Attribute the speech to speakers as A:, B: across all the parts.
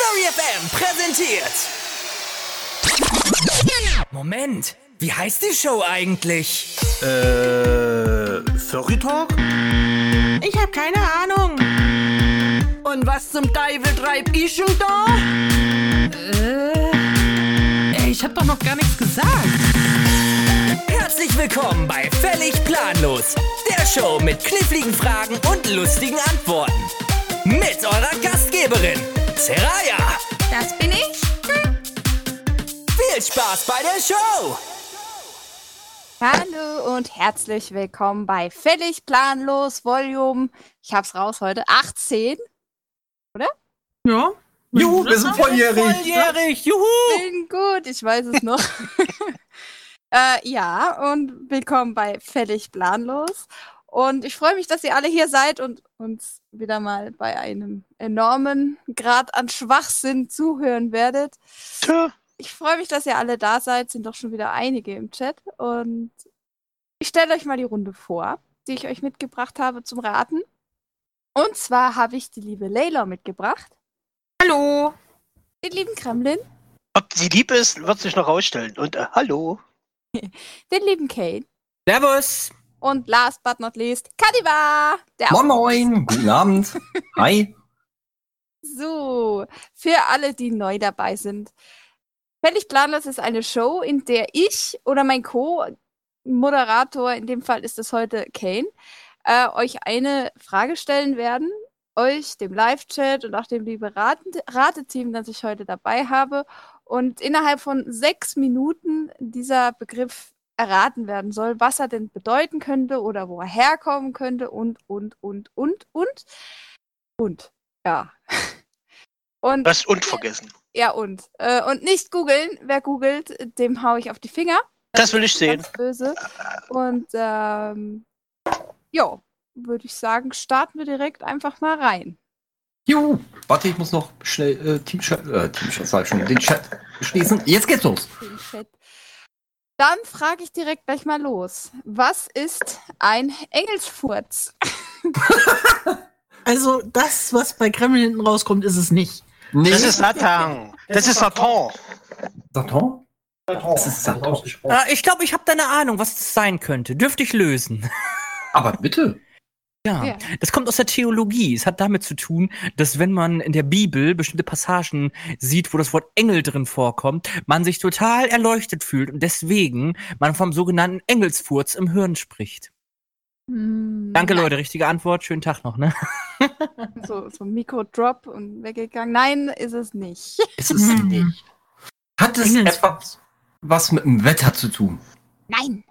A: KariFM präsentiert.
B: Moment, wie heißt die Show eigentlich?
C: Äh, Furry Talk?
D: Ich hab keine Ahnung.
E: Und was zum Teufel treib ich schon da?
D: Äh, ey, ich hab doch noch gar nichts gesagt.
B: Herzlich willkommen bei Völlig Planlos, der Show mit kniffligen Fragen und lustigen Antworten. Mit eurer Gastgeberin, Seraya.
F: Das bin ich.
B: Viel Spaß bei der Show!
F: Hallo und herzlich willkommen bei Völlig Planlos Volume, ich hab's raus heute, 18, oder?
D: Ja.
C: Juhu, wir sind volljährig.
B: Volljährig, juhu!
F: Bin gut, ich weiß es noch. äh, ja, und willkommen bei Völlig Planlos. Und ich freue mich, dass ihr alle hier seid und uns wieder mal bei einem enormen Grad an Schwachsinn zuhören werdet.
C: Tja
F: ich freue mich, dass ihr alle da seid. Sind doch schon wieder einige im Chat. Und ich stelle euch mal die Runde vor, die ich euch mitgebracht habe zum Raten. Und zwar habe ich die liebe Layla mitgebracht.
D: Hallo.
F: Den lieben Kremlin.
G: Ob sie lieb ist, wird sich noch rausstellen. Und äh, hallo.
F: Den lieben Kane.
B: Servus.
F: Und last but not least, Kadiba.
H: moin, moin. Guten Abend. Hi.
F: So, für alle, die neu dabei sind. Völlig planlos ist eine Show, in der ich oder mein Co-Moderator, in dem Fall ist es heute Kane, äh, euch eine Frage stellen werden, euch, dem Live-Chat und auch dem lieben Rateteam, das ich heute dabei habe. Und innerhalb von sechs Minuten dieser Begriff erraten werden soll, was er denn bedeuten könnte oder wo er herkommen könnte und, und, und, und, und. Und, ja.
G: Und, das und vergessen.
F: Ja, und. Äh, und nicht googeln. Wer googelt, dem haue ich auf die Finger.
G: Das will ich sehen.
F: Böse. Und ähm, ja, würde ich sagen, starten wir direkt einfach mal rein.
H: Jo, warte, ich muss noch schnell äh, Team Chat, äh, Team Chat, sag ich schon, den Chat schließen. Jetzt geht's los.
F: Dann frage ich direkt gleich mal los. Was ist ein Engelsfurz?
D: also das, was bei Kreml hinten rauskommt, ist es nicht.
G: Nee. Das ist Satan. Das ist Satan.
H: Satan?
B: Das ist Satan. Äh, ich glaube, ich habe da eine Ahnung, was das sein könnte. Dürfte ich lösen.
H: Aber bitte.
B: Ja. ja, das kommt aus der Theologie. Es hat damit zu tun, dass wenn man in der Bibel bestimmte Passagen sieht, wo das Wort Engel drin vorkommt, man sich total erleuchtet fühlt und deswegen man vom sogenannten Engelsfurz im Hirn spricht. Hm, Danke, nein. Leute. Richtige Antwort. Schönen Tag noch, ne?
F: so, so Mikro-Drop und weggegangen. Nein, ist es nicht.
H: Ist es
G: Hm.
H: nicht. Hat es Engels etwas was mit dem Wetter zu tun?
F: Nein.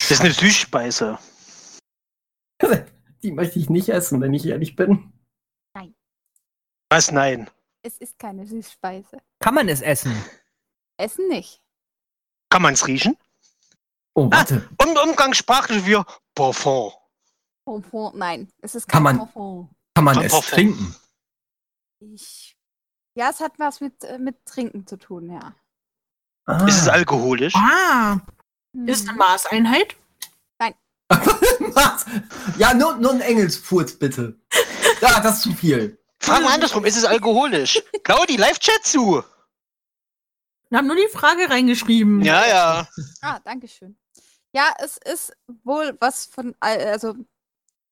G: Das ist eine Süßspeise.
H: Die möchte ich nicht essen, wenn ich ehrlich bin.
F: Nein.
G: Was nein?
F: Es ist keine Süßspeise.
B: Kann man es essen?
F: Essen nicht.
G: Kann man es riechen?
H: Oh, warte.
G: Ah, um, umgangssprachlich wir Parfum.
F: Parfum, nein, es ist
H: kein kann man, Parfum. Kann man es Parfum. trinken?
F: Ich, ja, es hat was mit, äh, mit Trinken zu tun, ja.
G: Ah. Ist es alkoholisch?
D: Ah, hm.
F: Mhm.
D: ist es eine Maßeinheit?
F: Nein.
H: ja, nur, nur ein Engelsfurz, bitte. Ja, das ist zu viel.
G: Fragen wir andersrum, ist es alkoholisch? Claudi, Live-Chat zu.
D: Wir haben nur die Frage reingeschrieben.
G: Ja, ja.
F: Ah, danke schön. Ja, es ist wohl was von, also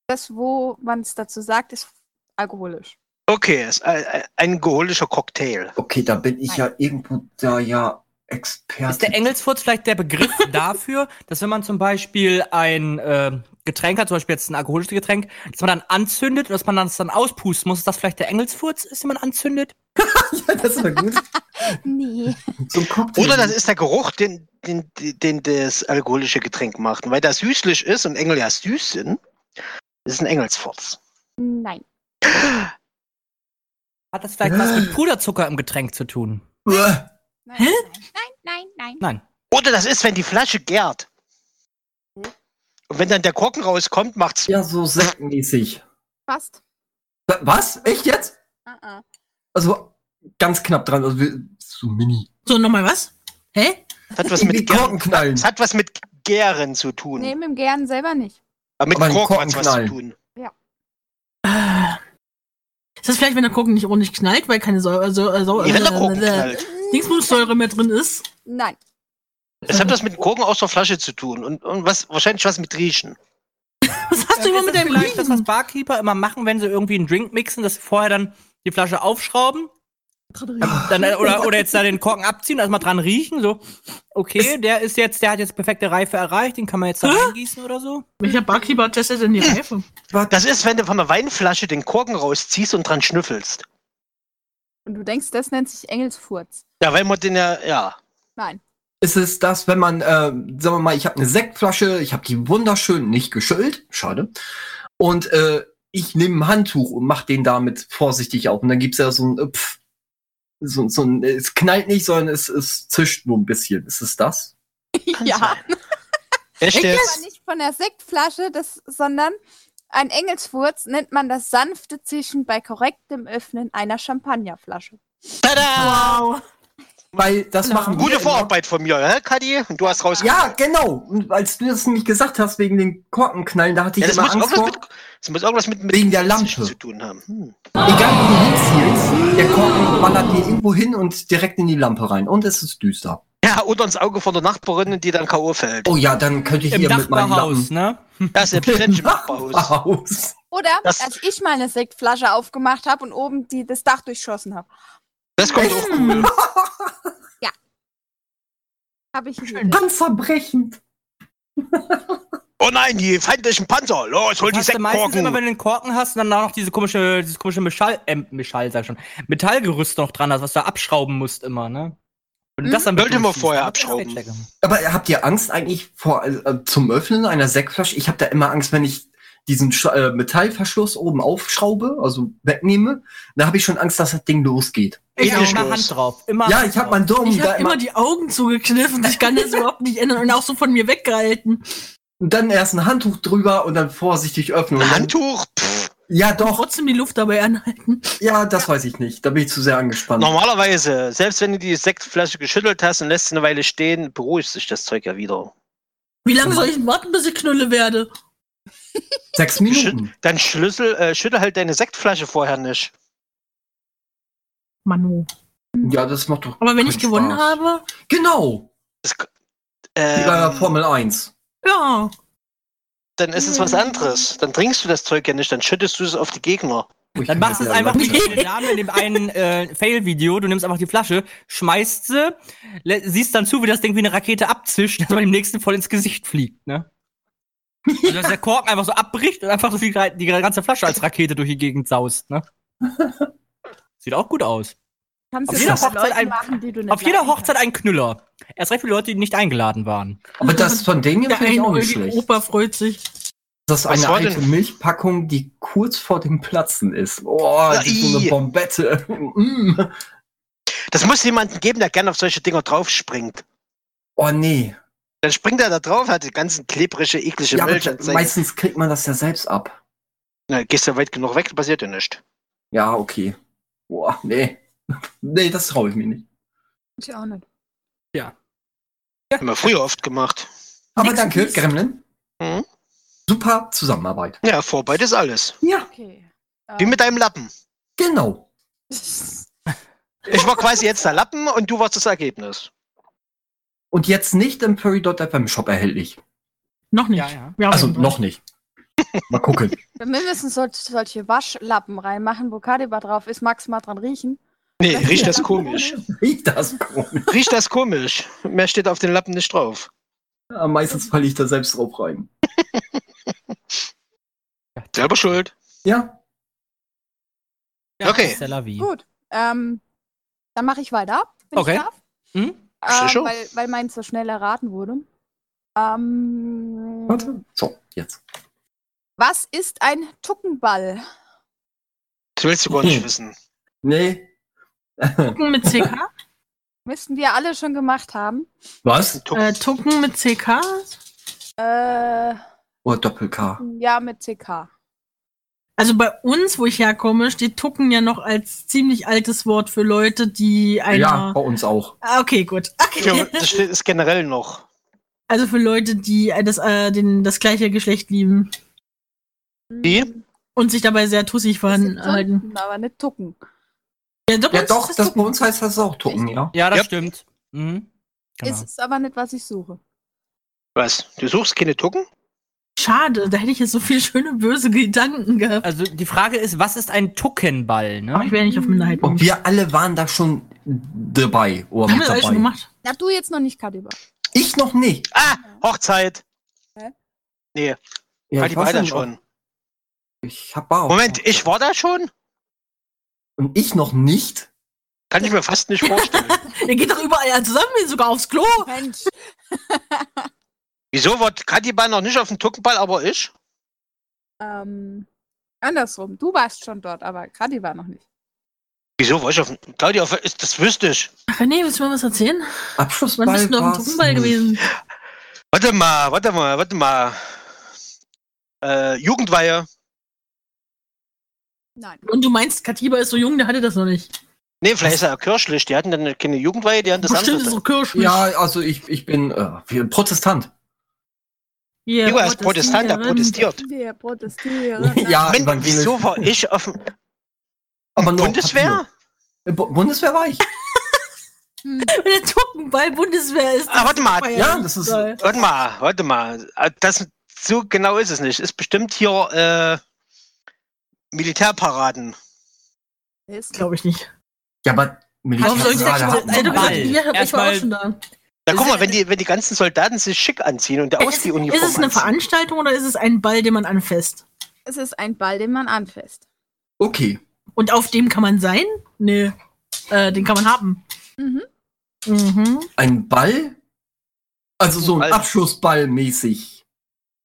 F: das, wo man es dazu sagt, ist alkoholisch.
G: Okay, ist ein, ein alkoholischer Cocktail.
H: Okay, da bin ich Nein. ja irgendwo da ja Experte.
B: Ist der Engelsfurz vielleicht der Begriff dafür, dass wenn man zum Beispiel ein äh, Getränk hat, zum Beispiel jetzt ein alkoholisches Getränk, dass man dann anzündet und dass man das dann auspusten muss, dass das vielleicht der Engelsfurz ist, den man anzündet?
H: ja, das ist gut.
F: nee.
G: So Oder das ist der Geruch, den, den, den das alkoholische Getränk macht. Und weil das süßlich ist und Engel ja süß sind, ist ein Engelsfurz.
F: Nein.
B: Hat das vielleicht was mit Puderzucker im Getränk zu tun?
F: nein, Hä? Nein, nein, nein,
B: nein.
G: Oder das ist, wenn die Flasche gärt. Und wenn dann der Korken rauskommt, macht's.
H: Ja, so sektenmäßig.
F: Fast.
H: Was? Echt jetzt?
F: Uh -uh.
H: Also ganz knapp dran, also so mini.
D: So, nochmal was? Hä?
G: Das hat was mit
H: Korkenknallen.
G: Das hat was mit Gären zu tun.
F: Nee, mit dem Gären selber nicht.
G: Aber mit Aber Korken hat was zu tun.
F: Ja.
D: Ah. Ist das vielleicht, wenn der Kuchen nicht ordentlich knallt, weil keine Säure, Säure, Säure
G: Nee, wenn der Kuchen
D: äh,
G: knallt.
D: Dingsbumssäure mehr drin ist?
F: Nein.
G: Es hat was mit Gurken aus der Flasche zu tun und, und was, wahrscheinlich was mit Riechen.
D: Was hast du
B: Ist
D: immer
B: das
D: mit deinem
B: vielleicht das, was
D: Riechen?
B: Barkeeper immer machen, wenn sie irgendwie einen Drink mixen, dass sie vorher dann die Flasche aufschrauben? Dann, äh, oder, oder jetzt da den Korken abziehen, erstmal dran riechen, so, okay, der ist jetzt, der hat jetzt perfekte Reife erreicht, den kann man jetzt da eingießen oder so.
D: Welcher Barkeeper testet denn die Reife?
G: Das ist, wenn du von einer Weinflasche den Korken rausziehst und dran schnüffelst.
F: Und du denkst, das nennt sich Engelsfurz.
G: Ja, weil man den ja, ja.
F: Nein.
H: Ist es das, wenn man, äh, sagen wir mal, ich habe eine Sektflasche, ich habe die wunderschön nicht geschüttelt, schade. Und äh, ich nehme ein Handtuch und mache den damit vorsichtig auf. Und dann gibt's ja so ein, äh, pff, so, so ein, es knallt nicht, sondern es, es zischt nur ein bisschen. Ist es das?
F: ja.
G: Echt
F: Aber
G: jetzt?
F: nicht von der Sektflasche, das, sondern ein Engelsfurz nennt man das sanfte Zischen bei korrektem Öffnen einer Champagnerflasche.
G: Tada!
D: Wow.
H: Weil das machen wir
G: Gute
H: immer-
G: Vorarbeit von mir, hä, Kadi? Und du hast raus.
H: Ja, genau. Und als du das nämlich gesagt hast, wegen den Korkenknallen, da hatte ich
G: Ja, das,
H: immer
G: muss
H: Angst
G: irgendwas
H: vor.
G: mit, das muss irgendwas mit, mit
H: Wegen der Lampe.
G: zu tun haben. Hm.
H: Egal wo du hinzielst, der Korken ballert dir irgendwo hin und direkt in die Lampe rein. Und es ist düster.
G: Ja, unter ins Auge von der Nachbarin, die dann K.O. fällt.
H: Oh ja, dann könnte ich
B: Im
H: hier mit meinem
B: Nachbarhaus,
H: Lappen.
B: ne?
G: Das ist ein Nachbarhaus.
H: Nachbarhaus.
F: Oder
G: Das-
F: als ich mal eine Sektflasche aufgemacht habe und oben die, das Dach durchschossen habe.
G: Das kommt auch cool.
F: Habe ich
D: Schön.
F: nicht.
H: Panzerbrechend.
G: Oh nein, die feindlichen Panzer. Los, hol die
B: Hast du meistens immer,
G: Sektkorken.
B: wenn du den Korken hast, und dann da noch diese komische, dieses komische Metall, äh, Metall, sag ich schon, Metallgerüst noch dran hast, was du abschrauben musst immer, ne? Wenn
D: Mhm.
B: du das dann mit ne?
G: Sollte man
B: durchschießt,
G: vorher
B: dann ist das
G: abschrauben.
B: Fettchecker.
H: Aber habt ihr Angst eigentlich vor äh, zum Öffnen einer Sektflasche? Ich habe da immer Angst, wenn ich diesen Sch äh, Metallverschluss oben aufschraube, also wegnehme, da habe ich schon Angst, dass das Ding losgeht.
B: Ich
G: Ekellos.
B: hab immer Hand drauf. Immer
H: ja,
B: Hand
H: ich habe
B: drauf.
H: meinen Daumen
D: Ich
H: da
D: habe
H: immer,
D: immer die Augen zugekniffen. Ich kann das überhaupt nicht ändern und auch so von mir weggehalten.
H: und dann erst ein Handtuch drüber und dann vorsichtig öffnen. Und
G: Ein
H: dann,
G: Handtuch. Pff.
H: ja, doch,
D: Trotzdem die Luft dabei anhalten.
H: ja, das weiß ich nicht. Da bin ich zu sehr angespannt.
G: Normalerweise, selbst wenn du die Sektflasche geschüttelt hast und lässt sie eine Weile stehen, beruhigt sich das Zeug ja wieder.
D: Wie lange soll ich
H: Mhm.
D: denn warten, bis ich Knülle werde?
H: Sechs Minuten.
G: Dann Schlüssel, äh, schüttel halt deine Sektflasche vorher nicht.
D: Manu.
H: Ja, das macht doch.
D: Aber wenn
H: keinen
D: ich gewonnen
H: Spaß.
D: habe,
H: Genau.
G: Das, k-
H: Wie bei der
G: ähm,
H: Formel 1.
D: ja.
G: dann ist es was anderes. Dann trinkst du das Zeug ja nicht, dann schüttest du es auf die Gegner.
H: Oh, ich
B: Dann
H: kann
B: machst du
H: das
B: es
H: ja
B: einfach wie
H: überhaupt nicht.
B: die Dame in dem einen äh, Fail-Video. Du nimmst einfach die Flasche, schmeißt sie, lä- siehst dann zu, wie das Ding wie eine Rakete abzischt, dass man dem nächsten voll ins Gesicht fliegt, ne? Also, dass der Korken einfach so abbricht und einfach so die, die ganze Flasche als Rakete durch die Gegend saust, ne? Sieht auch gut aus.
F: Kannst
B: Auf
F: du
B: jeder
F: das mit
B: Hochzeit
F: Leuten
B: ein-
F: machen, die du nicht
B: Auf jeder
F: leiden
B: Hochzeit ein Knüller. Erst recht für die Leute, die nicht eingeladen waren.
H: Aber das von denen hier
D: Der
H: finde ich auch nicht
D: einäugige
H: schlecht.
D: Opa freut sich.
H: Das ist
G: Was
H: eine
G: war
H: alte
G: denn?
H: Milchpackung, die kurz vor dem Platzen ist. Oh, das ist so
G: Ai.
H: eine Bombette. Mm.
G: Das muss jemanden geben, der gerne auf solche Dinger draufspringt.
H: oh nee.
G: Dann springt er da drauf, hat die ganzen klebrige, eklige
H: Ja, aber
G: Milch.
H: da-
G: und sein-
H: meistens kriegt man das ja selbst ab.
G: Na, gehst ja weit genug weg, passiert ja nichts.
H: Ja, okay. Boah, nee. Nee, das traue ich mir nicht.
F: kann. Ich auch nicht.
G: Haben wir früher oft gemacht.
H: Aber
D: Nix,
H: danke,
D: nix.
H: Gremlin.
G: Mhm.
H: Super Zusammenarbeit.
G: Ja, Vorarbeit ist alles.
H: Ja,
F: Okay. ähm,
G: Wie mit deinem Lappen.
H: genau.
G: Ich war quasi jetzt der Lappen und du warst das Ergebnis.
H: Und jetzt nicht im Furry.fm Shop erhältlich.
D: Noch nicht.
B: ja.
D: Wir haben
H: Also
D: ihn noch.
H: noch nicht. Mal gucken.
F: Wenn wir müssen sol solche Waschlappen reinmachen, wo Kadiba drauf ist, magst du mal dran riechen?
G: Nee, riecht das komisch.
H: Riecht das komisch.
G: Riecht das komisch. Mehr steht auf den Lappen nicht drauf.
H: Ja, meistens falle ich da selbst drauf rein.
G: Selber schuld.
H: Ja,
G: Okay.
B: Ist der Lavi.
F: Gut. Ähm, dann mache ich weiter, wenn
B: Okay.
F: ich darf.
B: Hm?
G: Schon,
F: Ähm,
G: schon.
F: weil, weil meins so schnell erraten wurde. Ähm,
H: warte. So, jetzt.
F: Was ist ein Tuckenball?
G: Das willst du gar nicht
H: Hm.
G: wissen.
H: Nee.
D: Tucken mit CK?
F: Müssten wir alle schon gemacht haben.
H: Was?
G: Tuck.
D: äh, Tucken mit CK?
F: Äh,
H: Oh, Doppel-K.
F: ja, mit CK.
D: Also bei uns, wo ich herkomme, steht Tucken ja noch als ziemlich altes Wort für Leute, die einer.
H: Ja, bei uns auch.
D: Ah, okay, gut.
G: Ja,
D: Okay.
G: das steht- ist generell noch.
D: Also für Leute, die äh, das, äh, den, das gleiche Geschlecht lieben.
G: Die?
D: Und sich dabei sehr tussig
F: Hm, Das sind
D: verhalten.
F: Tunden, aber nicht tucken.
D: doch,
H: Ja
D: das
H: doch,
D: ist
H: das
D: so-
H: bei uns heißt das auch Tucken, ja.
B: Ja, das
G: Yep.
B: stimmt. Mhm. Genau.
F: Es ist aber nicht, was ich suche.
G: Was? Du suchst keine Tucken?
D: Schade, da hätte ich jetzt so viele schöne, böse Gedanken gehabt.
B: Also die Frage ist, was ist ein Tuckenball?
D: Aber
B: Ne?
D: ich wäre nicht auf Minderheit.
H: Und wir alle waren da schon dabei. Oder
D: haben
H: Oh,
D: wir
H: mit
D: das alles schon
H: dabei.
D: gemacht.
F: Na, du jetzt noch nicht, Kaliber.
H: Ich noch nicht.
G: Ah, Hochzeit.
H: Ja,
G: Ah, die war
H: weiß
G: da
H: nicht, ob-
G: schon.
H: Ich hab auch.
G: Moment, ich war da schon?
H: Und ich noch nicht?
G: Kann ich mir fast nicht vorstellen.
D: Ihr geht doch überall zusammen, sogar aufs Klo.
G: Oh.
F: Mensch,
G: Wieso war Katibal noch nicht auf dem Tuckenball, aber ich?
F: ähm, andersrum. Du warst schon dort, aber Kadi war noch nicht.
G: Wieso war ich auf dem. Claudia, auf- ist- das wüsste ich.
D: Ach, nee, willst du mir was erzählen?
H: Abschlussball.
D: Wann bist du auf dem
H: war's
D: Truppenball
H: nicht.
D: gewesen?
G: Warte mal, warte mal, warte mal. Äh, Jugendweihe.
F: Nein.
D: Und du meinst, Katiba ist so jung, der hatte das noch nicht.
G: Nee, vielleicht ist er ja kirchlich. Die hatten dann keine Jugendweihe, die hatten das
D: Bestimmt ist
G: andere.
D: so Kirsch.
H: Ja, also ich, ich bin äh, wie ein Protestant.
D: Yeah,
G: Igor ist Protestant, er protestiert.
F: Wir protestieren.
G: Moment,
H: evangelisch.
G: wieso war ich auf dem
H: Ah, aber nur auf
G: Bundeswehr?
H: Papier. Bu- Bundeswehr war ich.
F: Hm.
D: Wenn der Tuckenball Bundeswehr ist.
G: Ah, warte mal,
H: Ja, das ist-
D: Geil.
G: Warte mal, warte mal. Ah, Das, so genau ist es nicht. Ist bestimmt hier äh, Militärparaden.
F: Ist
D: Glaube ich nicht.
H: Ja, aber Militär
D: Warum soll ich
H: gerade
D: das
H: hat-
D: jetzt? also
B: Ball.
D: Ja, ich war auch
B: Erstmal-
D: schon da.
G: Na guck mal, wenn die, wenn die ganzen Soldaten sich schick anziehen und der
D: Ist,
G: Ausziehuniform
D: ist es eine
G: anziehen.
D: Veranstaltung oder ist es ein Ball, den man anfasst?
F: Es ist ein Ball, den man anfasst.
H: Okay.
D: Und auf dem kann man sein? Nee. Äh, den kann man haben.
F: Mhm.
D: Mhm.
H: Ein Ball? Also so ein
G: Ball.
H: Abschlussball mäßig.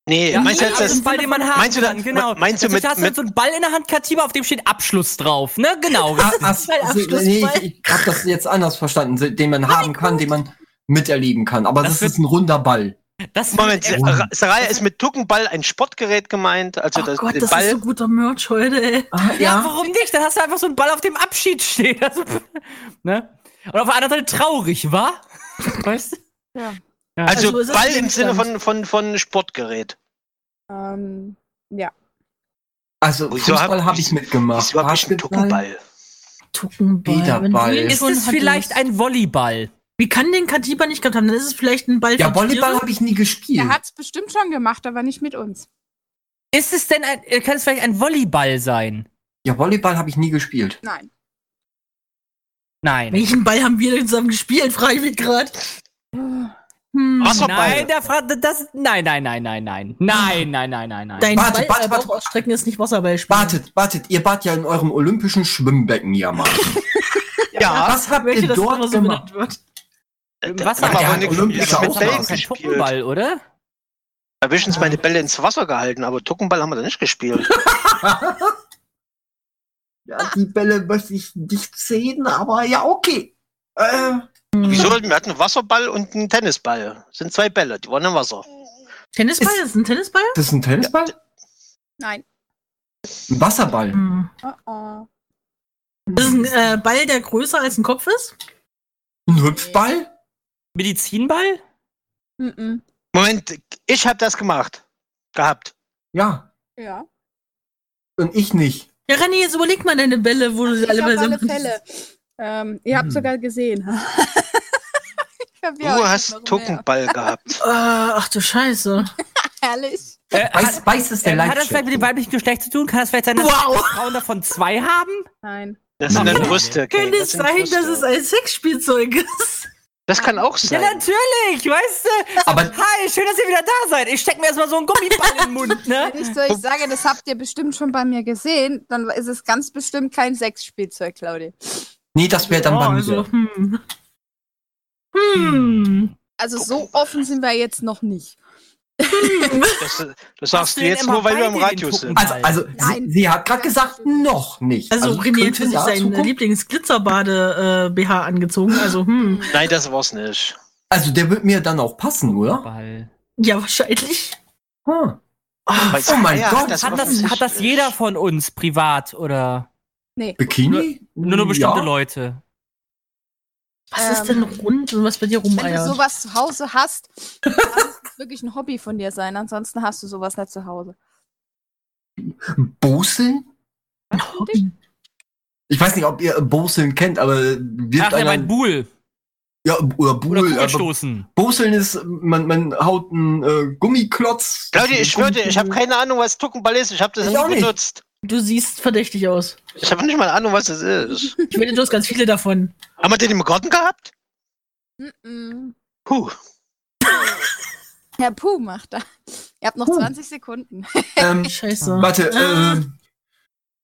G: Nee, meinst du
B: ja,
G: jetzt
B: das ist
G: das...
B: ein Ball, den man haben
G: meinst du das-
B: kann, genau.
G: meinst du
B: Also,
G: mit-
B: da hast
G: mit-
B: so einen Ball in der Hand, Katiba, auf dem steht Abschluss drauf, ne? Genau.
H: Ah, ah,
D: ein
H: so- nee,
D: Abschlussball.
H: ich, ich habe das jetzt anders verstanden, so- den man haben kann, den man miterleben kann. Aber
B: Das
H: das,
B: wird-
H: ist ein runder Ball.
B: Äh, Das
G: Moment,
B: wird-
G: Ra- Saraya ist mit Tuckenball ein Sportgerät gemeint, also
D: oh
G: das,
D: Gott,
G: den
D: das
G: Ball.
D: ist so guter Merch heute, ey.
H: Ah,
B: Ja, warum nicht? Dann hast du einfach so einen Ball auf dem Abschied stehen. Also, pff, ne? Und auf der anderen Seite traurig, wa? Weißt du?
G: also
D: also ist das
G: Ball
D: ein
G: im Sinne
D: Gegenstand?
G: von, von, von Sportgerät.
F: Ähm,
H: also
G: Wieso hab-
H: Fußball habe ich
G: wieso-
H: mitgemacht.
G: Wieso hab ich einen
H: Basketball?
G: Tuckenball?
D: Tuckenball.
H: Wieder
D: wenn du
H: Ball.
D: ihn
H: Ist
B: Ist
D: schon
B: es
D: hattest.
B: vielleicht ein Volleyball?
D: Wie kann den Katiba nicht gehabt haben? Dann ist es vielleicht ein Ball
H: Ja,
D: für
H: Volleyball
D: Tiere.
H: habe ich nie gespielt.
F: er hat es bestimmt schon gemacht, aber nicht mit uns.
B: Ist es denn ein, äh, kann es vielleicht ein Volleyball sein?
H: Ja, Volleyball habe ich nie gespielt.
F: Nein.
B: Nein.
D: Welchen Ball haben wir denn zusammen gespielt? Frage ich mich gerade. Hm.
G: Was?
B: Nein, der Fra das, nein, nein, nein, nein, nein. Nein, nein, nein, nein, nein.
D: Dein Ball
H: Warte,
D: äh,
H: warte, warte.
D: Bauch ausstrecken ist nicht Wasserball.
H: Wartet, wartet, ihr wart ja in eurem olympischen Schwimmbecken ja mal.
G: Ja,
H: Was habt
D: Welche
H: ihr
D: das
H: dort
D: andere so benannt
H: gemacht?
D: wird.
B: Im
G: da-
B: Wasser-
G: da haben wir
H: Der hat
G: nix-
H: Olympia
G: nix mit
H: auch
G: Bällen
H: noch
B: kein
G: gespielt.
B: Tuckenball, oder?
G: Da habe ich uns meine Bälle ins Wasser gehalten, aber Tuckenball haben wir da nicht gespielt.
H: Ja, die Bälle möchte ich nicht sehen, aber ja, okay. Äh,
G: Wieso? Wir hatten einen Wasserball und einen Tennisball. Das sind zwei Bälle, die waren im Wasser.
D: Tennisball? Ist, ein Tennisball?
H: das ist ein Tennisball?
F: Nein.
H: Ein Wasserball.
D: Hm.
F: Oh, oh.
D: Das ist ein äh, Ball, der größer als ein Kopf ist?
H: Ein Hüpfball?
B: Medizinball?
F: Mm -mm.
G: Moment, ich habe das gemacht. Gehabt.
H: Ja.
F: Ja.
H: Und ich nicht.
D: Ja, René, jetzt überleg mal deine Bälle, wo du sie
F: Ich
D: alle
F: auf alle
D: beisammen
F: Fälle. Ähm, ihr habt
H: Hm.
F: sogar gesehen. Ich hab
G: Du
F: ja heute
G: hast
F: noch mehr.
G: Tuckenball gehabt.
D: Äh, ach du Scheiße.
F: Herrlich.
B: Äh, hat,
H: Weiß, weiß es der
B: äh, hat das vielleicht mit dem
H: Live-Chat?
B: weiblichen Geschlecht zu tun? Kann das vielleicht sein, dass
D: Wow!
B: Frauen davon zwei haben?
F: Nein.
G: Das sind
B: Nein.
G: dann Brüste. Kane,
D: Könnte es
G: sind
D: sein,
G: Brüste.
D: dass es ein Sexspielzeug ist?
G: Das kann auch
B: Ja,
G: sein.
B: natürlich, weißt du?
H: Aber
B: Hi, schön, dass ihr wieder da seid. Ich steck mir erstmal so einen Gummiball in den Mund, ne?
F: Wenn ich so ich sage, das habt ihr bestimmt schon bei mir gesehen, dann ist es ganz bestimmt kein Sexspielzeug, Claudia.
H: nee, das wäre dann
D: Oh,
H: bei mir.
D: also, hm. Hm.
F: Also so offen sind wir jetzt noch nicht.
G: Das, das
B: Hast
G: sagst
B: du
G: du
B: denn
G: jetzt
B: immer
G: nur, weil wir
B: beide
G: im
B: den
G: Radio sind.
H: Also, also
F: Nein.
H: sie, sie hat gerade gesagt, noch nicht.
D: Also, René hat
H: könnte
D: für sich
H: ja
D: seinen
H: Zukunft-
D: Lieblingsglitzerbade-BH angezogen. Also, hm.
G: Nein, das war's nicht.
H: Also der wird mir dann auch passen, oder?
B: Ball.
D: Ja, wahrscheinlich.
H: Hm.
G: Weil
H: oh mein
G: Sarah
H: Gott.
B: Hat das, hat das jeder von uns privat oder
H: Bikini?
B: nur, nur bestimmte
H: Ja.
B: Leute?
D: Was ist
F: Ähm,
D: denn rund und was bei dir
F: Wenn du
D: rumeiert?
F: sowas zu Hause hast, dann muss es wirklich ein Hobby von dir sein. Ansonsten hast du sowas nicht zu Hause.
H: Boseln? Ich weiß nicht, ob ihr Boseln kennt, aber
B: Ach,
H: wirft
B: der meint
H: einer,
B: Buhl.
H: ja, oder
B: Oder
H: Buhl, aber
B: Kugelstoßen.
H: Boseln ist, man, man haut einen äh, Gummiklotz.
G: Claudia, ich schwöre dir, ich habe keine Ahnung, was Tuckenball ist. Ich habe das
H: Ich auch
G: nie
H: nicht.
G: benutzt.
D: Du siehst verdächtig aus.
G: Ich habe nicht mal eine Ahnung, was das ist.
D: Ich wette, du hast ganz viele davon.
G: Haben wir den im Garten gehabt?
F: Mm-mm.
G: Puh.
F: Herr Puh macht da. Ihr habt noch 20 Sekunden.
H: Ähm,
D: Scheiße.
H: warte, äh,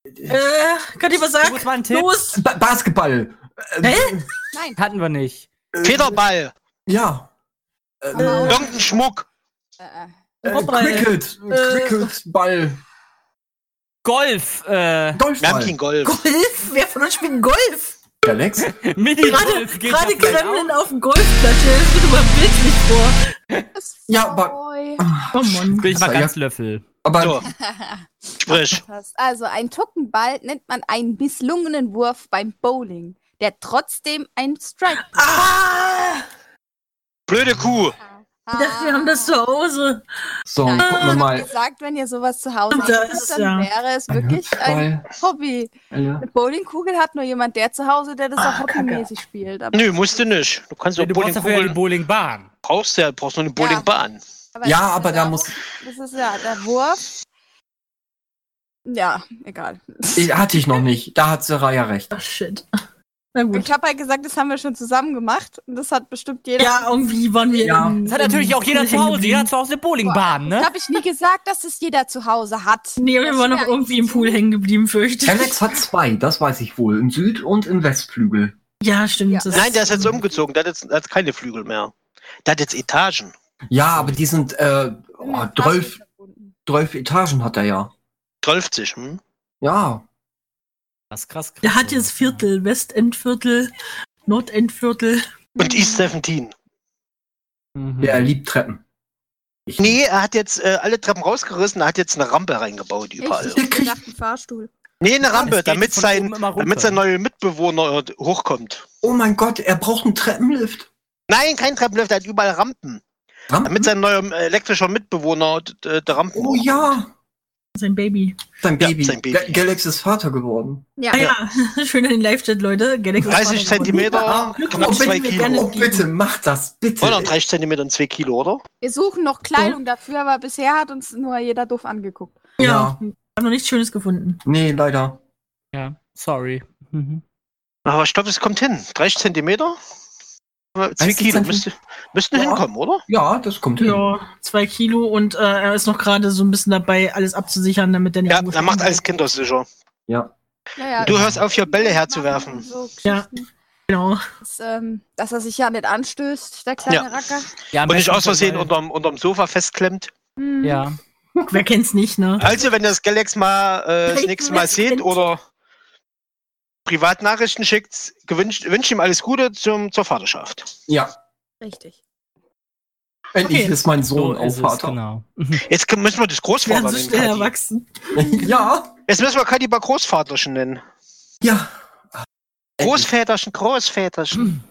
D: Äh, kann ich was
B: Du
D: sagen?
B: musst mal einen Tipp.
D: Los!
H: ba Basketball. Äh,
F: Nein.
B: Hatten wir nicht.
H: äh,
G: Federball.
H: Ja. Äh,
F: Aber auch-
G: Irgendein Schmuck.
F: Äh,
H: äh,
D: Vorbei.
H: Cricket.
D: Äh,
H: Cricketball.
B: Golf, äh,
G: Wir haben keinen
H: Golfball.
G: Golf.
D: Golf? Wer von uns spielt Golf?
H: Alex?
D: Gerade,
B: Mini-Golf geht
D: gerade
B: auf meinen
D: Kremlin auf dem Golfplatz. Stell dir bitte mal ein Bild nicht vor.
F: das
H: Ja, aber-
F: Boy.
D: Oh Mann.
B: Augen. Will ich mal
H: Ja.
B: ganz Löffel.
H: Aber
G: So, sprich.
F: Passt. Also ein Tuckenball nennt man einen misslungenen Wurf beim Bowling, der trotzdem ein Strike.
D: Ah!
G: Blöde Kuh.
D: Ich dachte, wir haben das zu Hause.
H: so,
F: Nein,
H: gucken wir
F: ich hab
D: Äh,
H: mal.
F: gesagt, wenn Ah, ihr sowas zu Hause
D: Und
F: habt,
D: das ist
F: dann
D: ja-
F: wäre es wirklich ein
H: Hüpfball.
F: Hobby.
H: Alter.
F: Eine Bowlingkugel hat nur jemand der zu Hause, der das auch
D: Ah,
F: hobbymäßig spielt. Aber,
G: Nö, musst du nicht. Du kannst doch
B: Du brauchst dafür ja die
G: Bowlingkugeln.
B: Bowlingbahn.
G: Brauchst ja, brauchst nur eine Bowlingbahn.
F: aber
H: Ja,
F: es ist
H: aber da
F: darum-
H: muss.
F: Das ist ja der Wurf. Ja, egal.
H: Ich, hatte ich noch nicht. Da hat Seraya recht.
D: Ach, shit. Na gut.
F: Ich habe halt gesagt, das haben wir schon zusammen gemacht und das hat bestimmt jeder.
D: Ja, irgendwie waren wir.
H: Ja.
D: im-
B: Das hat natürlich
D: im-
B: auch jeder
D: hängen
B: zu Hause. Jeder
D: geblieben.
B: hat zu Hause eine Bowlingbahn,
F: Das
B: ne?
F: habe ich nie gesagt, dass es jeder zu Hause hat.
D: Nee, wir waren noch irgendwie im Pool hängen geblieben, fürchte ich.
H: Alex hat zwei, das weiß ich wohl. Im Süd- und im Westflügel.
D: Ja, stimmt.
F: Ja.
D: das-
G: Nein, der ist jetzt um- umgezogen. Der hat jetzt der hat keine Flügel mehr. Der hat jetzt Etagen.
H: Ja, aber die sind, äh, oh,
F: Immer
H: zwölf,
F: verbunden.
H: zwölf Etagen hat er ja.
G: 12 hm?
H: Ja.
B: Krass, krass, krass.
D: Der hat jetzt Viertel, Westendviertel, Nordendviertel.
G: Und East 17.
B: Mhm.
H: Ja, er liebt Treppen.
G: Hm. Nee, er hat jetzt äh, alle Treppen rausgerissen. Er hat jetzt eine Rampe reingebaut überall.
F: Ich dachte, ein Fahrstuhl.
G: Nee, eine
B: Es
G: Rampe,
B: geht
G: damit
B: von
G: sein,
B: oben immer runter.
G: damit sein neuer Mitbewohner äh, hochkommt.
H: Oh mein Gott, er braucht einen Treppenlift.
G: Nein, kein Treppenlift, er hat überall Rampen.
H: Rampen?
G: Damit sein neuer äh, elektrischer Mitbewohner d- d- der Rampen.
H: oh ja.
D: Sein Baby.
H: Sein
G: Ja,
H: Baby.
G: sein Baby.
H: Ga- Galax ist Vater geworden.
F: Ja,
D: Ah ja, schön in den Live-Chat, Leute. Galaxy ist
G: 30
D: Vater geworden.
G: Zentimeter, Ah, knapp
H: oh,
G: 2
D: wir gerne-
G: Kilo.
H: Oh, bitte, mach das, bitte.
G: Oder 30 Zentimeter und 2 Kilo, oder?
F: wir suchen noch Kleidung dafür, aber bisher hat uns nur jeder doof angeguckt.
D: Ja, wir haben noch nichts Schönes gefunden.
H: Nee, leider.
B: Ja, sorry. Mhm.
G: Aber ich glaube, es kommt hin. 30 Zentimeter? 2 Kilo,
H: Zentimeter.
G: müsste, müssten
H: Ja.
G: hinkommen, oder?
H: Ja, das kommt hin.
D: Ja, zwei Kilo und äh, er ist noch gerade so ein bisschen dabei, alles abzusichern, damit er nicht
G: Ja, er
D: angeschlagen
G: macht alles
D: wird.
G: kindersicher.
H: Ja.
F: Naja,
G: Du hörst auf, hier Bälle herzuwerfen.
F: So
D: Ja.
F: Geschichten,
D: Genau.
F: Dass, ähm, dass er sich ja nicht anstößt, der kleine
G: Ja.
F: Racker.
B: Ja, am
G: Und nicht
B: besten
G: aus Versehen
B: dabei-
G: unterm, unterm Sofa festklemmt.
F: Hm.
B: Ja.
D: Wer kennt's nicht, ne?
G: Also, wenn ihr das Galax mal äh, das
D: Vielleicht
G: nächste Mal
D: lässt
G: seht
D: Kind.
G: oder Privatnachrichten schickt, gewünscht, wünscht ihm alles Gute zum, zur Vaterschaft.
H: Ja.
F: Richtig.
H: Endlich
D: Okay.
H: ist mein Sohn auch
B: ist es,
H: Vater.
B: genau.
G: Jetzt k- müssen wir das
D: Werden
G: äh, Großvater
D: so
G: nennen.
D: schnell
G: Kadi.
D: erwachsen.
G: genau.
H: ja.
G: Jetzt müssen wir Kadi bei Großvaterchen nennen.
H: Ja. Äh,
G: Großväterchen, Großväterchen.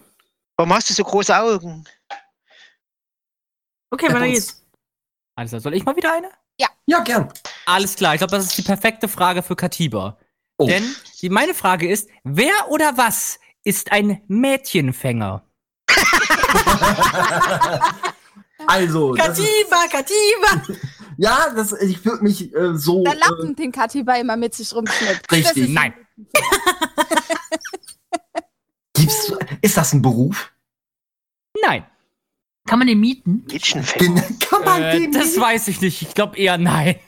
G: Warum hast du so große Augen?
D: Okay, weiter geht's.
B: Alles klar. Soll ich mal wieder eine?
H: Ja, gern.
B: Alles klar. Ich glaube, das ist die perfekte Frage für Katiba.
H: Oh.
B: Denn die, meine Frage ist, wer oder was ist ein Mädchenfänger?
H: also, das ist,
D: Kativa, Kativa!
H: ja, das, ich würde mich äh, so.
F: Der
H: Äh,
F: Lappen, den Katiba immer mit sich rumschleppt.
H: Richtig.
F: Das ist-
B: Nein.
H: gibst, du- ist das ein Beruf?
B: Nein.
D: Kann man den mieten?
G: Mädchenfänger.
H: Den kann man
B: Äh,
H: dem
B: das weiß ich nicht. Ich glaube eher nein.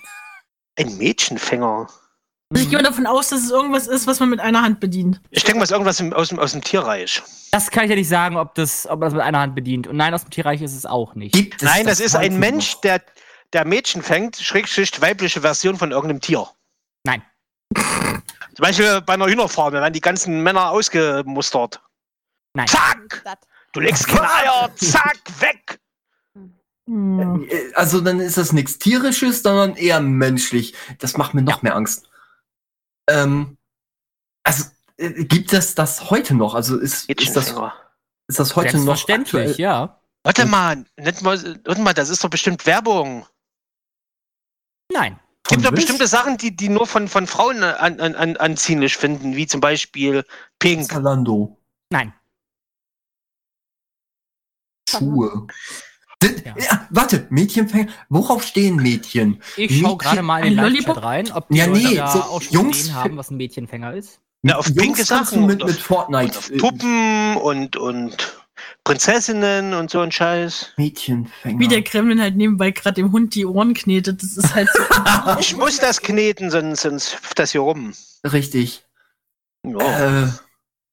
G: Ein Mädchenfänger.
D: Also ich gehe mal davon aus, dass es irgendwas ist, was man mit einer Hand bedient.
G: Ich denke mal, es ist irgendwas im, aus, dem, aus dem Tierreich.
B: Das kann ich ja nicht sagen, ob das, ob man das mit einer Hand bedient. Und nein, aus dem Tierreich ist es auch nicht.
H: Gibt es
G: Nein, das, ist ein
H: Ganze
G: Mensch,
H: noch?
G: der, der Mädchen fängt, Schrägschicht, weibliche Version von irgendeinem Tier.
B: Nein.
G: Zum Beispiel bei einer Hühnerfarm, da werden die ganzen Männer ausgemustert.
B: Nein.
G: Zack!
F: Das-
G: Du legst keine Eier, zack, weg!
D: Hm.
H: Äh, Also, dann ist das nichts tierisches, sondern eher menschlich. Das macht mir noch mehr Angst. Ähm, also, äh, gibt es das heute noch? Also, ist, ist, das,
G: Mädchenfänger.
H: ist das heute noch.
B: Selbstverständlich,
H: aktuell?
B: ja.
G: Warte mal, nennt mal, warte mal, das ist doch bestimmt Werbung.
B: Nein.
G: Es gibt doch
H: Von bis?
G: bestimmte Sachen, die, die nur von, von Frauen an, an, an, anziehlich finden, wie zum Beispiel Pink.
H: Zalando.
B: Nein.
H: Schuhe. Sind,
B: Ja.
H: ja. warte, Mädchenfänger. Worauf stehen Mädchen?
B: Ich schau
H: Mädchen-
B: gerade mal in den
D: ein
B: Live-Chat
D: Lollipop?
B: rein, ob die
H: Ja,
B: Leute
H: nee,
B: da
H: so
B: auch schon
H: Jungs-
B: gesehen haben, was ein Mädchenfänger ist.
G: Na, auf
H: Jungs
G: pinke
H: kannst du
G: Sachen
H: Mit,
G: und
H: mit
G: auf,
H: Fortnite.
G: und auf
H: äh,
G: Puppen und, und Prinzessinnen und so ein Scheiß.
H: Mädchenfänger.
D: Wie der Kremlin halt nebenbei gerade dem Hund die Ohren knetet, das ist halt so.
G: Ich muss das kneten, sonst, sonst hüpft das hier rum.
H: Richtig.
B: Oh.
G: Ja.
H: Äh,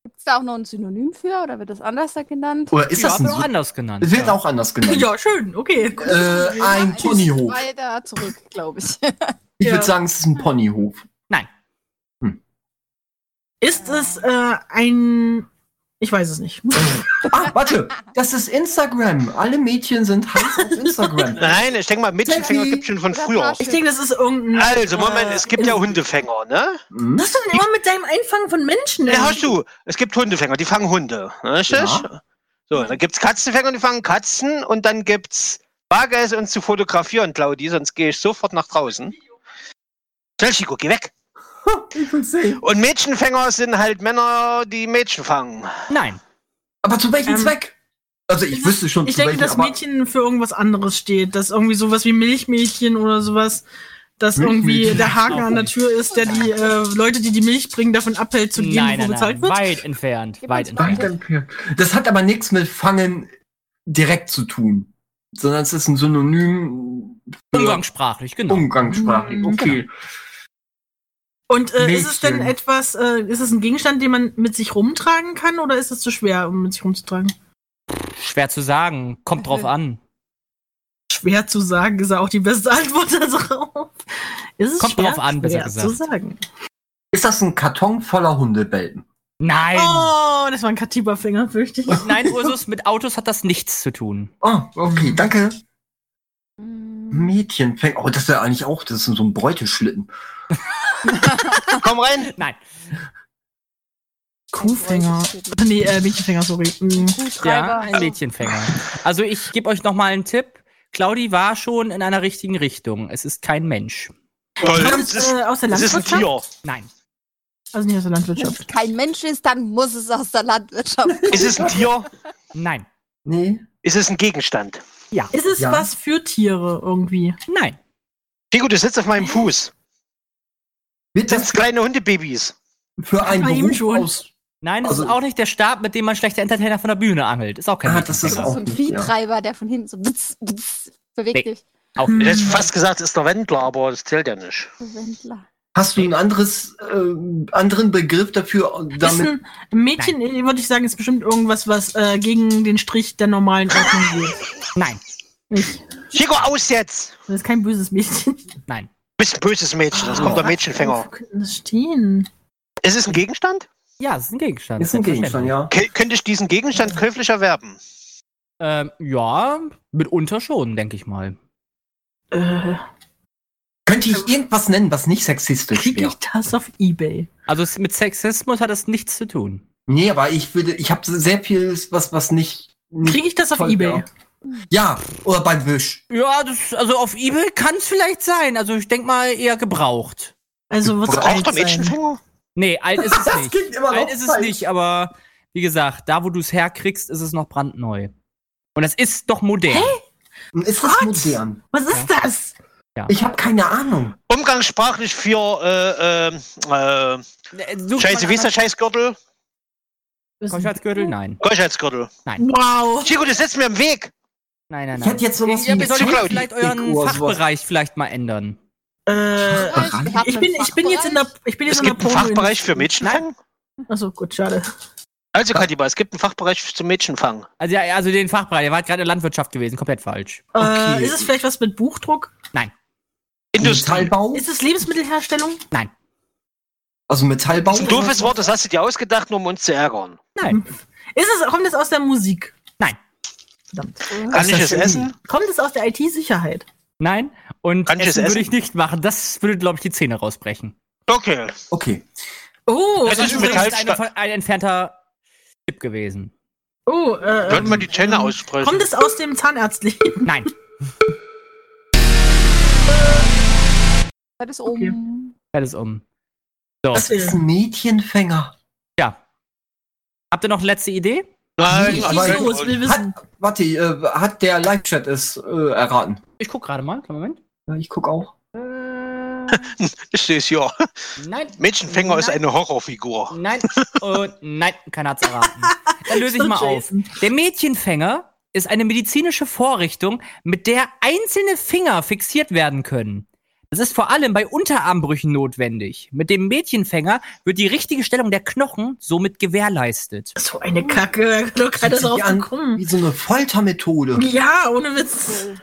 F: Gibt es da auch noch ein Synonym für oder wird das anders da genannt?
H: oder ist
B: ja,
H: das ein
B: wird auch
H: Syn-
B: anders genannt.
H: Wird
B: ja.
H: auch anders genannt.
D: ja, schön, okay.
H: Äh, ein Ponyhof.
F: Weiter zurück, glaube ich.
H: Ich
D: Ja.
H: würde sagen, es ist ein Ponyhof.
D: Ist es äh, ein. Ich weiß es nicht.
H: Ah, warte, das ist Instagram. Alle Mädchen sind heiß auf Instagram.
G: Nein, ich denke mal, Mädchenfänger
H: Steffi.
G: gibt schon von
F: Oder
G: früher.
F: Pasch.
D: Ich denke, das ist irgendein. Äh,
G: Also, Moment, es gibt ja
D: Hunde.
G: Hundefänger, ne?
H: Hm?
D: Was denn immer mit deinem Einfangen von Menschen?
G: Ja, hast du. Es gibt Hundefänger, die fangen Hunde. Richtig?
H: Ja.
G: So, dann gibt's Katzenfänger, die fangen Katzen. Und dann gibt's Bargeld und zu fotografieren, Claudi, sonst gehe ich sofort nach draußen. Schnell, Chico, geh weg.
H: Ich will's sehen.
G: Und Mädchenfänger sind halt Männer, die Mädchen fangen.
B: Nein.
H: Aber zu welchem
D: Ähm,
H: Zweck? Also ich wüsste schon
D: Ich
H: zu
D: denke,
H: welchem,
D: dass
H: aber
D: Mädchen für irgendwas anderes steht. Dass irgendwie sowas wie Milchmädchen oder sowas, dass irgendwie
H: Milchmädchen.
D: der Haken an der Tür ist, der die äh, Leute, die die Milch bringen, davon abhält zu geben,
B: nein,
D: wo
B: nein,
D: bezahlt
B: nein.
D: wird.
B: Weit entfernt.
F: Gib
B: Weit
F: uns mal-
B: entfernt.
H: Das hat aber nichts mit Fangen direkt zu tun, sondern es ist ein Synonym für
B: Umgangssprachlich, genau.
H: Umgangssprachlich.
D: Mhm.
H: Okay.
D: Und äh, ist es denn
H: Mädchen.
D: etwas, äh, ist es ein Gegenstand, den man mit sich rumtragen kann oder ist es zu schwer, um mit sich rumzutragen?
B: Schwer zu sagen. Kommt drauf an.
D: Schwer zu sagen, ist ja auch die beste Antwort darauf. Ist es
B: Kommt
D: schwer?
B: drauf an, besser
D: schwer
B: gesagt.
D: zu sagen.
H: Ist das ein Karton voller Hundebelten?
B: Nein.
D: Oh, das war ein Katiba-Finger, fürchte ich.
B: Nein, Ursus, mit Autos hat das nichts zu tun.
H: Oh,
D: Mhm.
H: okay, danke.
F: Hm,
H: Mädchenfänger. Oh, das wäre eigentlich auch, das ist so ein Beuteschlitten.
G: Komm rein.
B: Nein.
D: Kuhfänger. Nee, äh, Mädchenfänger, sorry. Mm.
B: Ja,
F: Kuhtreiber.
B: ein Mädchenfänger. Also ich gebe euch noch mal einen Tipp. Claudi war schon in einer richtigen Richtung. Es ist kein Mensch.
G: Toll.
D: Kommt
G: Das ist,
D: äh, aus der
G: das ist ein
D: Landwirtschaft?
G: Tier.
B: Nein.
D: Also nicht aus der
F: Wenn
D: Landwirtschaft.
F: es kein Mensch ist, dann muss es aus der Landwirtschaft kommen.
G: Ist es ein Tier?
B: Nein.
H: Nee.
G: Ist es ein Gegenstand?
B: Ja.
D: Ist es
H: Ja.
D: was für Tiere irgendwie?
B: Nein.
G: Chico, du sitzt auf meinem Fuß.
H: Wird
G: Sind
H: das
G: kleine Hundebabys?
H: für einen
D: war eben
H: Beruf
D: schon.
H: aus...
B: Nein, es ist
H: Also-
B: auch nicht der Stab, mit dem man schlechte Entertainer von der Bühne angelt. Ist auch kein
H: Ah, das
B: Mädchenfänger.
H: ist
F: so
H: auch
F: ein
H: nicht,
F: Viehtreiber, der von hinten so witz, witz,
B: Nee.
F: bewegt dich.
B: auch
G: Ich
B: nicht.
G: hätte fast gesagt, es ist der Wendler, aber das zählt ja nicht.
F: Wendler.
H: Hast du einen anderes, äh, anderen Begriff dafür? äh,
D: Ist
H: Damit,
D: ein Mädchen, äh, würde ich sagen, ist bestimmt irgendwas, was äh, gegen den Strich der normalen Ordnung geht.
B: Nein.
G: Chico, aus jetzt!
D: Das ist kein böses Mädchen.
B: Nein.
G: Du bist ein böses Mädchen, sonst kommt der
D: Wo
G: Mädchenfänger.
D: könnte Oh, das stehen?
G: Ist es ein Gegenstand?
B: Ja, es ist ein Gegenstand.
H: ist ein Gegenstand, ja.
G: K könnte ich diesen Gegenstand käuflich erwerben?
B: Ähm, ja, mitunter schon, denke ich mal.
D: Äh,
H: Könnte ich irgendwas nennen, was nicht sexistisch
D: Kriege
H: wäre?
D: ich das auf Ebay?
B: Also es, mit Sexismus hat das nichts zu tun.
H: Nee, aber ich würde, ich habe sehr vieles, was, was nicht. nicht
D: Kriege ich das auf
H: toll
D: Ebay?
H: wäre. Ja, oder beim Wisch.
B: Ja, das, also auf Ebay kann es vielleicht sein. Also ich denke mal eher gebraucht.
D: Also was
G: Braucht der
D: alt sein.
G: Mädchenfänger?
B: Nee, alt ist es nicht.
H: klingt immer
B: Alt ist es nicht, aber wie gesagt, da wo du es herkriegst, ist es noch brandneu. Und das ist doch modern.
H: Ist das modern?
D: Was ist das?
H: Ich habe keine Ahnung.
G: Umgangssprachlich für, äh, äh, äh,
B: Äh, such
G: Scheiße,
B: mal
G: wie ist der Scheißgürtel?
B: Keuschheitsgürtel? Nein.
G: Keuschheitsgürtel.
D: Wow.
G: Chico, du sitzt mir im Weg!
B: Nein, nein,
H: Ich
B: nein.
H: hätte jetzt sowas
B: Ihr
H: wie
B: solltet
G: Claudi.
B: vielleicht euren
H: Oder sowas.
B: Fachbereich vielleicht mal ändern.
D: Äh,
H: Fachbereich?
F: Hat
D: ich
F: einen
D: bin, ich bin jetzt in der, ich bin jetzt
G: Es
D: in der
G: gibt einen
D: Porno-
G: Fachbereich für Mädchenfang?
D: Achso, gut, schade.
G: Also, Kadiba, es gibt einen Fachbereich zum Mädchenfang.
B: Also, ja, also den Fachbereich, der war gerade in der Landwirtschaft gewesen, komplett falsch.
H: Okay.
D: Äh, ist es vielleicht was mit Buchdruck?
G: Industrie.
H: Metallbau?
D: Ist es Lebensmittelherstellung?
H: Also Metallbau?
G: Das ist ein doofes Wort, das hast du dir ausgedacht, nur um uns zu ärgern.
B: Nein.
D: Ist es, kommt es aus der Musik?
B: Nein.
D: Verdammt.
G: Kann ich es essen?
D: Kommt es aus der IT-Sicherheit?
B: Nein. Und
G: Kann ich es
B: Essen würde
G: essen?
B: ich nicht machen. Das würde, glaube ich, die Zähne rausbrechen.
G: Okay.
H: Okay.
D: Oh,
G: Das ist
B: übrigens
G: Metallsta-
B: ein, ein entfernter Tipp gewesen.
D: oh, äh,
G: Sollte man die Zähne
D: kommt
G: aussprechen?
D: es aus dem Zahnärztlichen?
B: Nein.
F: Ah, Das ist
D: Okay.
F: oben.
B: Alles um. So,
D: Das ist
H: ein Mädchenfänger.
B: ja. Habt ihr noch eine letzte Idee?
H: Wie-
G: nein,
H: wieso?
G: nein.
D: Es will wissen.
H: Hat, warte, äh, hat der Live-Chat es äh, erraten?
B: Ich guck gerade mal. Kleinen Moment.
H: Ja, ich guck auch.
G: Ich sehe es ja.
B: Nein.
G: Menschenfänger ist eine Horrorfigur.
B: Nein und nein, keiner hat's erraten. Dann löse ich
D: So
B: mal auf.
D: Jason.
B: Der Mädchenfänger ist eine medizinische Vorrichtung, mit der einzelne Finger fixiert werden können. Das ist vor allem bei Unterarmbrüchen notwendig. Mit dem Mädchenfänger wird die richtige Stellung der Knochen somit gewährleistet.
D: So eine Kacke, da kann doch keiner
H: Sieht sich
D: drauf
H: an
D: gekommen.
H: Wie so eine Foltermethode.
D: Ja, ohne Witz. Hm.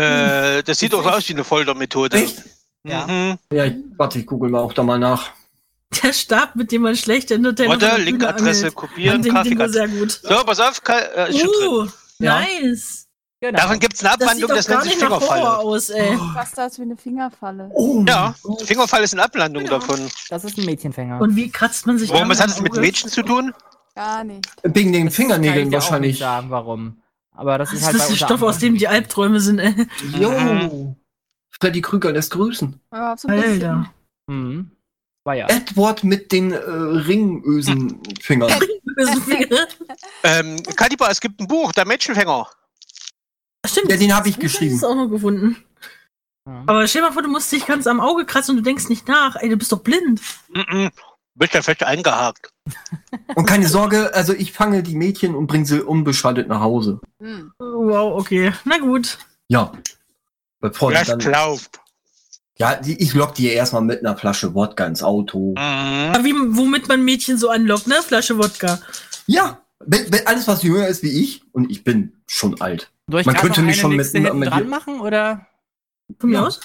G: Äh, das sieht doch so aus wie eine Foltermethode.
H: Echt?
B: Ja.
G: Mhm.
H: Ja, ich, warte, ich google mal auch da mal nach.
D: Der Stab, mit dem man schlecht in der
G: Warte, Linkadresse kopieren,
D: Den Ding war
G: Grafikadresse.
D: sehr gut.
G: So, pass auf, Ka äh, ist schon drin.
D: Uh,
H: Ja.
D: nice.
B: Genau.
G: Davon gibt es eine
D: Das sieht
G: Abwandlung,
D: doch
G: das nennt
D: gar
G: sich
D: nicht nach Horror
G: Fingerfall.
D: aus, ey.
F: Fast aus wie eine Fingerfalle.
H: Oh,
G: Ja, Fingerfall ist eine Ablandung
D: Genau.
G: davon.
B: Das ist ein Mädchenfänger.
D: Und wie kratzt man sich
G: Warum, was
D: damit
G: hat es mit
D: am Auge?
G: Mädchen zu tun?
F: Gar nicht.
H: wegen den
B: Das kann ich dir
H: Fingernägeln
B: auch nicht
H: wahrscheinlich.
B: sagen, warum. Aber das ist
D: Das
B: halt
D: ist
B: bei
D: der Stoff, aus dem
B: Unterarmbrüchen.
D: die Albträume sind, ey.
H: Jo. Freddy Krüger lässt grüßen.
F: Ja, so ein bisschen.
D: Alter.
B: Mhm. War ja.
H: Edward mit den äh, Ringösenfingern.
G: Ähm, Kadiba, es gibt ein Buch, der Menschenfänger.
D: Stimmt.
H: Ja, den habe ich
D: das
H: geschrieben.
D: ist auch noch gefunden.
B: Ja.
D: Aber stell dir mal vor, du musst dich ganz am Auge kratzen und du denkst nicht nach. Ey, du bist doch blind.
G: Mhm. Wird ja fest eingehakt.
H: Und keine Sorge, also ich fange die Mädchen und bringe sie unbeschadet nach Hause.
F: Hm.
D: Wow, okay. Na gut.
H: Ja. Bevor die
G: Das
H: dann,
G: glaubt.
H: ja, die, ich lock die ja erstmal mit einer Flasche Wodka ins Auto.
G: Mhm.
D: Aber Wie, womit man Mädchen so anlockt, ne? Flasche Wodka.
H: Ja, wenn, wenn alles, was jünger ist wie ich, und ich bin schon alt.
B: Soll ich
H: Man
B: grad
H: könnte
B: noch
H: mich
B: eine
H: schon mit-
B: nächste
H: mit-
B: hinten
H: mit-
B: dran machen oder?
D: Von
H: Ja.
D: mir aus?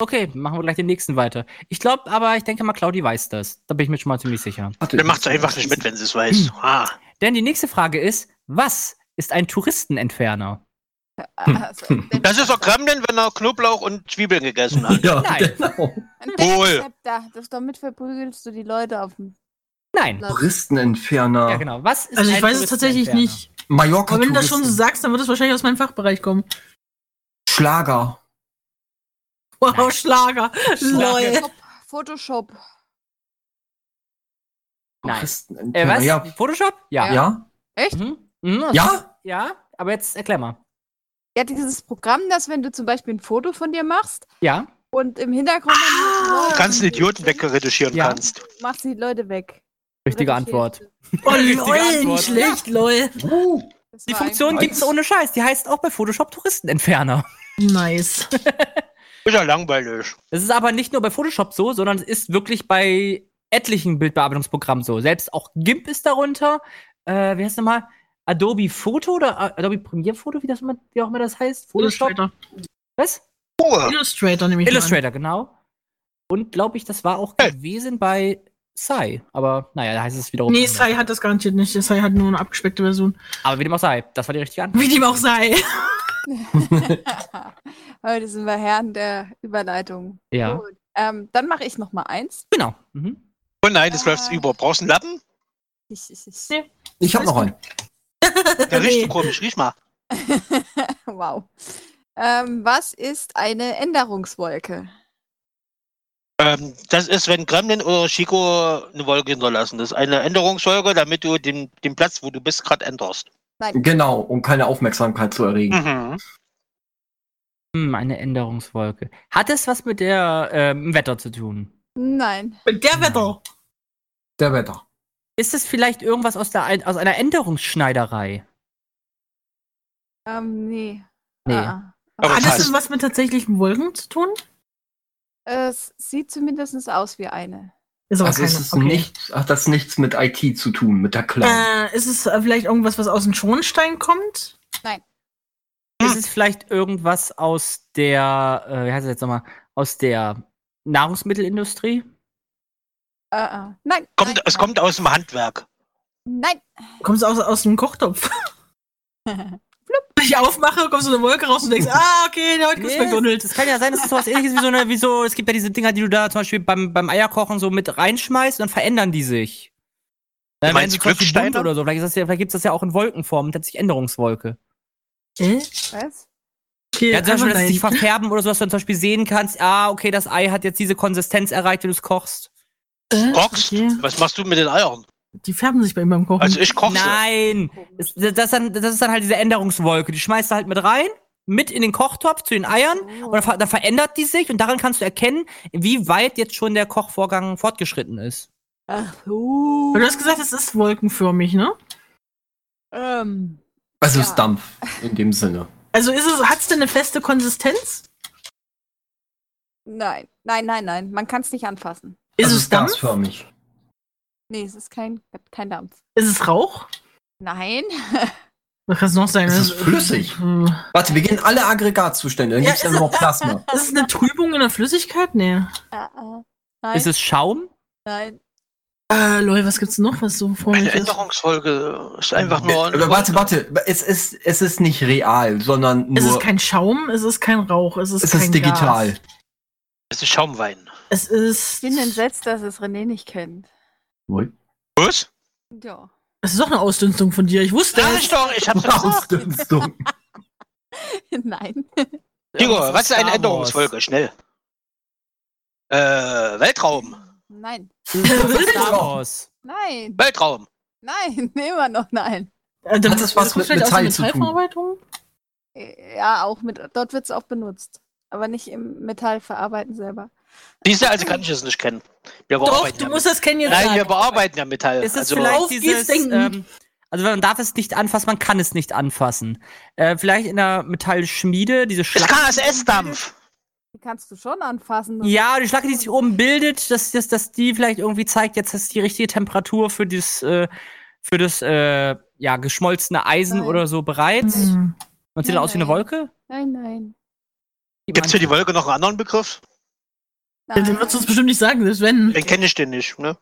B: Okay, machen wir gleich den nächsten weiter. Ich glaube, aber ich denke mal, Claudi weiß das. Da bin ich mir schon mal ziemlich sicher.
H: Warte,
G: Dann macht es einfach nicht mit, wenn sie es weiß.
D: Hm.
G: Ah.
B: Denn die nächste Frage ist, was ist ein Touristenentferner?
F: Also, der-
G: Das ist doch Kram, denn, wenn er Knoblauch und Zwiebeln gegessen hat.
H: Ja,
B: Nein.
H: genau.
F: Ein
G: Wohl.
F: Deckzepter. Das damit verprügelst du die Leute auf dem
B: Nein.
H: Touristenentferner.
B: Ja, genau. Was ist
D: Also ich
B: ein
D: weiß es tatsächlich
B: Touristenentferner?
D: nicht.
H: Mallorca
D: Aber wenn du das schon so
H: halt Touristen.
D: sagst, dann wird es wahrscheinlich aus meinem Fachbereich kommen.
H: Schlager.
D: Wow,
B: Nein.
D: Schlager. Lol.
F: Photoshop. Photoshop.
B: Nein. Äh,
H: Touristenentferner.
B: was?
H: Ja.
B: Photoshop? Ja.
H: Ja?
B: Mhm. Mhm, das-
H: Ja?
B: Ja, aber jetzt erklär mal.
F: Ja, dieses Programm, das, wenn du zum Beispiel ein Foto von dir machst
B: Ja.
F: und im Hintergrund ah,
G: Kannst einen Idioten wegretuschieren
B: Ja.
G: kannst.
F: machst die Leute weg.
B: Richtige
F: Oder die
B: Antwort.
F: Kirche.
D: Oh, lol,
B: Antwort.
D: nicht schlecht, lol.
H: Uh,
F: Das
B: Die
F: war
B: Funktion
F: einfach-
B: gibt's ohne Scheiß. Die heißt auch bei Photoshop Touristenentferner.
D: Nice.
G: Ist ja langweilig.
B: Es ist aber nicht nur bei Photoshop so, sondern es ist wirklich bei etlichen Bildbearbeitungsprogrammen so. Selbst auch GIMP ist darunter. Äh, wie heißt nochmal? Adobe Photo oder A- Adobe Premiere Photo, wie, das immer, wie auch immer das heißt? Photoshop?
D: Illustrator.
B: Was?
G: Ruhe.
D: Illustrator nämlich.
B: Illustrator, genau. Und glaube ich, das war auch
G: Hey.
B: gewesen bei Sai. Aber naja, da heißt es wiederum.
D: Nee,
B: anders.
D: Sai hat das garantiert nicht. Sai hat nur eine abgespeckte Version.
B: Aber wie dem auch sei, das war die richtige Antwort.
D: Wie dem auch sei.
F: Heute sind wir Herren der Überleitung.
B: Ja.
F: Gut. Ähm, dann mache ich noch mal eins.
B: Genau. Mhm.
G: Oh nein, das läuft's über. Brauchst du einen Lappen?
F: Ich, ich, ich.
D: Nee.
H: ich habe noch einen.
G: Der riecht so
D: Nee.
G: komisch. Riech mal.
F: Wow. Ähm, was ist eine Änderungswolke?
G: Ähm, das ist, wenn Gremlin oder Chico eine Wolke hinterlassen. Das ist eine Änderungsfolge, damit du den, den Platz, wo du bist, gerade änderst.
H: Genau, um keine Aufmerksamkeit zu erregen.
G: Mhm.
B: Hm, eine Änderungswolke. Hat es was mit der ähm, Wetter zu tun?
F: Nein.
D: Mit der Wetter.
H: Der Wetter.
B: Ist es vielleicht irgendwas aus, der, Ein- aus einer Änderungsschneiderei?
F: Ähm, nee.
B: Nee.
F: Ah,
G: Aber
D: Hat das
G: fast.
D: denn was mit tatsächlichen Wolken zu tun?
F: ah. Es sieht zumindest aus wie eine.
D: Ist aber
H: Also
D: keine.
H: ist es
D: okay.
H: nicht, hat das nichts mit IT zu tun, mit der Cloud.
D: Äh, ist es äh, vielleicht irgendwas, was aus dem Schornstein kommt?
B: Ist es vielleicht irgendwas aus der, äh, wie heißt es jetzt nochmal, aus der Nahrungsmittelindustrie?
F: Ah, ah. Nein.
G: Kommt,
F: nein,
G: es kommt aus dem Handwerk.
F: Nein.
D: Kommt es aus, aus dem Kochtopf? Wenn ich aufmache, kommt so eine Wolke raus und denkst, ah, okay, heute gibt's McDonalds.
B: Es kann ja sein, dass es sowas ähnliches wie so eine, wie so, es gibt ja diese Dinger, die du da zum Beispiel beim, beim Eierkochen so mit reinschmeißt und dann verändern die sich. Dann
G: Du meinst
B: werden sie zum Beispiel
G: Glücksteiner?
B: bunt oder so. Vielleicht, ist das ja, vielleicht gibt es das ja auch in Wolkenform, nennt sich Änderungswolke.
D: Äh?
F: Was?
D: Okay,
B: Ja, zum
D: einfach
B: Beispiel, dass es sich
D: dahin.
B: verfärben oder sowas, dass du zum Beispiel sehen kannst, ah, okay, das Ei hat jetzt diese Konsistenz erreicht, wenn du es kochst.
G: Kochst?
D: Äh, okay.
G: Was machst du mit den Eiern?
D: Die färben sich bei ihm beim Kochen.
G: Also ich koche.
B: Nein! Das, das, dann, das ist dann halt diese Änderungswolke. Die schmeißt du halt mit rein, mit in den Kochtopf zu den Eiern
F: Oh.
B: und dann, ver- dann verändert die sich und daran kannst du erkennen, wie weit jetzt schon der Kochvorgang fortgeschritten ist.
E: Ach so.
D: Aber du hast gesagt, es ist wolkenförmig, ne?
E: Ähm,
H: Also es
F: Ja.
H: ist Dampf in dem Sinne.
D: Also ist es, hat's denn eine feste Konsistenz?
F: Nein, nein, nein, nein. Man kann es nicht anfassen.
D: Ist
H: also
D: es Dampf?
H: gasförmig.
F: Nee, es ist kein, kein Dampf.
D: Ist es Rauch?
F: Nein.
D: Was kann es noch sein?
H: Es
D: ne?
H: ist flüssig.
D: Hm.
H: Warte, wir gehen alle Aggregatzustände, dann
D: Ja,
H: gibt's dann noch Plasma.
D: Ist es eine Trübung in der Flüssigkeit? Nee.
F: Ah, ah. Nein,
B: Ist es Schaum?
F: nein.
D: Äh, Leute, was gibt's noch, was so
G: Eine
D: förmig ist?
G: Änderungsfolge ist einfach nur.
H: Aber warte, warte, es ist, es ist nicht real, sondern nur
D: Es ist kein Schaum, es ist kein Rauch, es ist
H: es
D: kein
H: ist digital.
D: Gas.
G: Es ist Schaumwein.
D: Es ist.
F: Ich bin entsetzt, dass es René nicht kennt.
G: Was?
F: Ja.
D: Es ist doch eine Ausdünstung von dir. Ich wusste
G: Sag
D: es.
G: ich doch, ich hab's doch gesagt.
H: Ausdünstung.
F: nein.
G: Igor, was ist eine
B: Star
G: Änderungsfolge? Schnell. Äh, Weltraum.
F: Nein.
B: Wars. Star Wars.
F: Nein.
G: Weltraum.
F: Nein. Immer noch nein.
D: Äh, dann-
H: Hat das was
D: kommt
H: mit
D: vielleicht aus der
H: Metall zu tun?
D: Metallverarbeitung?
F: Äh, Ja, auch mit. Dort wird es auch benutzt. Aber nicht im Metall verarbeiten selber.
G: Siehst du, also kann ich es nicht kennen. Wir
D: Doch,
G: bearbeiten
D: du
G: ja
D: musst das kennen jetzt.
G: Metall. Nein, wir
D: sagen.
G: bearbeiten ja Metall.
B: Ist es
G: also,
B: vielleicht
D: Auf geht's,
B: dieses,
D: denken.
B: ähm, also man darf es nicht anfassen, man kann es nicht anfassen. Äh, vielleicht in der Metallschmiede, diese
G: es ist
B: Schlacke.
G: KSS-Dampf.
F: Die kannst du schon anfassen.
B: Ja, die Schlacke, die sich oben bildet, dass, dass, dass die vielleicht irgendwie zeigt, jetzt ist die richtige Temperatur für das, äh, für das äh, ja, geschmolzene Eisen
F: Nein.
B: oder so bereit.
D: Hm.
B: Und sieht dann aus wie eine
F: Nein.
B: Wolke?
F: Nein, nein.
G: Gibt's für die Wolke noch einen anderen Begriff?
F: nein.
D: Den wird es uns bestimmt nicht sagen, selbst wenn.
G: Den kenne ich den nicht, ne?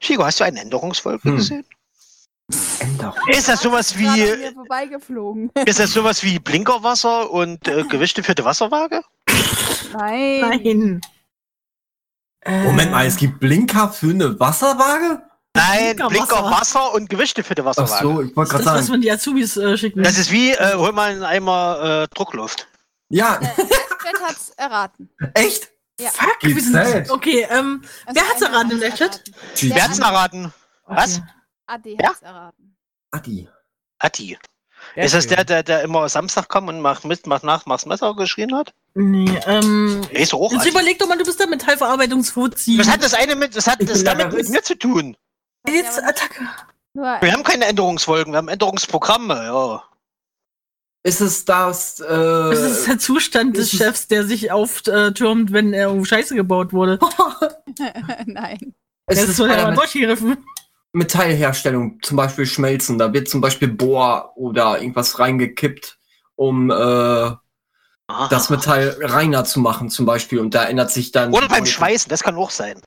G: Chico, hast du eine Änderungsfolge
H: Hm.
G: gesehen?
H: Änderung.
G: Ist das sowas
F: Gerade an
G: wie
F: mir vorbeigeflogen.
G: ist das sowas wie Blinkerwasser und äh, Gewichte für die Wasserwaage?
F: Nein.
D: Nein. Äh,
H: Moment mal, es gibt Blinker für eine Wasserwaage?
G: Nein,
D: Blinkerwasser.
G: Blinkerwasser und Gewichte für die
H: Ach
G: Wasserwaage.
H: so, ich wollte
D: Das ist
H: gerade
D: das, was
H: sagen.
D: man die Azubis äh, schicken.
G: Das ist wie, äh, hol mal einen Eimer äh, Druckluft.
H: Ja,
F: Äh, Red hat's erraten.
H: echt?
D: Fuck,
H: Wie
D: wir sind-
H: sad.
D: Okay, ähm,
F: Also
D: Wer hat's
F: einer
D: erraten im
F: hat's
D: Live-Chat?
F: erraten.
H: Tschüss.
G: Wer hat's denn erraten? Was?
D: Okay.
F: Adi
G: Ja?
F: hat's erraten.
H: Adi.
G: Atti. Ist das der, der, der immer Samstag kam und macht mit, macht nach, mach's Messer geschrien hat?
D: Nee, ähm.
G: Nee, so hoch.
D: Jetzt
G: Adi.
D: überleg doch mal, du bist der Metallverarbeitungsfuzzi.
G: Was hat das eine mit, was hat
H: Ich
G: das
H: bin
G: damit mit
H: Lagerist.
G: mir zu tun?
D: Jetzt Attacke.
H: Äh,
F: Nur
G: Wir haben keine Änderungsfolgen, wir haben Änderungsprogramme, ja.
H: Ist es das, äh,
D: Das ist der Zustand des
H: ist es-
D: Chefs, der sich auftürmt, wenn er um Scheiße gebaut wurde.
F: nein.
D: Das
H: ist es
D: ist so
H: bei
D: der
H: der Met-
D: durchgegriffen.
H: Metallherstellung, zum Beispiel Schmelzen, da wird zum Beispiel Bohr oder irgendwas reingekippt, um äh,
G: Aha.
H: das Metall reiner zu machen zum Beispiel und da ändert sich dann...
G: Oder beim Schweißen, das kann auch sein.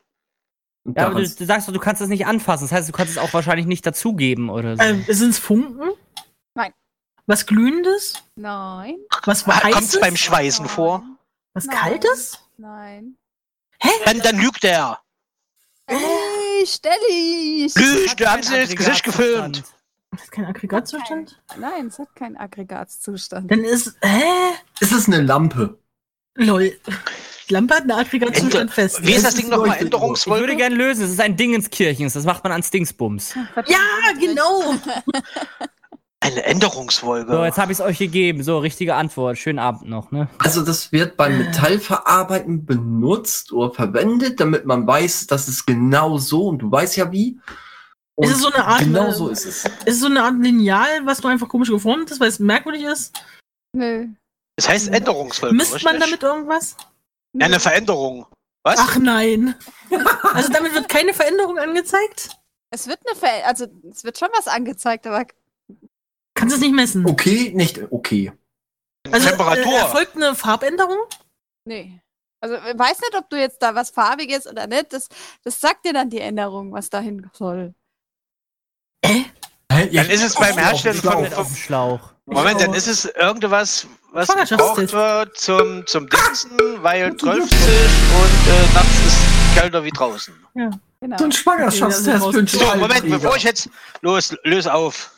H: Und
B: Ja, aber
H: daran-
B: du, du sagst doch, du kannst das nicht anfassen. Das heißt, du kannst es auch wahrscheinlich nicht dazugeben oder so.
D: Ähm, Sind's Funken?
F: Nein.
D: Was Glühendes?
F: Nein.
D: Was
G: Kommt's
D: Heißes?
G: beim Schweißen vor?
F: Nein.
D: Was
F: Nein.
D: Kaltes?
F: Nein.
G: Dann, dann lügt er.
F: Hey, Stelli!
G: Lügt, wir haben sie ins Gesicht gefilmt.
B: Aggregatzustand.
D: Ist das kein Aggregatzustand?
F: Nein, es hat keinen Aggregatzustand.
D: Dann ist. Hä?
H: ist es eine Lampe?
D: Lol. Die Lampe hat einen Aggregatzustand
G: Änder-
D: fest.
G: Wie ist das
H: ist
G: Ding nochmal?
H: leuchtet
B: Ich
H: nur.
B: würde
G: Änderungsfolge?
B: gerne lösen. Es ist ein Ding ins Kirchens. Das macht man ans Dingsbums.
D: Ja, genau.
G: Eine
B: So,
G: Änderungsfolge.
B: jetzt habe ich es euch gegeben. So, richtige Antwort. Schönen Abend noch, ne?
H: Also das wird
D: Äh.
H: beim Metallverarbeiten benutzt oder verwendet, damit man weiß, dass es genau so und du weißt ja wie.
D: Ist es so eine Art-
H: Genau so ist es.
D: Ist so eine Art Lineal, was nur einfach komisch geformt ist, weil es merkwürdig ist?
F: Nö.
G: Das heißt Änderungsfolge.
D: Misst man
G: richtig?
D: damit irgendwas?
F: Nö.
G: Ja, Eine Veränderung. Was?
D: Ach nein. Also damit wird keine Veränderung angezeigt?
F: Es wird eine Ver also es wird schon was angezeigt, aber
D: Kannst du es nicht messen?
H: Okay, nicht okay.
D: Also,
G: Temperatur.
D: Äh, erfolgt eine Farbänderung?
F: nee. Also ich weiß nicht, ob du jetzt da was farbiges oder nicht. Das, das sagt dir dann die Änderung, was dahin soll.
H: Hä? Ja,
G: Dann ist es beim
H: auf-
G: Herstellen
H: auf-
G: von-
B: Mit auf dem Schlauch.
G: Moment,
D: Ich
G: dann
D: auch.
G: ist es irgendwas, was
D: Schwangerschaftstest.
G: gebraucht wird zum, zum Dingsen, weil 12 ist und äh, nachts ist kälter wie draußen.
F: Genau.
H: So ein Schwangerschaftstest für einen
G: So, Moment,
H: Strahlenträger.
G: bevor ich jetzt. Los, löse auf.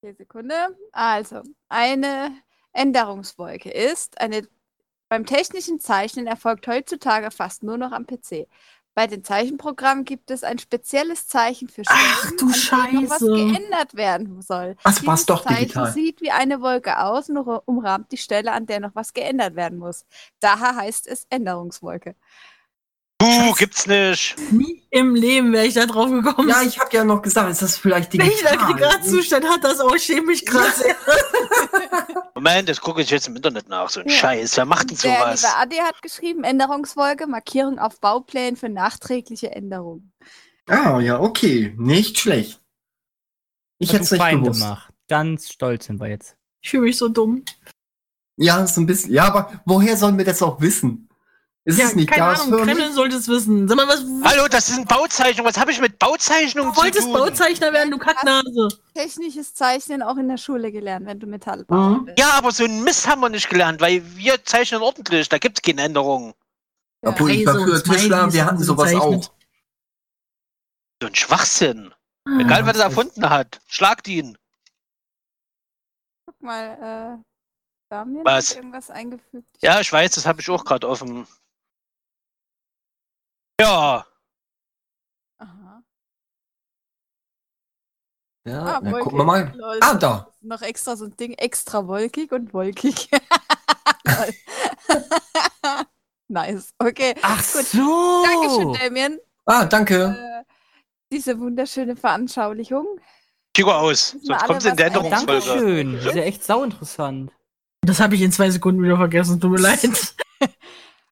F: Okay, Sekunde. Also, eine Änderungswolke ist eine beim technischen Zeichnen erfolgt heutzutage fast nur noch am PC. Bei den Zeichenprogrammen gibt es ein spezielles Zeichen für
D: Ach, du
F: an denen noch was
D: Scheiße.
F: geändert werden soll.
H: Das war's
F: Dieses
H: doch
F: Zeichen
H: digital.
F: sieht wie eine Wolke aus und ru- umrahmt die Stelle, an der noch was geändert werden muss. Daher heißt es Änderungswolke.
G: Buh, gibt's nicht.
D: Nie im Leben wäre ich da drauf gekommen.
H: Ja, ich habe ja noch gesagt, ist ne? das vielleicht digital?
D: Welchen Aggregatzustand hat das auch? Ich schäme mich gerade sehr.
G: Moment, das gucke ich jetzt im Internet nach. So ein
F: Ja.
G: Scheiß. Wer macht denn
F: Der
G: sowas?
F: liebe Adi hat geschrieben, Änderungswolke, Markierung auf Bauplänen für nachträgliche Änderungen.
H: Ah, ja, okay. Nicht schlecht. Ich hätte es nicht
B: fein
H: gewusst.
B: gemacht. Ganz stolz sind wir jetzt.
D: Ich fühle mich so dumm.
H: Ja, so ein bisschen. Ja, aber woher sollen wir das auch wissen? Ist es nicht
D: keine Ahnung,
H: gasförmig?
D: Kremlin sollte es wissen. Sag mal, was du
G: Hallo, das sind Bauzeichnungen. Was habe ich mit Bauzeichnungen zu
D: wolltest
G: tun?
D: Bauzeichner werden, du Kacknase.
F: Technisches Zeichnen auch in der Schule gelernt, wenn du Metalle
H: Mhm.
F: bauen willst.
G: ja, aber so einen Mist haben wir nicht gelernt, weil wir zeichnen ordentlich. Da gibt's keine Änderungen.
H: Obwohl, ich
D: Ja,
H: war
D: so
H: früher
D: zwei
H: Tischler, wir
D: Wesen
H: hatten
D: sind
H: sowas
D: bezeichnet.
H: auch.
G: So ein Schwachsinn.
D: Ah,
G: Egal, wer das erfunden hat. Schlagt ihn.
F: Guck mal, äh, Damian
G: Was?
F: hat irgendwas eingefügt.
G: Ja, ich weiß, das habe ich auch gerade offen. Ja,
F: Aha.
H: Ja,
F: Ah,
H: na,
F: wolkig.
H: gucken wir mal.
F: Lol.
H: Ah, da.
F: Noch extra so ein Ding, extra wolkig und wolkig. Lol. nice, okay.
B: Ach
F: Gut.
B: so.
H: Oh.
F: Dankeschön, Damien.
H: Ah, danke.
F: Äh, diese wunderschöne Veranschaulichung.
G: Chico aus.
F: Wissen wir
G: Sonst
F: alle,
G: kommt's in
F: was
G: der
F: eine
G: Änderungsfolge.
B: Dankeschön. Das ist ja echt sauinteressant.
D: Das habe ich in zwei Sekunden wieder vergessen, tut mir leid.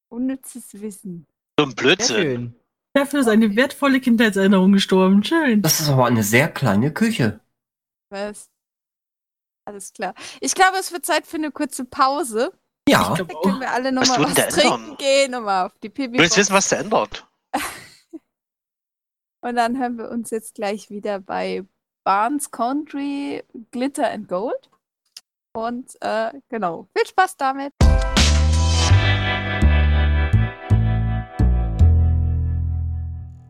F: Unnützes Wissen.
G: So ein
B: Sehr
G: Blödsinn.
B: schön.
D: Dafür ist eine wertvolle Kindheitserinnerung gestorben. Schön.
H: Das ist aber eine sehr kleine Küche.
F: Was? Alles klar. Ich glaube, es wird Zeit für eine kurze Pause.
H: Ja.
D: Ich glaub
F: Da
D: auch.
F: können wir alle
G: Oh. Was
F: nochmal
G: tun
F: was,
G: da
F: was trinken
G: ändern?
F: gehen, nochmal auf die
G: Du willst
F: Pipi.
G: wissen, was der ändert?
F: Und dann hören wir uns jetzt gleich wieder bei Barnes Country Glitter and Gold. Und äh, genau, viel Spaß damit.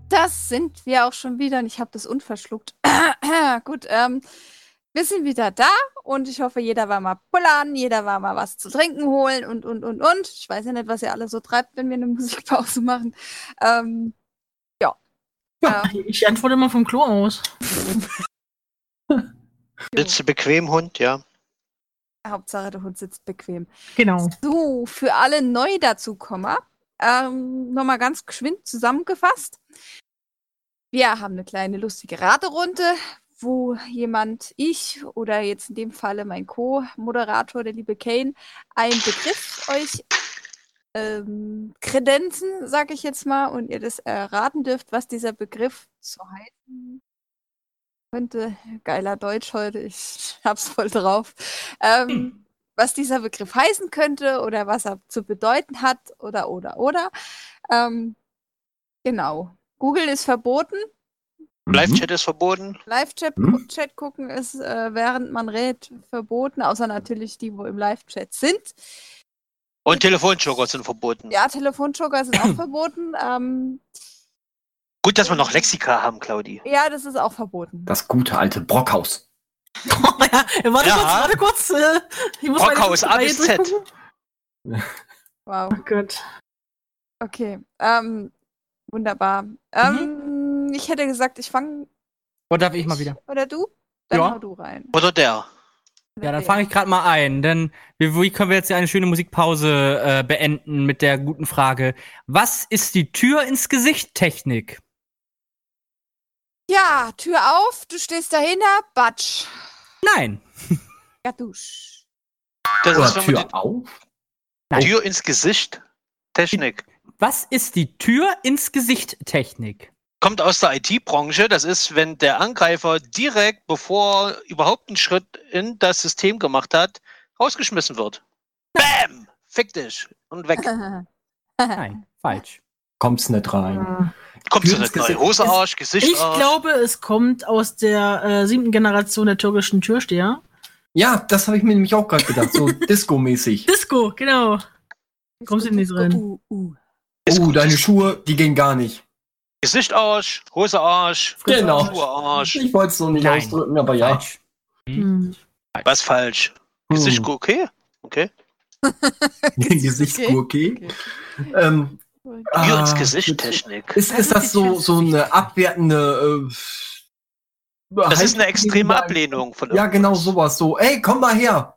F: Das sind wir auch schon wieder und ich habe das unverschluckt. Gut, ähm, wir sind wieder da und ich hoffe, jeder war mal pullern, jeder war mal was zu trinken holen und, und, und, und. Ich weiß ja nicht, was ihr alle so treibt, wenn wir eine Musikpause machen. Ähm,
D: Ach, Ich antworte immer vom Klo aus.
F: jo.
G: Sitzt du bequem, Hund, ja.
H: Mhm.
F: Hauptsache, der Hund sitzt bequem.
D: Genau.
F: So, für alle neu dazukommer, ähm, nochmal ganz geschwind zusammengefasst. Wir haben eine kleine lustige Raterunde, wo jemand, ich oder jetzt in dem Falle mein Co-Moderator, der liebe Kane, einen Begriff euch ähm, kredenzen, sage ich jetzt mal, und ihr das erraten dürft, was dieser Begriff zu heißen könnte. Geiler Deutsch heute, ich hab's voll drauf. Ähm, was dieser Begriff heißen könnte oder was er zu bedeuten hat oder oder oder. Ähm, genau. Google ist verboten.
G: Live-Chat ist verboten.
F: Live-Chat
H: Mhm.
F: Chat gucken ist, äh, während man redet, verboten, außer natürlich die, wo im Live-Chat sind.
G: Und Telefonjoker sind verboten.
F: Ja, Telefonjoker sind auch verboten. Ähm,
G: Gut, dass wir noch Lexika haben, Claudi.
F: ja, das ist auch verboten.
H: Das gute alte Brockhaus.
D: ja, warte
G: Ja.
D: kurz, warte kurz. äh, Ich muss
G: Brockhaus, A bis Z.
F: Wow.
D: Oh Gott.
F: Okay. Ähm, wunderbar. Ähm, Ich hätte gesagt, ich fange.
B: Oder Oh, darf ich mal wieder?
F: Oder du? Dann
B: Ja.
F: hau du rein.
G: Oder der.
B: Ja, dann fange ich gerade mal ein, denn wie, wie können wir jetzt hier eine schöne Musikpause äh, beenden mit der guten Frage, was ist die Tür ins Gesicht Technik?
F: Ja, Tür auf, du stehst dahinter, Batsch.
B: Nein.
F: Gadusch.
G: Das
H: Oder
G: ist wenn man
H: Tür auf?
G: die Tür ins Gesicht. Technik.
B: Was ist die Tür ins Gesicht Technik?
G: Kommt aus der IT-Branche. Das ist, wenn der Angreifer direkt, bevor er überhaupt einen Schritt in das System gemacht hat, rausgeschmissen wird. Bam! Fick dich. Und weg.
B: Nein, falsch.
H: Kommt's nicht rein.
D: Ja.
G: Kommt
H: Tür
G: so
H: ins
G: eine neue
H: Gesicht.
G: Hose Arsch, Gesicht
D: Ich
G: Arsch.
D: glaube, es kommt aus der äh, siebten Generation der türkischen Türsteher.
H: Ja, das habe ich mir nämlich auch gerade gedacht. So Disco-mäßig.
D: Disco, genau. Kommst du nicht rein?
F: Uh, uh.
H: Oh, deine Schuhe, die gehen gar nicht.
G: Gesicht Arsch, Hose Arsch,
H: Genau.
G: Schuhe Arsch.
H: Ich wollte es so nicht
B: Nein.
H: ausdrücken, aber ja.
B: Falsch.
D: Hm.
G: Was falsch?
H: Hm.
G: Gesicht okay? Okay?
H: Gesichtsgurke.
F: Okay.
H: Ähm,
G: Wie ins
H: ah,
G: Gesicht Technik.
H: Ist, ist das so, so eine abwertende. Äh,
G: Das ist eine extreme
H: Haltung gegenüber-
G: Ablehnung von
H: Ja, genau
G: irgendwas.
H: sowas. So, ey, komm mal her.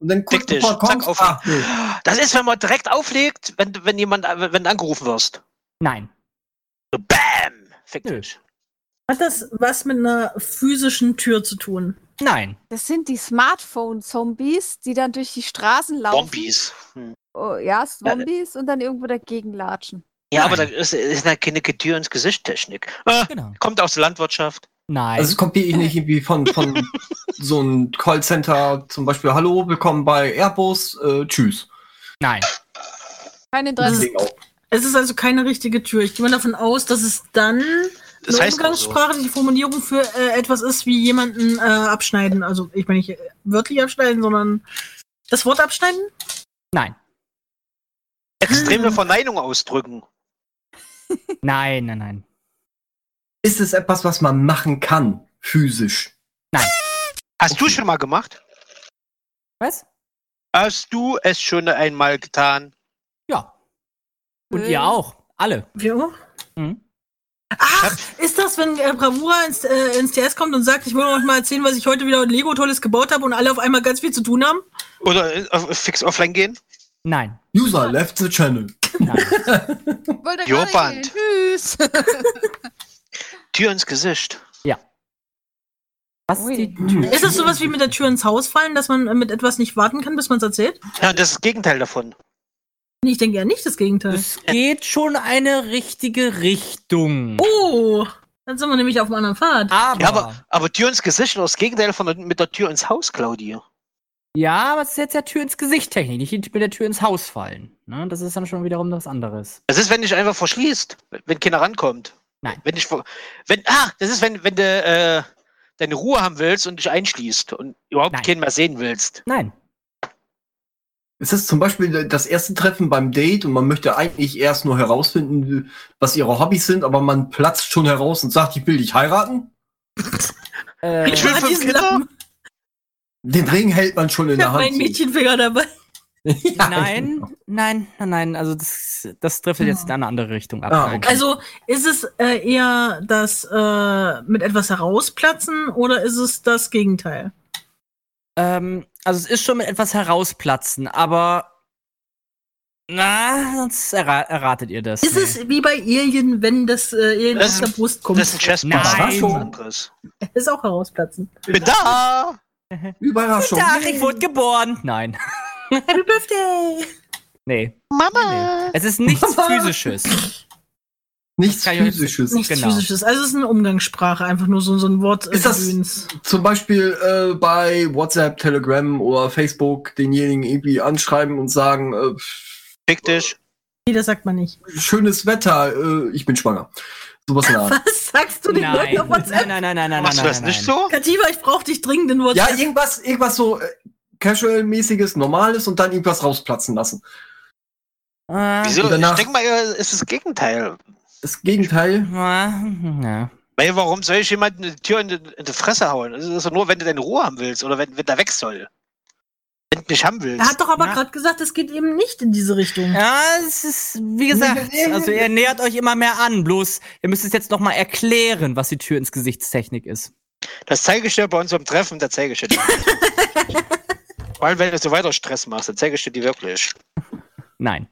H: Und dann
G: Fick
H: guckt
G: dich.
H: mal, kommst
G: Zack, auf.
H: ach, nee.
G: Das ist, wenn man direkt auflegt, wenn, wenn jemand, wenn du angerufen wirst.
B: Nein.
G: So, Bam! Fick
B: Nö.
G: dich.
D: Hat das was mit einer physischen Tür zu tun?
B: Nein.
F: Das sind die Smartphone-Zombies, die dann durch die Straßen laufen.
G: Bombies. Hm.
F: Oh, ja, Zombies und dann irgendwo dagegen latschen.
G: Ja,
B: Nein.
G: aber da ist, ist eine keine Tür ins Gesicht Technik. Ah,
B: Genau.
G: kommt aus der Landwirtschaft.
B: Nein.
H: Also es kommt hier nicht irgendwie von, von so einem Callcenter, zum Beispiel, hallo, willkommen bei Airbus, äh, tschüss.
B: Nein.
F: Kein Interesse.
H: Ding auch.
D: Es ist also keine richtige Tür. Ich gehe mal davon aus, dass es dann
G: Das
D: eine
G: heißt auch so.
D: umgangssprachliche Formulierung für äh, etwas ist, wie jemanden äh, abschneiden. Also ich meine nicht äh, wörtlich abschneiden, sondern das Wort abschneiden?
B: Nein.
G: Extreme Verneinung ausdrücken.
B: Nein, nein, nein.
H: Ist es etwas, was man machen kann, physisch?
G: Hast du schon mal gemacht?
B: Was?
G: Hast du es schon einmal getan?
B: Ja. Und
F: Äh.
B: ihr auch. Alle.
D: Wir auch?
B: Mhm.
D: Ach, ist das, wenn äh, Bravura ins, äh, ins TS kommt und sagt, ich will euch mal erzählen, was ich heute wieder Lego Tolles gebaut habe und alle auf einmal ganz viel zu tun haben?
G: Oder äh, auf- fix offline gehen?
B: Nein.
H: User left the channel.
B: Nein.
F: Wollte
G: Jo,
F: gerade gehen.
G: Band.
F: Tschüss.
G: Tür ins Gesicht.
B: Was
F: Ui.
B: die
D: Ist das sowas wie mit der Tür ins Haus fallen, dass man äh, mit etwas nicht warten kann, bis man es erzählt?
G: Ja, und das ist das Gegenteil davon.
D: Nee, Ich denke ja nicht das Gegenteil.
B: Es geht schon eine richtige Richtung.
D: Oh, dann sind wir nämlich auf einem anderen Pfad.
B: Aber,
G: Ja,
B: ja,
G: aber, aber Tür ins Gesicht oder das Gegenteil von der, mit der Tür ins Haus, Claudia.
B: aber es ist jetzt ja Tür ins Gesicht Technik, nicht mit der Tür ins Haus fallen. Ne? Das ist dann schon wiederum was anderes.
G: Das ist, wenn dich einfach verschließt, wenn keiner rankommt.
B: Nein.
G: Wenn ich ver- wenn ah, das ist, wenn wenn du äh, deine Ruhe haben willst und dich einschließt und überhaupt
B: Nein.
G: keinen mehr sehen willst.
B: Nein.
H: Ist das zum Beispiel das erste Treffen beim Date und man möchte eigentlich erst nur herausfinden, was ihre Hobbys sind, aber man platzt schon heraus und sagt, ich will dich heiraten?
B: Äh,
G: Ich will
D: Ähm, Hat
G: fünf
D: diesen
G: Kinder.
D: Lappen.
H: Den Ring hält man schon in
D: Ich
H: der
D: habe
H: Hand.
D: meinen Mädchenfinger dabei.
H: Ja, genau.
B: nein, nein, nein, nein. Also das, das trifft jetzt in eine andere Richtung ab.
H: Ah,
B: Nein.
H: okay.
D: Also ist es äh, eher das äh, mit etwas herausplatzen oder ist es das Gegenteil?
B: Ähm, also es ist schon mit etwas herausplatzen, aber. Na, sonst erra erratet ihr das.
D: Ist es wie bei Alien, wenn das äh, Alien
G: Das
D: aus
G: ist-
D: der Brust kommt?
G: Das ist ein Chessmaster.
B: Nein.
G: Das ist was anderes.
D: ist auch herausplatzen.
G: Bin da.
H: Überraschung.
B: Tag, ich wurde geboren. Nein.
D: Happy Birthday!
B: Nee.
G: Mama.
B: Es ist nichts Physisches.
H: Nichts
B: Kann ich euch jetzt-
H: physisches.
D: Nichts
B: Genau.
D: physisches. Also es ist eine Umgangssprache, einfach nur so, so ein Wort. äh,
H: Ist das-
D: Gedöns.
H: Zum Beispiel äh, bei WhatsApp, Telegram oder Facebook denjenigen irgendwie anschreiben und sagen, äh, pff,
G: Fick dich.
D: Nee, das sagt man nicht.
H: schönes Wetter, äh, ich bin schwanger. Sowas in der Art.
D: Was sagst du den
B: Nein.
D: Leuten auf WhatsApp?
B: nein, nein, nein, nein, nein.
G: Machst du
B: nein,
G: das
B: nein.
G: nicht so?
D: Kativa, ich brauche dich dringend in
H: Ja,
D: WhatsApp.
H: irgendwas, irgendwas so äh, casual-mäßiges, normales und dann irgendwas rausplatzen lassen.
B: Äh,
G: Wieso?
H: Und danach-
G: Ich denke mal, eher, es ist das Gegenteil.
H: Das Gegenteil.
B: ah, Ja.
G: Weil warum soll ich jemanden eine Tür in die, in die Fresse hauen? Das ist doch nur, wenn du deine Ruhe haben willst oder wenn, wenn der weg soll. Wenn du nicht haben willst.
D: Er hat doch aber
B: Na.
D: gerade gesagt, es geht eben nicht in diese Richtung.
B: ja, es ist, wie gesagt, also ihr nähert euch immer mehr an. Bloß, ihr müsst es jetzt nochmal erklären, was die Tür ins Gesichtstechnik ist.
G: Das zeige ich dir bei unserem Treffen, da zeige ich dir. die. Vor allem, wenn du so weiter Stress machst, dann zeige ich dir die wirklich.
B: Nein.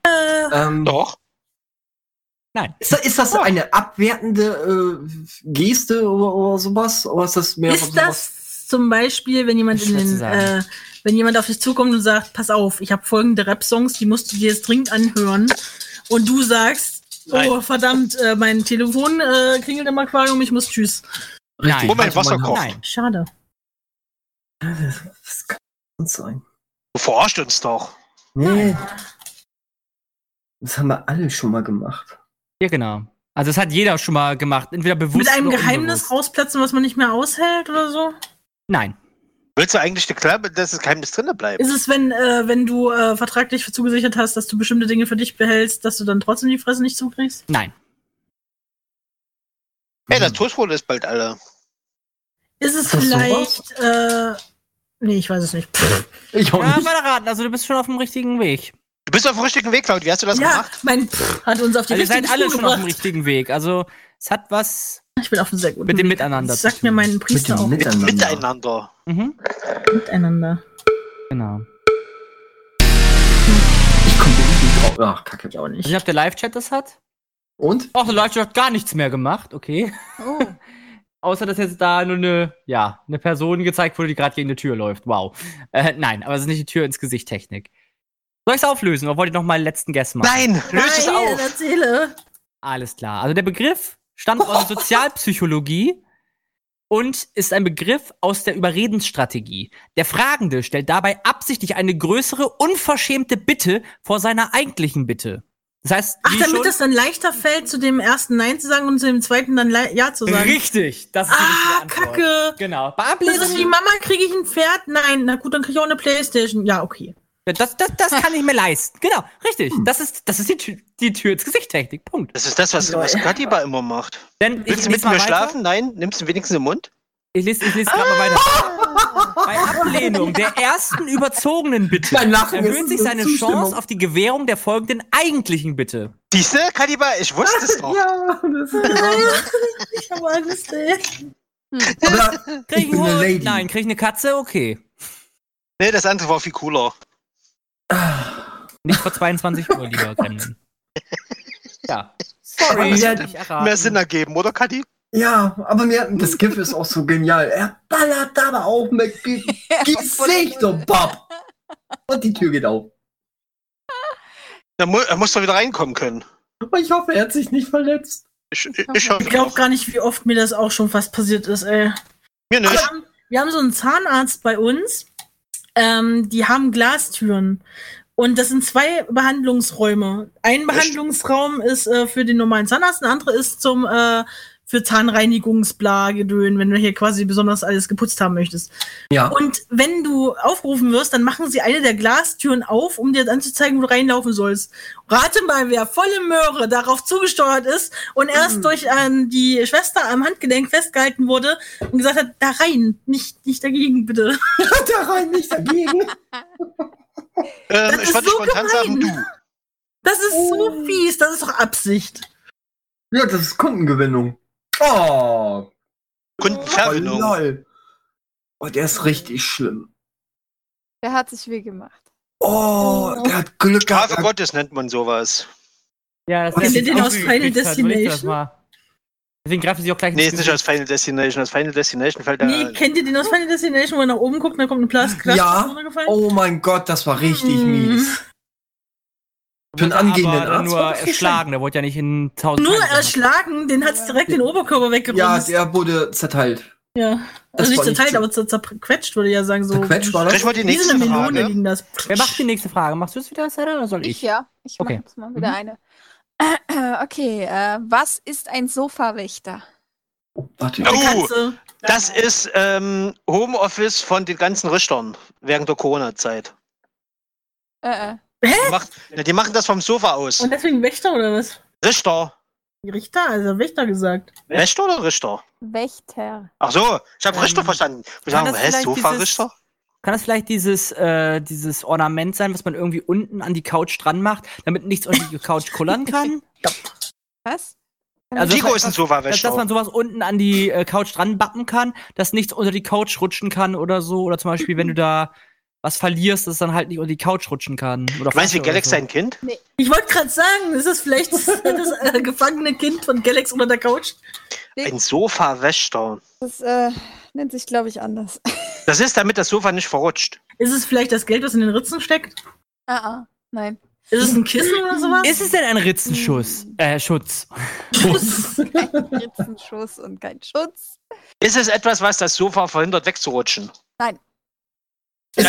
H: Ähm,
G: Doch.
H: Ist, da- ist das eine abwertende äh, Geste oder, oder sowas? Oder ist das mehr
D: Ist das zum Beispiel, wenn jemand
B: Ist
D: in
B: schwer zu
D: den,
B: sagen.
D: äh, wenn jemand auf dich zukommt und sagt, pass auf, ich habe folgende Rap-Songs, die musst du dir jetzt dringend anhören, und du sagst, oh
G: Nein.
D: verdammt, äh, mein Telefon äh, klingelt im Aquarium, ich muss tschüss.
B: Nein. Also,
G: Wo mein Wasser
H: man-
G: kocht.
B: Nein.
D: Schade.
H: Das kann nicht sein.
G: Du verarscht uns doch.
H: Nee. Das haben wir alle schon mal gemacht.
B: Ja, genau. Also, das hat jeder schon mal gemacht. Entweder bewusst
D: Mit einem
B: oder
D: Geheimnis
B: unbewusst.
D: rausplatzen, was man nicht mehr aushält oder so?
B: Nein.
G: Willst du eigentlich die Klappe, dass das Geheimnis drinne bleibt?
D: Ist es, wenn, äh, wenn du äh, vertraglich zugesichert hast, dass du bestimmte Dinge für dich behältst, dass du dann trotzdem die Fresse nicht zukriegst?
B: Nein.
G: Ey, das Toastbrot ist bald alle.
D: Ist es
H: Ist das
D: vielleicht äh, Nee, ich weiß es nicht.
H: Ich auch
B: Ja,
H: nicht.
B: Moderaten, also du bist schon auf dem richtigen Weg.
G: Du bist auf dem richtigen Weg, Claudia. Hast du das
D: ja,
G: gemacht?
D: mein Pff hat uns auf die
B: Also ihr
D: richtige
B: seid alle
D: Spur
B: schon auf dem
D: gebracht.
B: richtigen Weg. Also es hat was
D: Ich bin auf dem sehr guten
B: mit dem
D: Weg.
B: Miteinander
D: Das
B: zu
D: sagt mir
B: tun.
D: mein
H: Mit
D: Priester
H: dem
D: auch.
H: Miteinander.
G: Miteinander.
B: Mhm.
D: Miteinander.
B: Genau.
H: Ich komme nicht drauf. Ach, kacke.
D: Ich auch
B: Ich weiß
D: nicht.
B: nicht, ob der Live-Chat das hat.
H: Und?
B: Ach, der Live-Chat hat gar nichts mehr gemacht, okay.
F: Oh.
B: Außer, dass jetzt da nur eine, ja, eine Person gezeigt wurde, die gerade gegen eine Tür läuft. Wow. Äh, nein, aber es ist nicht die Tür ins Gesicht-Technik. Soll ich es auflösen oder wollt ihr noch mal einen letzten Guess machen?
G: Nein, löst es
D: Nein,
G: auf.
D: erzähle.
B: Alles klar. Also der Begriff stammt aus der Sozialpsychologie und ist ein Begriff aus der Überredensstrategie. Der Fragende stellt dabei absichtlich eine größere, unverschämte Bitte vor seiner eigentlichen Bitte. Das heißt,
D: Ach,
B: wie
D: damit
B: schon-
D: es dann leichter fällt, zu dem ersten Nein zu sagen und zu dem zweiten dann Le- Ja zu sagen.
B: richtig. Das ist die
D: Ah,
B: richtige Antwort.
D: Kacke.
B: Genau. Bei
D: Das ist wie
B: Ablesen,
D: Mama, kriege ich ein Pferd? Nein, na gut, dann kriege ich auch eine Playstation. Ja, okay.
B: das, das, das kann ich mir leisten. Genau, richtig. Das ist, das ist die, Tür- die Tür ins Gesicht-Technik. Punkt.
G: Das ist das, was, was Katiba immer macht.
B: Denn
G: Willst du mit mir schlafen? Nein, nimmst du wenigstens im Mund?
B: Ich lese, ich lese gerade mal weiter. Bei Ablehnung der ersten überzogenen Bitte
H: Dein Lachen
B: erhöht
H: ist
B: sich
H: eine
B: seine
H: Zustimmung.
B: Chance auf die Gewährung der folgenden eigentlichen Bitte.
G: Siehste, Katiba, ich wusste es doch.
H: Ja, das ist
D: Ich habe Angst, ey.
H: Aber
B: Krieg
H: ich bin eine
B: Hund?
H: Lady.
B: Nein, krieg ich eine Katze? Okay.
G: Nee, das andere war viel cooler.
H: äh,
B: Nicht vor 22 Uhr, lieber Gremlin. Ja. Sorry.
H: Ja,
B: hab ich
D: Ah.
B: erraten.
G: Mehr Sinn ergeben, oder Kati?
H: Ja, aber mir, das GIF ist auch so genial. Er ballert aber auch mit Ge Gesicht und Bob. Und die Tür geht auf.
G: Da mu er muss doch wieder reinkommen können.
H: Aber ich hoffe, er hat sich nicht verletzt.
G: Ich, ich, ich hoffe
D: Ich glaube
G: doch.
D: gar nicht, wie oft mir das auch schon fast passiert ist, ey.
G: Mir
D: Wir
G: nicht.
D: haben, wir haben so einen Zahnarzt bei uns. Ähm, die haben Glastüren. Und das sind zwei Behandlungsräume. Ein Behandlungsraum ist äh, für den normalen Zahnarzt, ein anderer ist zum äh, für Zahnreinigungsblagedön, wenn du hier quasi besonders alles geputzt haben möchtest.
H: Ja.
D: Und wenn du aufgerufen wirst, dann machen sie eine der Glastüren auf, um dir anzuzeigen, wo du reinlaufen sollst. Rate mal, wer volle Möhre darauf zugesteuert ist und erst
H: Mhm.
D: durch ähm, die Schwester am Handgelenk festgehalten wurde und gesagt hat, da rein, nicht, nicht dagegen, bitte.
H: da rein, nicht dagegen.
G: Ähm,
D: das
G: ich
D: ist
G: wollte
D: so
G: spontan sagen,
D: gemein.
G: du.
D: Das ist
H: Oh.
D: so fies, das ist doch Absicht.
H: Ja, das ist Kundengewinnung. Oh,
G: Kundenverwendung.
H: lol. Oh, der ist richtig schlimm.
F: Der hat sich weh gemacht.
H: Oh, der hat Glück gehabt.
G: Strafe Gottes nennt man sowas.
B: Ja, das
H: Kennt
B: ist
H: ihr
D: den aus Final Destination?
B: Deswegen greifen sie auch gleich
G: Nee,
B: ins
G: ist nicht
B: Gesicht.
G: aus Final Destination. Aus Final Destination fällt da.
D: Nee, kennt ihr den aus Final Destination, wo er nach oben guckt und dann kommt ein Plastik
H: Ja. Oh mein Gott, das war richtig
D: Mm.
H: mies. Für einen
B: Aber
H: angehenden
B: dann
H: Arzt.
B: nur
H: war das nicht
B: erschlagen, der wollte ja nicht in tausend
D: Nur
B: Teile gemacht.
D: erschlagen, den hat's direkt den Oberkörper
H: schlimm.
D: weggeräumt.
H: Ja, der wurde zerteilt.
D: ja.
H: das
D: Also nicht
H: war nicht
D: zerteilt,
H: schön.
D: aber zer zerquetscht, würde ich ja sagen. So
H: Zerquetscht war das?
G: Gleich mal die
D: Wie so
G: nächste
D: eine Melone
G: Frage.
D: ging das.
B: Wer macht die nächste Frage? Machst du es wieder, Sarah, oder soll ich?
F: Ich ja. Ich mache
B: Okay.
F: jetzt mal wieder
B: Mhm.
F: eine. Okay, äh, was ist ein Sofawächter?
H: Oh, warte.
G: Oh.
D: Katze.
G: Das ist ähm, Homeoffice von den ganzen Richtern während der Corona-Zeit.
F: Äh, äh.
G: Die, macht- na, die machen das vom Sofa aus.
D: Und deswegen Wächter oder was?
G: Richter.
D: Die Richter? Also Wächter gesagt.
G: Wächter oder Richter?
F: Wächter.
G: Ach so, ich habe
B: Ähm,
G: Richter verstanden. Ich
B: kann
G: sage,
B: das
G: hä,
B: vielleicht
G: Sofa-Richter?
B: Kann das vielleicht dieses, äh, dieses Ornament sein, was man irgendwie unten an die Couch dran macht, damit nichts unter die Couch kullern kann?
F: Was? Äh,
B: Also-
G: Nico ist ein
B: dass, dass
G: Sofa-Wächter.
B: man sowas unten an die äh, Couch dran bappen kann, dass nichts unter die Couch rutschen kann oder so. Oder zum Beispiel, wenn du da was verlierst, dass es dann halt nicht unter die Couch rutschen kann. Oder
G: Du meinst
B: Flasche
G: wie
B: oder
G: Galax
B: so.
G: sein Kind?
D: Ich wollte gerade sagen, ist das vielleicht das, das äh, gefangene Kind von Galax unter der Couch?
G: Ein Sofa-Wächter.
F: Das äh, nennt sich, glaube ich, anders.
G: Das ist, damit das Sofa nicht verrutscht.
D: Ist es vielleicht das Geld, was in den Ritzen steckt?
F: ah, ah, nein.
D: Ist es ein Kissen oder sowas?
B: Ist es denn ein Ritzenschuss? Äh, Schutz.
F: Ritzenschuss und kein Schutz.
G: Ist es etwas, was das Sofa verhindert, wegzurutschen? Dann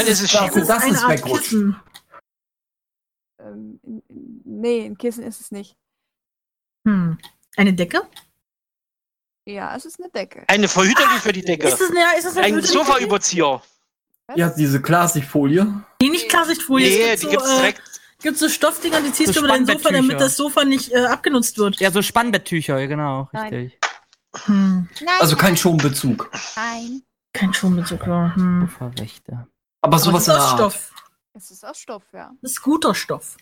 G: ist es
H: das,
G: Chico.
H: Also das
D: eine
H: ist
D: Art
H: wegrutscht.
D: Kissen.
F: Ähm, in- in- nee, ein Kissen ist es nicht.
D: Hm. Eine Decke?
F: Ja, es ist eine Decke.
G: Eine Verhüterli für die Decke.
D: Ist das, ja, ist das eine
G: Ein
D: Hütte?
G: Sofa-Überzieher. Äh,
H: Ja, diese Klarsichtfolie.
D: Nee, nicht Klarsichtfolie.
G: Nee,
D: es
G: die
D: gibt
G: gibt's
D: so, äh,
G: direkt.
D: gibt so Stoffdinger, die ziehst
B: So
D: du über dein Sofa,
B: Spannbetttücher.
D: damit das Sofa nicht äh, abgenutzt wird.
B: Ja, so Spannbetttücher, genau,
F: Nein.
B: richtig.
D: Hm.
F: Nein,
H: Also kein Schonbezug.
F: nein.
D: Kein Schummelzucker. Hm.
B: Verwächter.
H: Aber
D: Aber
H: sowas
D: das ist
H: in der
D: aus
H: Art.
D: Stoff.
F: Es ist aus Stoff, ja.
D: Das ist guter Stoff.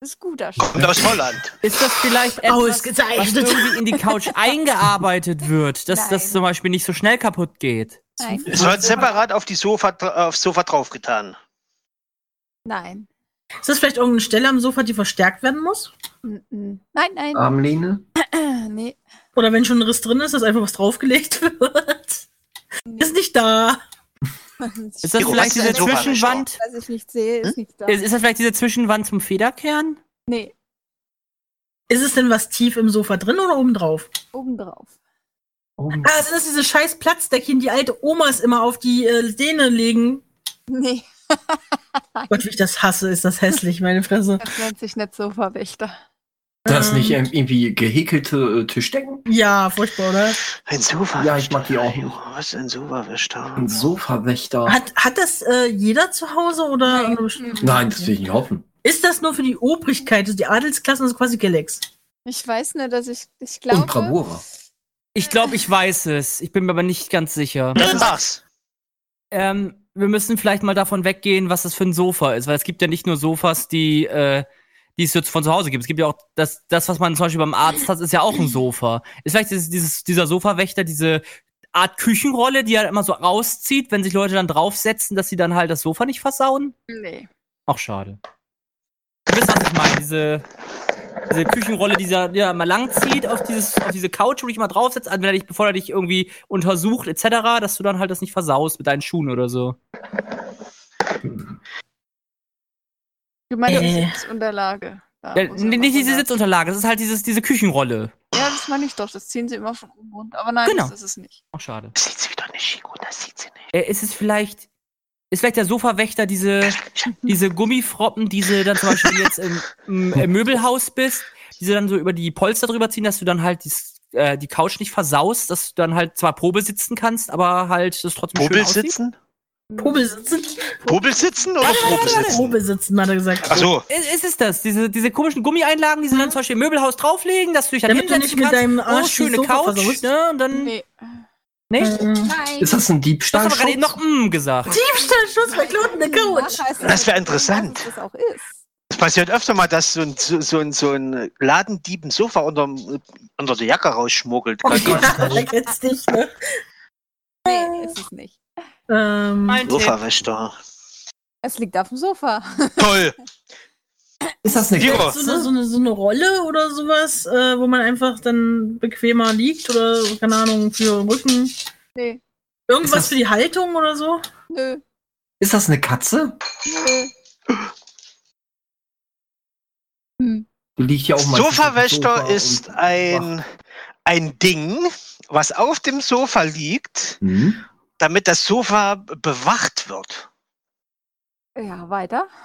F: Das ist guter Stoff.
G: Kommt aus Holland.
B: Ist das vielleicht etwas, was
D: Ausgezeichnet.
B: irgendwie in die Couch eingearbeitet wird, dass das
F: Nein.
B: zum Beispiel nicht so schnell kaputt geht?
F: Nein.
G: Es wird separat auf die Sofa, aufs Sofa draufgetan.
F: Nein.
D: Ist das vielleicht irgendeine Stelle am Sofa, die verstärkt werden muss?
F: Mm, mm. Nein, nein.
G: Ah.
H: Armlehne?
F: Nee.
D: Oder wenn schon ein Riss drin ist, dass einfach was draufgelegt wird? Ist nicht da.
B: Ist das
G: Jo,
B: vielleicht
G: was ist
B: diese
G: denn so Hm? falsch?
B: Zwischenwand?
F: Was ich nicht sehe, ist nichts da.
B: Ist, ist das vielleicht diese Zwischenwand zum Federkern?
F: Nee,
D: Ist es denn was tief im Sofa drin oder oben drauf?
F: obendrauf.
D: Ah, sind das diese scheiß Platzdeckchen, die alte Omas immer auf die äh, Lehne legen?
F: Nee,
D: Gott, wie ich das hasse, ist das hässlich, meine Fresse.
F: das nennt sich nicht Sofa-Wächter.
H: Das
D: Ähm.
H: nicht ähm, irgendwie gehäkelte äh, Tischdecken?
D: Ja, furchtbar, oder?
G: Ein Sofa.
H: Ja, ich mag die auch.
G: Was? Ein Sofa-Wächter.
H: Ein Sofawächter.
D: Hat, hat das äh, jeder zu Hause oder
F: Nein.
H: Nein, das will ich nicht hoffen.
D: ist das nur für die Obrigkeit, also die Adelsklassen, also quasi Galax?
F: Ich weiß nur, dass ich, ich
H: Und
F: glaube,
H: Bravura.
B: Ich glaube, ich weiß es. Ich bin mir aber nicht ganz sicher.
G: Dann mach's.
B: Ähm, wir müssen vielleicht mal davon weggehen, was das für ein Sofa ist, weil es gibt ja nicht nur Sofas, die, äh, die es jetzt von zu Hause gibt. Es gibt ja auch das, das, was man zum Beispiel beim Arzt hat, ist ja auch ein Sofa. Ist vielleicht dieses, dieses, dieser Sofawächter, diese Art Küchenrolle, die er halt immer so rauszieht, wenn sich Leute dann draufsetzen, dass sie dann halt das Sofa nicht versauen?
F: nee.
B: Auch schade. Du wisst, was ich meine, diese, diese Küchenrolle, die er ja, mal langzieht auf, dieses, auf diese Couch, wo dich mal draufsetzt, wenn er dich, bevor er dich irgendwie untersucht, etc., dass du dann halt das nicht versaust mit deinen Schuhen oder so.
F: Du meinst
D: Äh.
F: die Sitzunterlage.
B: Ja,
F: Da, wo sie
B: Äh, nee,
F: immer
B: nicht diese
F: runter-
B: Sitzunterlage, das ist halt dieses, diese Küchenrolle.
F: Ja, das meine ich doch. Das ziehen sie immer von oben runter. Aber nein,
B: Genau.
F: das ist es nicht.
B: Auch schade.
G: Das sieht sie wieder nicht, Chico. Das sieht sie nicht.
B: Äh, ist es vielleicht. Ist vielleicht der Sofawächter diese, diese Gummifroppen, die sie dann zum Beispiel jetzt im, im, im Möbelhaus bist, die sie dann so über die Polster drüber ziehen, dass du dann halt dies, äh, die Couch nicht versaust, dass du dann halt zwar Probe sitzen kannst, aber halt das trotzdem
G: Probel
B: schön aussieht?
G: sitzen?
D: Probel sitzen?
G: Probel sitzen oder Probe sitzen?
D: Probel sitzen, hat er gesagt.
G: Ach so.
B: Ist, ist es das? Diese, diese komischen Gummieinlagen, die sie dann zum Beispiel im Möbelhaus drauflegen, dass du dich dann
D: Hm? Damit du nicht mit deinem Arsch
B: oh, schöne
D: die Sofa
B: Couch,
D: versaust.
B: ne? Und dann.
F: Nee.
B: Nicht?
D: Ähm,
F: Nein.
H: Ist das ein
B: Du hast aber gerade
H: Diebstahlschutz?
B: eben noch mm gesagt.
D: Diebstahlschuss bei Knoten in der Couch.
G: Das wäre interessant.
F: Was es auch ist.
G: Es passiert öfter mal, dass so ein, so, so ein, so ein Ladendieb ein Sofa unterm, unter der Jacke rausschmuggelt.
D: Oh, ja, da kennst dich, ne?
F: Nee, ist es nicht.
D: Ähm,
B: Mein Tipp.
G: Sofa-Wächter.
F: Es liegt auf dem Sofa.
G: Toll.
H: Ist das nicht?
G: Jura.
D: so, eine, so, eine, so eine Rolle oder sowas, äh, wo man einfach dann bequemer liegt oder, keine Ahnung, für den Rücken.
F: Nee.
H: Ist das-
D: Irgendwas für die Haltung oder so?
F: Nö.
H: Ist das eine Katze?
F: Nö. Hm.
H: Die liegt ja auch mal.
G: Sofa-Wächter
H: auf dem
G: oh ist
H: und-
G: ein, ein Ding, was auf dem Sofa liegt,
H: Hm?
G: damit das Sofa bewacht wird.
F: Ja, weiter.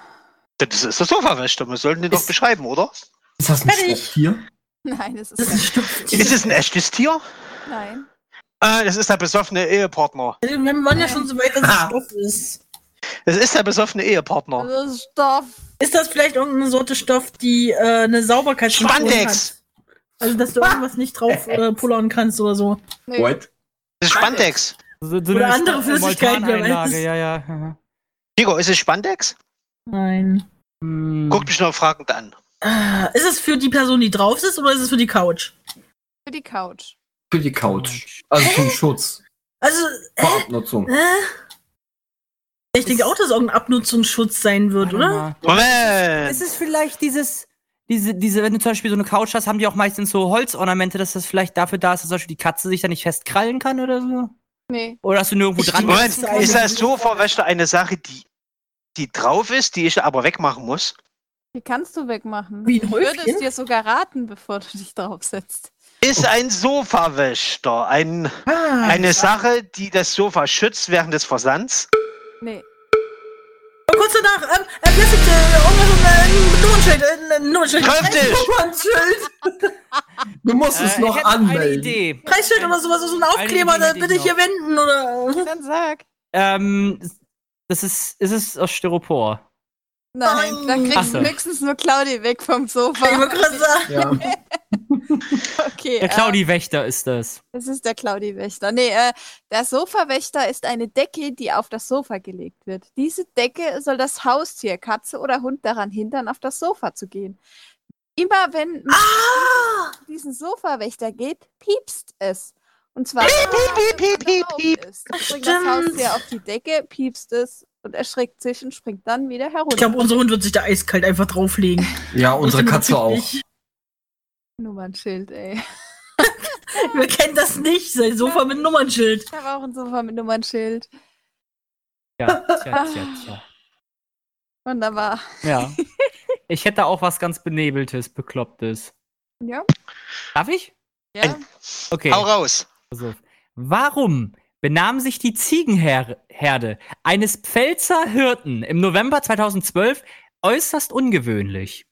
G: Das ist der Sofa-Wächter. Wir sollten den doch
H: Ist-
G: beschreiben, oder?
H: Ist das ein
D: Fertig.
H: Stofftier?
F: Nein, es ist
D: Das ist
F: nicht.
D: stimmt.
G: Ist es ein echtes Tier?
F: Nein.
G: Äh, das ist der besoffene Ehepartner.
D: Wir waren ja schon so weit, dass es
G: Ah.
D: Stoff ist.
G: Das ist der besoffene Ehepartner.
F: Das ist Stoff.
D: Ist das vielleicht irgendeine Sorte Stoff, die äh, eine Sauberkeit
G: Spandex.
D: Also, dass du irgendwas nicht drauf äh, pullern kannst oder so.
F: Nö.
H: What?
G: Das ist Spandex.
B: So, so
D: Oder
B: eine
D: andere
B: Sta-
D: Flüssigkeiten, wer
B: Moltaneinlage,
D: weiß.
B: Ja, ja.
G: Nico, ist es Spandex?
D: Nein.
B: Hm.
G: Guckt mich noch fragend an.
D: Äh, Ist es für die Person, die drauf sitzt, oder ist es für die Couch?
F: Für die Couch.
H: Für die Couch. Also zum Schutz.
D: Also,
H: Vor Abnutzung.
D: äh, ich denke auch, dass es irgendein Abnutzungsschutz sein wird,
B: Warte
D: oder?
B: mal. Ist
G: Moment!
B: es vielleicht dieses, diese, diese, wenn du zum Beispiel so eine Couch hast, haben die auch meistens so Holzornamente, dass das vielleicht dafür da ist, dass zum Beispiel die Katze sich da nicht festkrallen kann oder so?
F: Nee.
B: Oder dass du nirgendwo
D: Ich-
B: dran
G: Moment,
B: bist?
G: ist das Sofa-Wäsche eine Sache, die, die drauf ist, die ich aber wegmachen muss?
F: Die kannst du wegmachen.
D: Wie ein
F: ich
D: Häufchen?
F: würde es dir sogar raten, bevor du dich draufsetzt.
G: Ist ein Sofa-Wäscher ein,
D: Ah,
G: eine Sache, die das Sofa schützt während des Versands?
F: Nee.
D: Und kurz danach, ähm, äh, hier ist äh, irgendwas, äh, ein Nummernschild, äh, ein Nummernschild.
G: Schreibtisch!
H: Nummernschild! Du musst es
B: Äh,
H: noch
B: ich hätte Eine
H: anmelden.
B: Idee.
D: Preisschild oder sowas, so ein Aufkleber,
B: Eine
D: da
B: Idee
D: bitte hier wenden, oder?
F: Dann sag.
B: Ähm, das ist, ist es aus Styropor?
F: Nein, dann
D: Nein.
F: kriegst
B: Ach
F: du
B: so.
F: höchstens nur Claudi weg vom
D: Ich
F: Sofa.
D: wollte gerade sagen.
H: Ja.
F: Okay,
B: Der Claudi-Wächter ist das.
F: äh, das ist der Claudi-Wächter. Nee, äh, der Sofawächter ist eine Decke, die auf das Sofa gelegt wird. Diese Decke soll das Haustier, Katze oder Hund daran hindern, auf das Sofa zu gehen. Immer wenn man
D: Ah!
F: auf diesen Sofawächter geht, piepst es. Und zwar
G: piep, piep, piep, piep.
F: Bringt das
D: Stimmt.
F: Haustier auf die Decke, piepst es und erschreckt sich und springt dann wieder herunter.
D: Ich glaube, unser Hund wird sich da eiskalt einfach drauflegen.
H: ja, unsere
D: Definitiv
H: Katze auch.
D: nicht.
F: Nummernschild, ey.
D: Wir kennen das nicht, sein Sofa mit Nummernschild.
F: Ich habe auch ein Sofa mit Nummernschild.
B: Ja, tja, tja, tja.
F: Wunderbar.
B: Ja. Ich hätte auch was ganz Benebeltes, Beklopptes.
F: Ja.
B: Darf ich?
F: ja.
B: Okay.
G: Hau raus.
B: Pass auf. Warum benahm sich die Ziegenherde eines Pfälzer Hirten im November 2012 äußerst ungewöhnlich?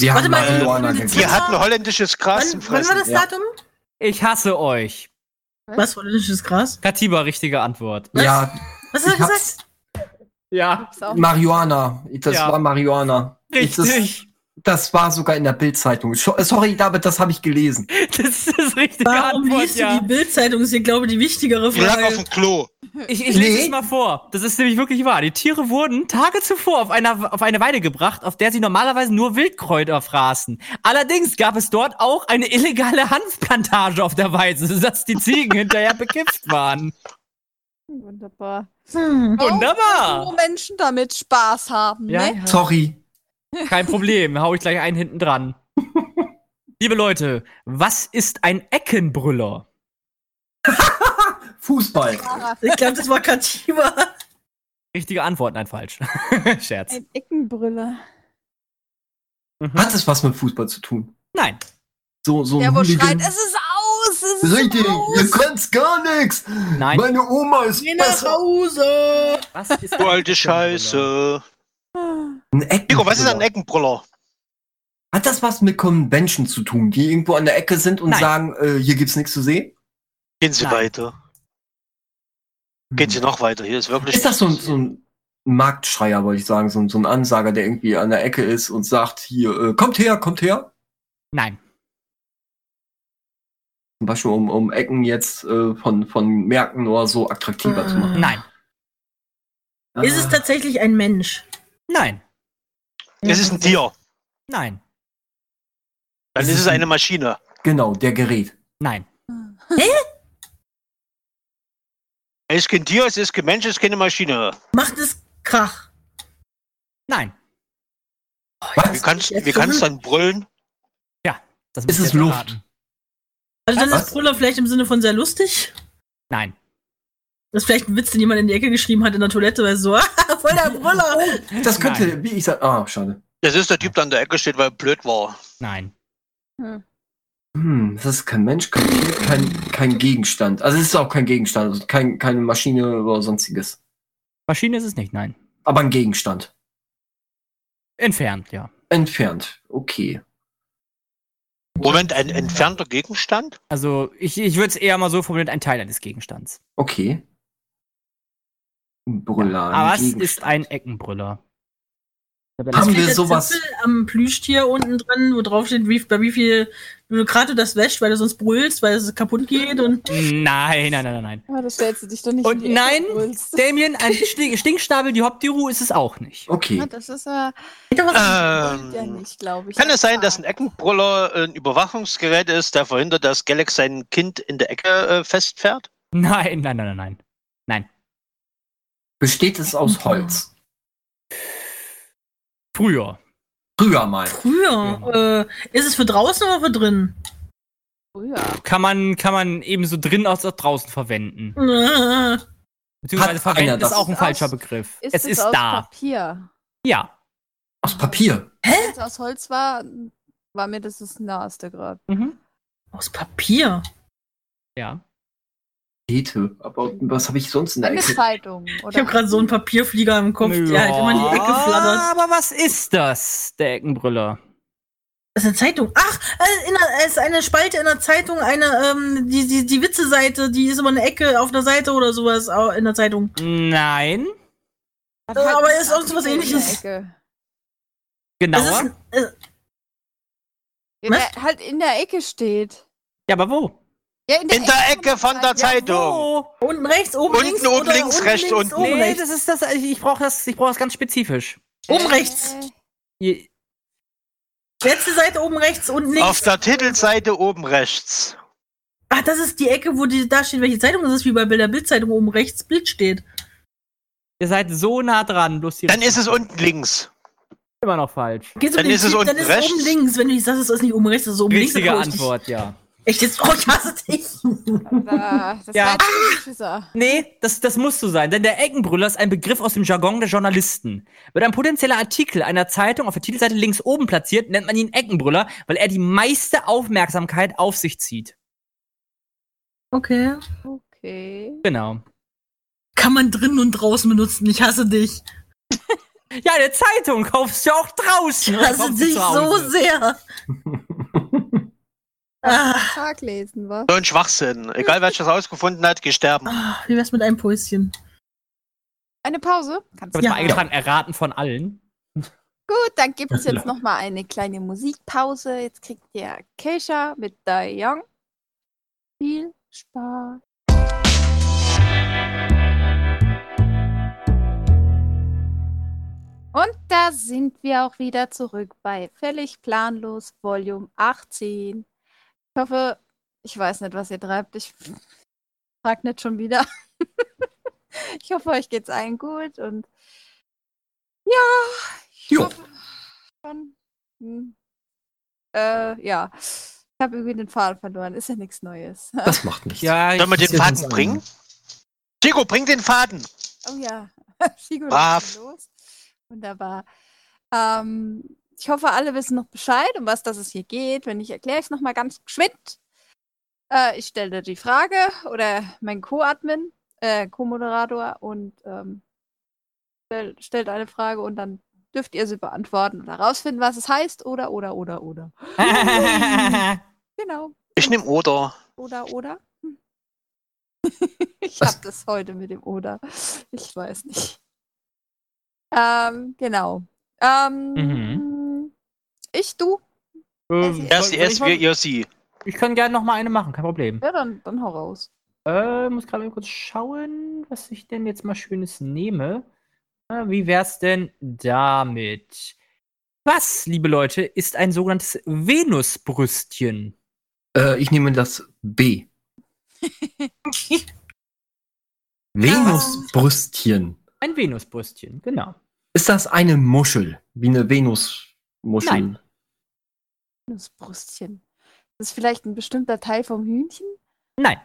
H: Sie
D: Warte
H: haben
D: mal,
H: mal Luana
D: äh,
H: gekriegt.
G: Wir hatten holländisches Gras
D: Wann,
G: zum
D: wann war
G: Fressen.
D: das
H: ja.
D: Datum?
B: Ich hasse euch.
D: Was, holländisches Gras?
B: Katiba, richtige Antwort.
H: Ja,
D: Was hast du
H: Ich hab's-
D: gesagt?
B: Ja,
F: Ist auch
H: Marihuana. Das
B: Ja.
H: war Marihuana. Ich-
B: richtig.
H: Das, das war sogar in der Bildzeitung. So- Sorry, David, das habe ich gelesen.
B: Das ist das richtige
D: Warum
B: Antwort,
D: liest du
B: ja.
D: die Bildzeitung? Ist hier, glaube ich, die wichtigere
G: Die lag auf
D: Frage.
G: dem Klo.
B: Ich, ich lese
H: Nee.
B: es mal vor. Das ist nämlich wirklich wahr. Die Tiere wurden Tage zuvor auf, einer, auf eine Weide gebracht, auf der sie normalerweise nur Wildkräuter fraßen. Allerdings gab es dort auch eine illegale Hanfplantage auf der Weide, sodass die Ziegen hinterher bekifft waren.
F: Wunderbar.
D: Hm.
B: Wunderbar.
F: Wo Menschen damit Spaß haben,
B: Ja,
F: ne?
B: ja.
H: Sorry.
B: Kein Problem, hau ich gleich einen hinten dran. Liebe Leute, was ist ein Eckenbrüller?
H: Fußball.
D: Ich glaube, das war Katiba.
B: Richtige Antwort, nein, falsch. Scherz.
F: Ein Eckenbrille.
H: Hat es was mit Fußball zu tun?
B: Nein.
H: So, so
F: Der,
H: ein
F: wo schreit,
H: Hooligan.
F: es ist aus, es ist
H: Richtig,
F: aus.
H: ihr könnt gar nichts.
B: Nein.
H: Meine Oma ist
D: Geh nach
H: besser.
D: Hause.
B: Was ist
G: Du
B: ein
G: alte
B: Eckenbrüller?
G: Scheiße.
H: Ein Ecken
G: Nico, was ist
H: Genau.
G: ein Eckenbrüller?
H: Hat das was mit Convention zu tun, die irgendwo an der Ecke sind und
B: Nein.
H: sagen, äh, hier gibt's nichts zu sehen?
G: Gehen Sie
B: Nein.
G: weiter. Gehen Sie noch weiter. Hier ist wirklich.
H: Ist das so ein, so ein Marktschreier, wollte ich sagen, so ein, so ein Ansager, der irgendwie an der Ecke ist und sagt, hier, äh, kommt her, kommt her?
B: Nein.
H: Zum Beispiel um, um Ecken jetzt äh, von, von Märkten oder so attraktiver zu machen.
B: Nein.
D: Ist es
H: das?
D: tatsächlich ein Mensch?
B: Nein.
G: Es ist ein Tier.
B: Nein.
G: Dann
H: Es
G: ist
H: ist
G: es
H: ein-
G: eine Maschine.
H: Genau, der Gerät.
B: Nein.
G: Es ist kein Tier, es ist kein Mensch, es ist keine Maschine.
D: Macht es Krach?
B: Nein.
G: Wie
H: Was?
G: kannst
D: jetzt
G: wie kannst du
D: schon-
G: dann brüllen?
B: Das
H: Ist
B: müsst
H: es
B: ihr
H: Luft?
B: erraten.
D: Also dann
H: Was?
D: ist Brüller vielleicht im Sinne von sehr lustig.
B: Nein.
D: Das ist vielleicht ein Witz, den jemand in die Ecke geschrieben hat in der Toilette, weil so, ah, voll der Brüller.
H: Das könnte,
B: Nein.
H: wie ich sag, ah, schade.
G: Das ist der Typ, der an der Ecke steht, weil er blöd war.
B: Nein.
H: Hm, das ist kein Mensch, kein Tier, kein, kein Gegenstand. Also es ist auch kein Gegenstand, also kein, keine Maschine oder sonstiges.
B: Maschine ist es nicht, nein.
H: Aber ein Gegenstand.
B: Entfernt, ja.
H: Entfernt. Okay.
G: Moment, ein entfernter Gegenstand?
B: Also ich, ich würde es eher mal so formulieren, ein Teil eines Gegenstands.
H: Okay. Ein Brüller. ein
B: Aber was
H: Gegenstand.
B: ist ein Eckenbrüller? Ich hab ja
H: Haben
B: letztes-
H: wir
D: Der
H: sowas-
D: Zippel Am Plüschtier unten dran, wo drauf steht, wie, bei wie viel Bürokrat du das wäscht, weil du sonst brüllst, weil es kaputt geht und
B: Nein, nein, nein, nein, nein.
F: Ja, Ah, das stellst du dich doch nicht
B: Und
F: in die Ecke,
B: nein.
F: du willst.
B: Damien, ein Sti- Stinkschnabel, die Hoptiru ist es auch nicht.
F: Ja,
H: Okay.
F: das ist äh, ja
G: Ähm,
F: nicht, glaube ich.
G: kann es sein, dass ein Eckenbrüller ein Überwachungsgerät ist, der verhindert, dass Galax sein Kind in der Ecke äh, festfährt?
B: Nein, nein, nein, nein, nein.
H: Besteht es aus Holz?
B: Früher.
H: Früher mal.
D: früher. Äh, ist es für draußen oder für drin?
F: Früher.
B: Kann man, kann man ebenso drin als auch draußen verwenden.
D: Äh,
B: Beziehungsweise
H: Hat einer
B: verwenden
H: das?
B: ist auch ein falscher
F: Aus-
B: Begriff.
F: Ist
B: es
F: es
B: ist
F: aus
B: da.
F: Papier?
B: Ja.
H: Aus Papier.
F: Wenn es aus Holz war, war mir das das naheste gerade.
B: Mhm.
D: aus Papier.
B: Ja.
H: Käthe. Aber was habe ich sonst in der
F: Eine
H: Ecke?
F: Zeitung. Oder
D: Ich habe gerade so einen Papierflieger im Kopf, der halt immer in die Ecke flattert.
B: Ah, Aber was ist das, der Eckenbrüller?
D: Das ist eine Zeitung. Ach, äh, in der, es ist eine Spalte in der Zeitung, eine, ähm, die, die, die Witze-Seite, die ist immer eine Ecke auf einer Seite oder sowas au- in der Zeitung.
B: Nein.
F: Dann
D: Äh,
F: halt
D: aber
F: das
D: ist
F: auf
D: auch sowas
F: die eine
D: Ähnliches.
F: Ecke.
D: Es ist,
B: Genauer?
D: äh,
F: Ja,
D: Was?
F: der halt in der Ecke steht.
B: Ja, aber wo?
F: Ja, in
G: In der Ecke von der Zeitung.
B: Wo?
D: unten rechts, oben
G: Unten,
D: links.
G: oben
D: oder
G: links,
D: unten
G: rechts,
D: links,
G: unten.
D: Oben
B: Oh, Nee,
D: rechts.
B: das ist das, ich, ich brauche das, ich brauche das ganz spezifisch.
D: Oben rechts.
F: Äh,
B: Je-
D: Letzte Seite oben rechts, unten links.
G: Auf der Titelseite oben rechts.
D: Ach, das ist die Ecke, wo die, da steht, welche Zeitung es ist, wie bei der Bildzeitung oben rechts Bild steht.
B: Ihr seid so nah dran, bloß die
G: Dann ist es unten links.
B: immer noch falsch.
D: Geht's
G: Dann ist es
D: Typ, dann
G: unten
D: ist es oben
G: rechts.
D: links. Wenn du nicht sagst, es ist nicht oben rechts, es ist oben
B: Richtige
D: links. dann trau ich
B: Antwort, ja.
D: dich. Echt jetzt? Oh, ich hasse dich.
F: Da, das
B: Ja.
F: war jetzt ein Schisser.
B: Nee, das, das muss so sein, denn der Eckenbrüller ist ein Begriff aus dem Jargon der Journalisten. Wird ein potenzieller Artikel einer Zeitung auf der Titelseite links oben platziert, nennt man ihn Eckenbrüller, weil er die meiste Aufmerksamkeit auf sich zieht.
D: Okay.
F: Okay.
B: Genau.
D: Kann man drinnen und draußen benutzen. Ich hasse dich.
B: Ja, eine Zeitung kaufst du auch draußen.
D: Ich
B: oder
D: hasse
B: kaufst du
D: dich
B: zu
D: so
B: Hause?
D: sehr. ah,
F: Tag lesen, was?
G: So ein Schwachsinn. Egal, wer das rausgefunden hat, gesterben.
D: ah, wie wär's mit einem Päuschen?
F: Eine Pause?
B: Ich
F: Kannst
B: habe jetzt
F: du
D: Ja.
B: mal eingetragen, erraten von allen.
F: Gut, dann gibt es jetzt nochmal eine kleine Musikpause. Jetzt kriegt ihr Keisha mit Dai Young. Viel Spaß. Und da sind wir auch wieder zurück bei Völlig Planlos Volume 18. Ich hoffe, ich weiß nicht, was ihr treibt. Ich frag nicht schon wieder. ich hoffe, euch geht's allen gut und ja, ich
H: Jo.
F: hoffe schon. Hm. Äh, ja. Ich habe irgendwie den Faden verloren. Ist ja nichts Neues.
H: Das macht nichts.
B: Ja,
G: Sollen wir den
H: jetzt
G: Faden
H: an.
G: bringen? Chico, bring den Faden.
F: Oh ja, Figur
G: Brav.
F: los. Wunderbar. Ähm, ich hoffe, alle wissen noch Bescheid, um was das es hier geht. Wenn nicht, erkläre ich es nochmal ganz geschwind. Äh, ich stelle die Frage oder mein Co-Admin, äh, Co-Moderator und ähm, stell, stellt eine Frage und dann dürft ihr sie beantworten oder rausfinden, was es heißt oder, oder, oder, oder. Genau.
G: Ich nehme oder.
F: Oder, oder? Hm. ich
H: Was?
F: habe das heute mit dem Oder. Ich weiß nicht. Ähm, genau. Ähm, Ich, du?
B: Ähm,
G: Erst die
B: soll- soll
G: S, E.
B: ich mal-
G: wir, ihr, sie.
B: Ich kann gerne noch mal eine machen, kein Problem.
F: Ja, dann, dann hau raus.
B: Äh, muss gerade mal kurz schauen, was ich denn jetzt mal Schönes nehme. Äh, wie wär's denn damit? Was, liebe Leute, ist ein sogenanntes Venusbrüstchen?
H: Äh, ich nehme das B. Venusbrüstchen.
B: Ein Venusbrüstchen, genau.
H: Ist das eine Muschel? Wie eine Venusmuschel?
B: Nein.
F: Das Brustchen. Das ist vielleicht ein bestimmter Teil vom Hühnchen?
B: Nein,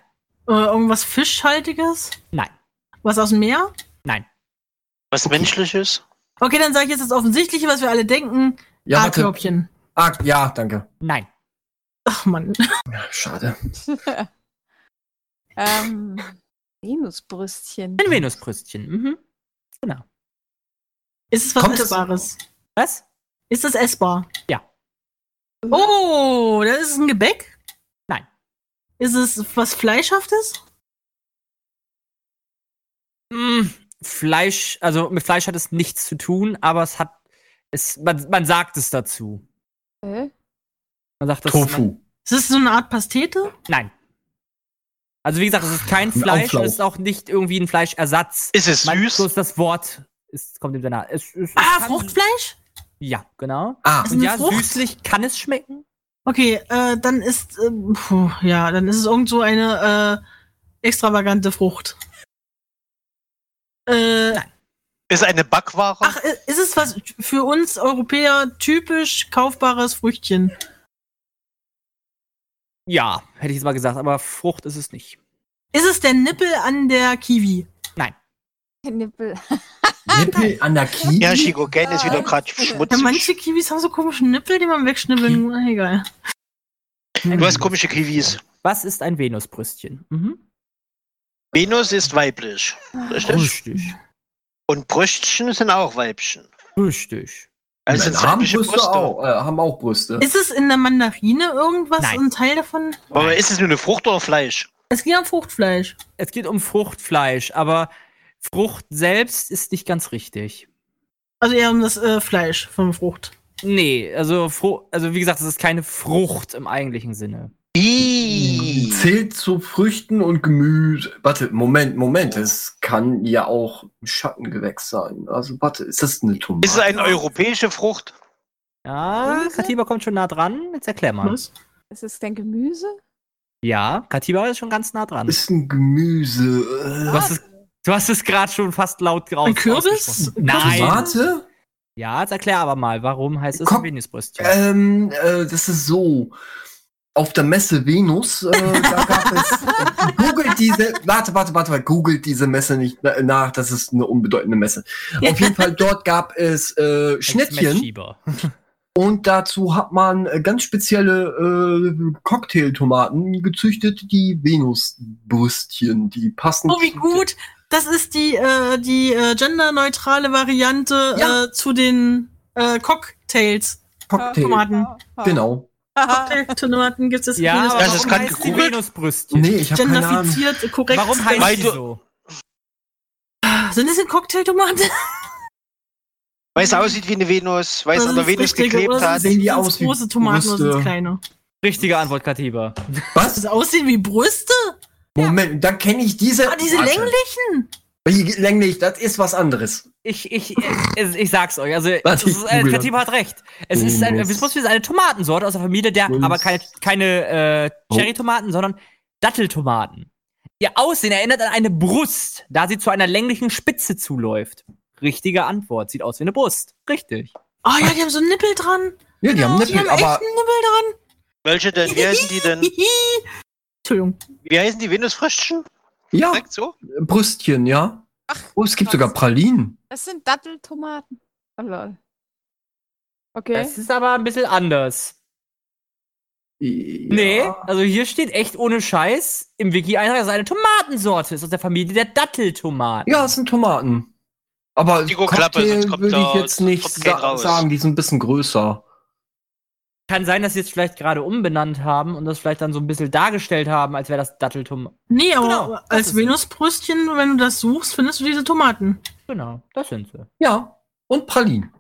D: Äh, irgendwas Fischhaltiges?
B: nein,
D: Was aus dem Meer?
G: Was Menschliches?
D: Okay, dann sage ich jetzt das Offensichtliche, was wir alle denken.
H: Ja, warte.
D: A-Körbchen.
H: Ah, ja, danke.
B: nein.
D: Ach Mann.
H: Ja, Schade.
F: ähm, Venusbrüstchen.
B: Ein Venusbrüstchen, mhm. Genau.
D: Ist es was
H: Kommt es-
D: Essbares?
B: Was?
D: Ist es essbar?
B: Ja.
D: Oh, das ist ein Gebäck?
B: Nein.
D: Ist es was Fleischhaftes?
B: Mm, Fleisch, also mit Fleisch hat es nichts zu tun, aber es hat, es, man, man sagt es dazu.
F: Äh?
B: Man sagt das. Man,
H: Tofu.
D: Ist es so eine Art Pastete?
B: nein. Also wie gesagt, es ist kein
H: Ein
B: Fleisch,
H: Auflauf.
B: es ist auch nicht irgendwie ein Fleischersatz.
G: Ist es
B: Man,
G: süß?
B: bloß das Wort ist, kommt dem danach. Es, es, es
D: Ah,
B: kann-
D: Fruchtfleisch?
B: Ja, genau.
H: Ah,
D: Ist
B: Und
D: eine
B: ja,
D: Frucht?
B: süßlich kann es schmecken.
D: Okay, äh, dann ist, äh, puh, ja, dann ist es irgend so eine äh, extravagante Frucht. Äh,
G: Ist eine Backware?
D: ach, äh, ist es was für uns Europäer typisch kaufbares Früchtchen?
B: Ja, hätte ich jetzt mal gesagt, aber Frucht ist es nicht.
D: Ist es der Nippel an der Kiwi?
F: Knippel.
H: Nippel an der Kiwi?
G: ja, Chico, Geld ist wieder gerade
D: Ja,
G: schmutzig.
D: manche Kiwis haben so komische Nippel, die man wegschnibbeln muss. Ah, Egal.
G: du hast komische Kiwis.
B: Was ist ein Venusbrüstchen? Mhm.
G: Venus ist weiblich. Richtig?
B: Brüstig.
G: Und Brüstchen sind auch Weibchen.
B: Brüstig.
G: Also
H: Nein,
G: sind
H: haben
G: weibliche
H: Brüste
G: Brüste.
H: auch. Äh, haben auch Brüste.
D: Ist es in der Mandarine irgendwas?
B: Nein.
D: Ein Teil davon?
G: Aber ist es nur eine Frucht oder Fleisch?
D: Es geht um Fruchtfleisch.
B: Es geht um Fruchtfleisch, aber Frucht selbst ist nicht ganz richtig.
D: Also eher um das äh, Fleisch von Frucht.
B: Nee, also, Fro also wie gesagt, es ist keine Frucht im eigentlichen Sinne.
G: Ih.
H: Zählt zu Früchten und Gemüse. Warte, Moment, Moment. Es kann ja auch ein Schattengewächs sein. Also, warte, ist das eine Tomate?
G: Ist es eine europäische Frucht?
B: Ja,
F: Gemüse?
B: Katiba kommt schon nah dran. Jetzt erklär mal.
D: Was?
F: Ist es denn Gemüse?
B: Ja, Katiba ist schon ganz nah dran.
H: Ist ein Gemüse.
B: Du
F: Ah,
B: hast es, du hast es gerade schon fast laut raus.
D: Ein Kürbis?
B: ausgesprochen. Nein.
H: Tomate?
B: Ja, jetzt erklär aber mal, warum heißt es
H: Komm-
B: Venusbrüstchen?
H: Ähm, äh, das ist so. Auf der Messe Venus, äh, da gab es. äh, googelt diese. Warte, warte, warte, warte. Googelt diese Messe nicht na- nach. Das ist eine unbedeutende Messe. Auf jeden Fall, dort gab es äh, Schnittchen.
B: Schieber.
H: Und dazu hat man äh, ganz spezielle äh, Cocktailtomaten gezüchtet, die Venusbrüstchen, die passen.
D: Oh, wie
H: zu-
D: gut. Das ist die, äh, die äh, genderneutrale Variante
H: Ja.
D: äh, zu den äh, Cocktails.
H: Cocktail.
D: Tomaten.
H: Genau.
D: Cocktailtomaten gibt es
B: Ja, aber
G: Das
B: warum
G: ist gerade
B: heißt die
G: gegoogelt.
B: Venusbrüstchen?
H: Nee, ich habe keine Ahnung.
D: genderfiziert, äh, korrekt.
B: Warum
G: Weil
B: heißt die
G: du-
B: so?
D: Sind Also das denn Cocktailtomaten?
G: Weil es aussieht wie eine Venus, weil es
D: Oder
G: an der
D: sind's
G: Venus
D: Also richtige,
G: geklebt
D: oder
G: hat.
H: Sehen die
D: sind's
H: aus wie
D: große Tomaten oder
H: Brüste?
D: sind kleine?
B: Richtige Antwort, Katiba.
H: Was?
D: Das aussehen wie Brüste?
H: Moment, dann kenne ich diese.
D: Ah, diese
H: Warte.
D: länglichen?
H: Die Länglich, das ist was anderes.
B: Ich, ich, ich, ich sag's euch. Also, es
H: Warte, ich
B: ist, äh,
H: google.
B: Katiba hat recht. Es ist ein,
H: Venus.
B: Venusbrüstchen ist eine Tomatensorte aus der Familie der,
H: Venus.
B: aber keine, keine äh,
H: Oh.
B: Cherrytomaten, sondern Datteltomaten. Ihr Aussehen erinnert an eine Brust, da sie zu einer länglichen Spitze zuläuft. Richtige Antwort. Sieht aus wie eine Brust. Richtig.
D: Oh ja, die haben so einen Nippel dran. Genau,
H: Ja, die haben
D: die
H: Nippel,
D: haben
H: aber
D: echt einen Nippel dran.
G: Welche denn? Wie heißen die denn?
D: Hihi. Entschuldigung.
G: Wie heißen die Venusfröschchen?
H: ja,
G: Direkt so?
H: Brüstchen, ja. oh, es gibt
F: krass.
H: sogar Pralinen.
F: Das sind Datteltomaten. Oh lol. Okay.
B: Das ist aber ein bisschen anders. Nee, also hier steht echt ohne Scheiß im Wiki-Eintrag, dass es eine Tomatensorte ist aus der Familie der Datteltomaten.
H: Ja, es sind Tomaten. Aber
G: Die Gurklappe,
H: Cocktail
G: sonst kommt
H: würde ich
G: da-
H: jetzt nicht
G: kommt kein
H: sa
G: raus.
H: sagen, die sind ein bisschen größer.
B: Kann sein, dass sie es vielleicht gerade umbenannt haben und das vielleicht dann so ein bisschen dargestellt haben, als wäre das Datteltomaten.
D: Nee, aber
B: Genau, das ist
D: als
B: es.
D: Venusbrüstchen, wenn du das suchst, findest du diese Tomaten.
B: Genau, das sind sie.
H: Ja, und Pralinen.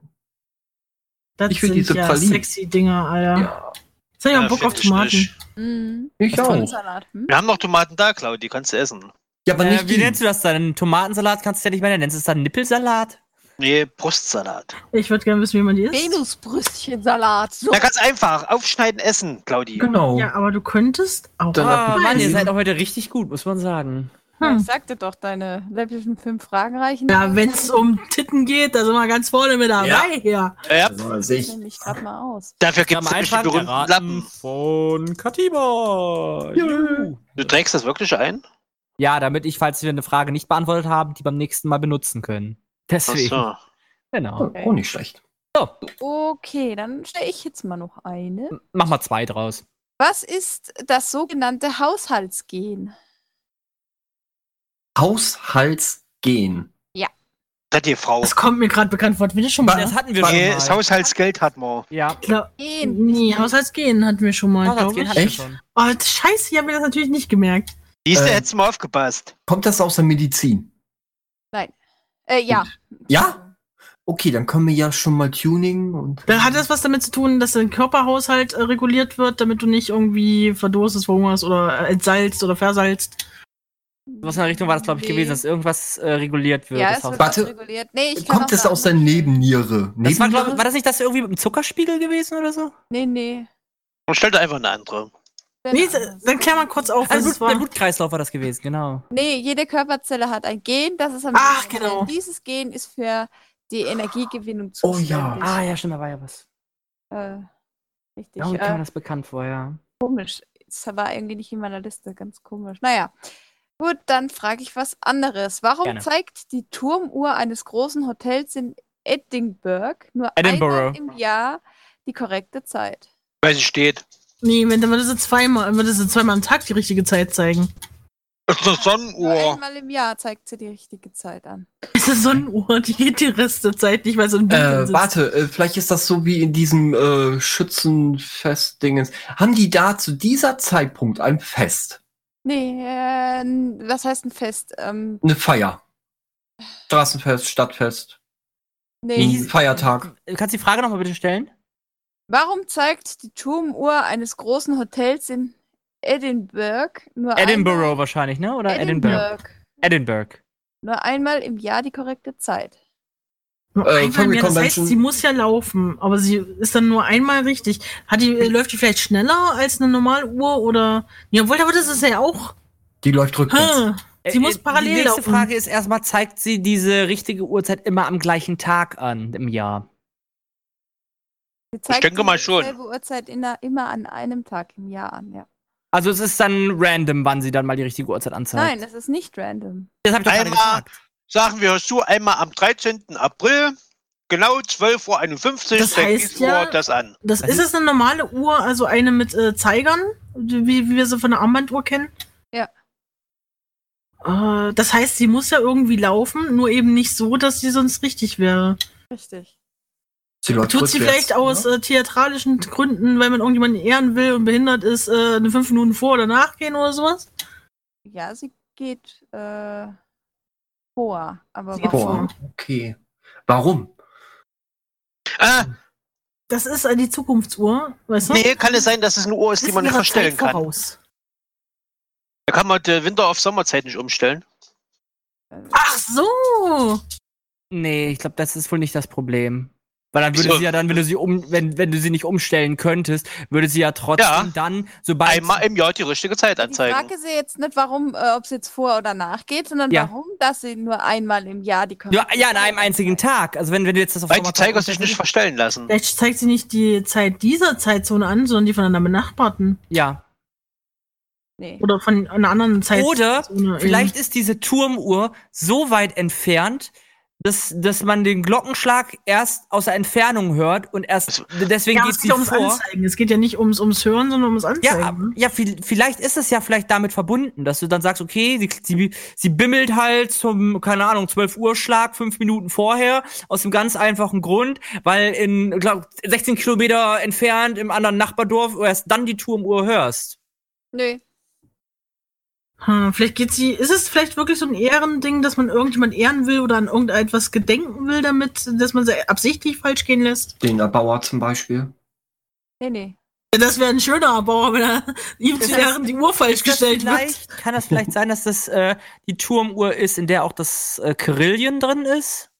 D: Das
H: Ich will
D: sind
H: diese
D: ja
H: Pralinen.
D: sexy Dinger, Alter.
H: Ja,
D: Jetzt hab ich
G: Ja,
D: mal Bock auf
G: find ich
D: Tomaten.
G: nicht.
F: Mhm.
H: ich auch.
F: Salat. Hm?
G: Wir haben noch Tomaten da, Claudi, die kannst du essen.
H: Ja, aber
B: Äh,
H: nicht
B: wie
H: die.
B: nennst du das dann? Tomatensalat kannst du ja nicht mehr nennen. Nennst du es dann Nippelsalat?
G: Nee, Brustsalat.
D: Ich würde gerne wissen, wie man die isst.
F: Venusbrüstchensalat. So.
G: Ja, ganz einfach. Aufschneiden, essen, Claudi.
H: Genau.
D: Ja, aber du könntest auch.
H: Dann
B: Ah,
H: hat-
B: Mann, ihr
H: Nein.
B: seid auch heute richtig gut, muss man sagen.
F: Ja,
D: Hm.
F: Ich sagte doch, deine läppischen fünf Fragen reichen.
D: Ja, wenn es um Titten geht, da sind wir ganz vorne mit dabei
H: Ja.
D: hier.
G: Ja,
H: Also,
F: Ich
H: sich.
F: nehme mich gerade mal aus.
G: dafür gibt's nämlich die berühmten Lappen.
B: von Katiba. Juhu.
G: Du trägst das wirklich ein?
B: Ja, damit ich, falls wir eine Frage nicht beantwortet haben, die beim nächsten Mal benutzen können.
G: Ach
B: Deswegen.
G: so.
B: Genau.
H: Oh, oh, nicht schlecht.
F: Okay, dann stelle ich jetzt mal noch eine.
B: Mach mal zwei draus.
F: Was ist das sogenannte Haushaltsgen?
H: Haushaltsgen.
G: Das die Frau.
D: Das kommt mir gerade bekannt vor. Bin ich schon
H: Ba- Äh,
D: mal.
B: Das hatten wir schon
G: Nee,
B: mal.
G: das Haushaltsgeld hat man.
B: ja,
D: Klar.
F: Gen.
D: Nee, Haushaltsgehen hatten wir schon mal. glaub
B: Haushaltsgehen
D: ich.
B: ne? hatten wir
H: Echt?
B: schon.
D: Oh, scheiße, ich habe mir das natürlich nicht gemerkt.
G: Siehste,
H: Ähm.
G: hättest du mal aufgepasst.
H: Kommt das aus der Medizin?
F: Äh, ja.
H: Ja? Okay, dann können wir ja schon mal Tuning und.
D: Dann hat das was damit zu tun, dass dein Körperhaushalt äh, reguliert wird, damit du nicht irgendwie verdurstest, verhungerst oder äh, entsalzt oder versalzt.
B: Was in der Richtung war das, glaube ich,
F: Nee.
B: gewesen, dass irgendwas äh, reguliert wird.
F: Ja,
B: das
F: es
B: Haus-
F: wird
H: Warte.
F: was reguliert. Nee, ich kann
H: Kommt
F: auch
H: das
F: sagen,
H: aus der Nebenniere?
B: das war, glaub,
H: Nebenniere?
B: war das nicht das irgendwie mit dem Zuckerspiegel gewesen oder so?
F: Nee, nee.
G: Und stell dir einfach eine andere.
D: Nee, dann- dann klär mal kurz auf, was
B: Genau. Also
D: es
B: Blut, der
D: war.
B: Blutkreislauf war das gewesen, genau.
F: Nee, jede Körperzelle hat ein Gen, das ist am
D: Ach,
F: wichtigsten.
D: genau.
F: Dieses Gen ist für die Energiegewinnung
H: Oh
F: zuständig.
H: ja.
B: Ah ja, stimmt, da war ja was.
F: Äh, richtig.
B: Ja, und kam
F: äh,
B: das bekannt vor, ja.
F: komisch. Das war irgendwie nicht in meiner Liste, ganz komisch. Naja. Gut, dann frage ich was anderes. Warum
B: Gerne.
F: zeigt die Turmuhr eines großen Hotels in Edinburgh nur einmal
B: Edinburgh.
F: im Jahr die korrekte Zeit?
G: Weil sie steht.
D: Nee, wenn, dann würde sie zweimal, würde sie zweimal am Tag die richtige Zeit zeigen.
G: Das ist eine
F: Nur
G: Sonnenuhr.
F: einmal im Jahr zeigt sie die richtige Zeit an.
D: Es ist Sonnenuhr, die geht die Rest der Zeit nicht, weil so ein
H: Äh, warte, äh, vielleicht ist das so wie in diesem äh, Schützenfest-Dingens. Haben die da zu dieser Zeitpunkt ein Fest?
F: Nee, äh, n- was heißt ein Fest? Ähm,
H: Eine Feier? Straßenfest, Stadtfest,
F: Nee.
H: Feiertag.
B: Kannst du die Frage nochmal bitte stellen?
F: Warum zeigt die Turmuhr eines großen Hotels in Edinburgh nur
B: Edinburgh
F: einmal,
B: wahrscheinlich, ne? Oder Edinburgh?
F: Edinburgh
B: Edinburgh.
F: nur einmal im Jahr die korrekte Zeit?
D: Nur
H: Äh,
D: einmal
H: Family
D: mehr. Das heißt,
H: Convention.
D: sie muss ja laufen, aber sie ist dann nur einmal richtig. Hat die, äh, läuft die vielleicht schneller als eine Normaluhr oder. Ja, obwohl, aber das ist ja auch.
H: Die läuft rückwärts.
D: Hä? Sie
B: Äh,
D: muss
B: äh,
D: parallel
B: Die nächste
D: laufen.
B: Frage ist erstmal, zeigt sie diese richtige Uhrzeit immer am gleichen Tag an im Jahr?
F: Sie zeigt
G: denke mal schon.
F: dieselbe Uhrzeit in der, immer an einem Tag im Jahr an, ja.
B: Also es ist dann random, wann sie dann mal die richtige Uhrzeit anzeigt.
F: Nein, das ist nicht random.
B: das habe ich doch gerade
G: Einmal,
B: gesagt.
G: sagen wir, hörst du einmal am 13. April, genau 12.51 Uhr,
D: Das heißt ja-
G: Uhr das an.
D: Das
B: Was
D: ist
B: ist-
D: es eine normale Uhr, also eine mit äh, Zeigern, wie, wie wir sie von der Armbanduhr kennen.
F: Ja.
D: Äh, das heißt, sie muss ja irgendwie laufen, nur eben nicht so, dass sie sonst richtig wäre.
F: Richtig.
H: Sie läuft
D: Tut sie vielleicht aus
H: ne?
D: äh, theatralischen Gründen, weil man irgendjemanden ehren will und behindert ist, äh, eine fünf Minuten vor oder nachgehen oder sowas?
F: Ja, sie geht äh, vor, aber
D: Sie geht
F: warum?
H: Boah, okay. Warum?
G: Ah,
D: Das ist äh, die Zukunftsuhr, weißt du?
G: nee, kann es sein, dass es eine Uhr ist, die
D: Ist
G: man nicht
D: ihrer
G: verstellen
D: Zeit
G: kann.
D: Voraus.
G: Da kann man den Winter auf Sommerzeit nicht umstellen.
F: äh,
D: Ach so!
B: Nee, ich glaube, das ist wohl nicht das Problem. Weil dann würde
G: Wieso?
B: sie ja dann, wenn du sie um, wenn, wenn du sie nicht umstellen könntest, würde sie ja trotzdem
G: Ja.
B: dann, sobald
G: Einmal im Jahr die richtige Zeit
F: Die
G: anzeigen.
F: Frage ist ja jetzt nicht, warum, äh, ob es jetzt vor oder nach geht, sondern
B: Ja.
F: warum, dass sie nur einmal im Jahr die
B: ja,
F: korrekte
B: ja, an
F: Zeit
B: einem einzigen
F: anzeigt.
B: Tag. Also wenn, wenn du jetzt das auf
G: Weil die
B: Sommerzeit
G: Zeiger sich
B: umstellst-
G: nicht verstellen lassen.
D: Vielleicht zeigt sie nicht die Zeit dieser Zeitzone an, sondern die von einer benachbarten.
B: Ja.
F: Nee.
D: Oder von einer anderen Zeitzone.
B: Oder
D: eben.
B: Vielleicht ist diese Turmuhr so weit entfernt, dass, dass man den Glockenschlag erst aus der Entfernung hört und erst
G: Also
B: deswegen
D: ja, aber
B: geht
D: es
B: sie
D: geht ja ums
B: vor.
D: Anzeigen. Es geht ja nicht ums, ums Hören, sondern ums Anzeigen.
B: Ja, ab- ja, viel- vielleicht ist es ja vielleicht damit verbunden, dass du dann sagst, okay, sie, sie, sie bimmelt halt zum, keine Ahnung, 12 Uhr Schlag fünf Minuten vorher, aus dem ganz einfachen Grund, weil in, glaub, 16 Kilometer entfernt im anderen Nachbardorf du erst dann die Turmuhr hörst.
F: Nö.
D: Hm, vielleicht geht sie. Ist es vielleicht wirklich so ein Ehrending, dass man irgendjemand ehren will oder an irgendetwas gedenken will damit, dass man sie absichtlich falsch gehen lässt?
H: Den Erbauer zum Beispiel.
F: Nee, nee.
D: Ja, Das wäre ein schöner Bauer, wenn er ihm zu
B: Das heißt,
D: Ehren die Uhr falsch
B: Ist das
D: gestellt wird.
B: vielleicht- Kann das vielleicht sein, dass das äh, die Turmuhr ist, in der auch das äh, Karillien drin ist?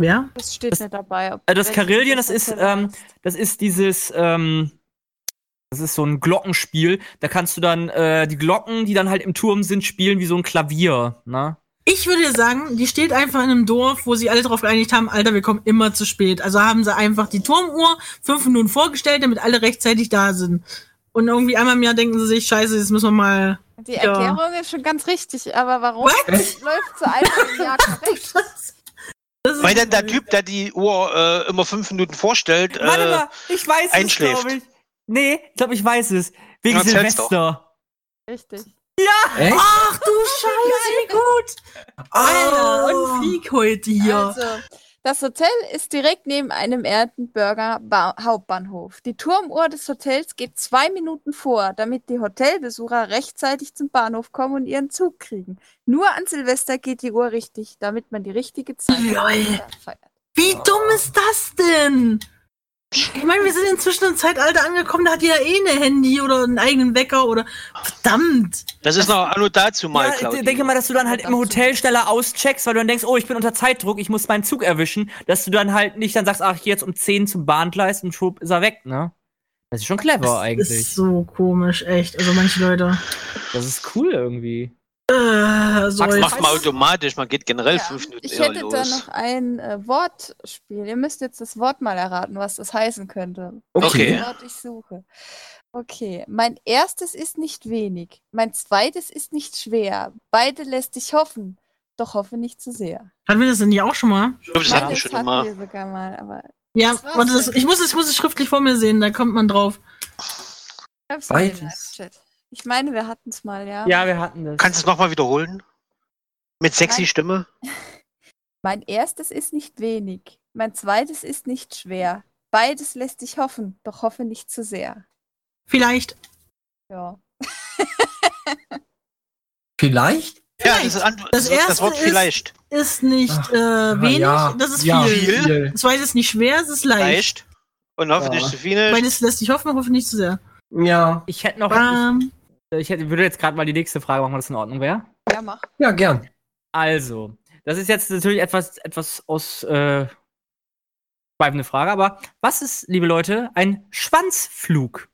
D: Ja.
F: Das steht
B: Das-
F: nicht dabei. Ob
B: äh, das
F: welches
B: Karillien, das ist,
F: Hotel
B: ähm, Das ist dieses, ähm, das ist so ein Glockenspiel. Da kannst du dann äh, die Glocken, die dann halt im Turm sind, spielen wie so ein Klavier. Ne?
D: Ich würde ja sagen, die steht einfach in einem Dorf, wo sie alle darauf geeinigt haben, Alter, wir kommen immer zu spät. Also haben sie einfach die Turmuhr fünf Minuten vorgestellt, damit alle rechtzeitig da sind. Und irgendwie einmal im Jahr denken sie sich, scheiße, jetzt müssen wir mal.
F: Die
D: ja.
F: Erklärung ist schon ganz richtig, aber warum läuft so einfach im Jahr korrekt?
D: Das ist-
G: Weil dann der Typ, der die Uhr äh, immer fünf Minuten vorstellt,
B: Warte
G: äh,
B: mal, ich weiß
G: einschläft.
B: es, glaube ich. Nee, ich glaube, ich weiß es. Wegen
G: Ja, erzähl's
B: Silvester.
F: Richtig.
H: Echt?
D: Ach du Scheiße, wie gut!
B: Ah,
D: Alter,
G: Oh.
D: und Fieg heute hier.
F: Also, das Hotel ist direkt neben einem Erdenburger Ba- Hauptbahnhof. Die Turmuhr des Hotels geht zwei Minuten vor, damit die Hotelbesucher rechtzeitig zum Bahnhof kommen und ihren Zug kriegen. Nur an Silvester geht die Uhr richtig, damit man die richtige Zeit
D: Lol.
F: feiert.
D: Wie dumm ist das denn? Ich meine, wir sind inzwischen im Zeitalter angekommen, da hat jeder eh ein Handy oder einen eigenen Wecker oder. Verdammt!
G: das ist noch anno dazu mal,
B: ja,
G: Claudia.
B: ich denke mal, dass du dann halt im Hotel schneller auscheckst, weil du dann denkst, oh, ich bin unter Zeitdruck, ich muss meinen Zug erwischen, dass du dann halt nicht dann sagst, ach, ich geh jetzt um 10 zum Bahngleis und schwupp ist er weg, ne? Das ist schon clever
D: Das
B: eigentlich.
D: ist so komisch, echt. Also manche Leute.
B: das ist cool irgendwie.
D: Äh,
B: Max,
D: so
G: Das
D: jetzt-
G: macht man automatisch, man geht generell
F: Ja,
G: fünf Minuten
F: ich
G: eher
F: hätte da
G: los.
F: noch ein äh, Wortspiel. Ihr müsst jetzt das Wort mal erraten, was das heißen könnte.
G: Okay.
F: Das Wort ich suche. Okay, mein erstes ist nicht wenig, mein zweites ist nicht schwer. Beide lässt dich hoffen, doch hoffe nicht zu sehr.
D: Hatten wir das denn hier auch schon mal?
G: Ich glaube, das hatten wir schon
F: hatten
G: immer.
F: wir sogar mal, aber
D: Ja,
F: Was war's
D: warte, das,
F: denn?
D: ich, muss, es- ich muss es schriftlich vor mir sehen, da kommt man drauf.
F: ich hab's gesehen im
H: Beides.
F: Live-Chat. Ich meine, wir hatten es mal, ja.
B: Ja, wir hatten das.
G: Kannst du es nochmal wiederholen? Mit sexy
F: Nein.
G: Stimme?
F: Mein erstes ist nicht wenig, mein zweites ist nicht schwer. Beides lässt dich hoffen, doch hoffe nicht zu sehr.
D: Vielleicht.
F: Ja.
H: Vielleicht?
G: Ja, das, ist an,
D: Das
G: das, das
D: erste
G: Wort
D: ist-
G: vielleicht.
D: Ist nicht
H: Ach,
D: äh, wenig, das ist viel.
G: Viel?
D: Das zweite ist nicht schwer, es ist leicht.
G: Leicht. Und hoffentlich
H: Ja.
G: zu viel.
D: Beides lässt sich hoffen, hoffe nicht zu sehr. Ähm,
H: Ja,
B: Ich hätte noch,
D: Bam.
B: ich, ich hätte, würde jetzt gerade mal die nächste Frage machen, wenn das in Ordnung wäre.
F: Ja, mach.
H: ja, gern.
B: Also, das ist jetzt natürlich etwas, etwas aus äh, schweifende Frage, aber was ist, liebe Leute, ein Schwanzflug?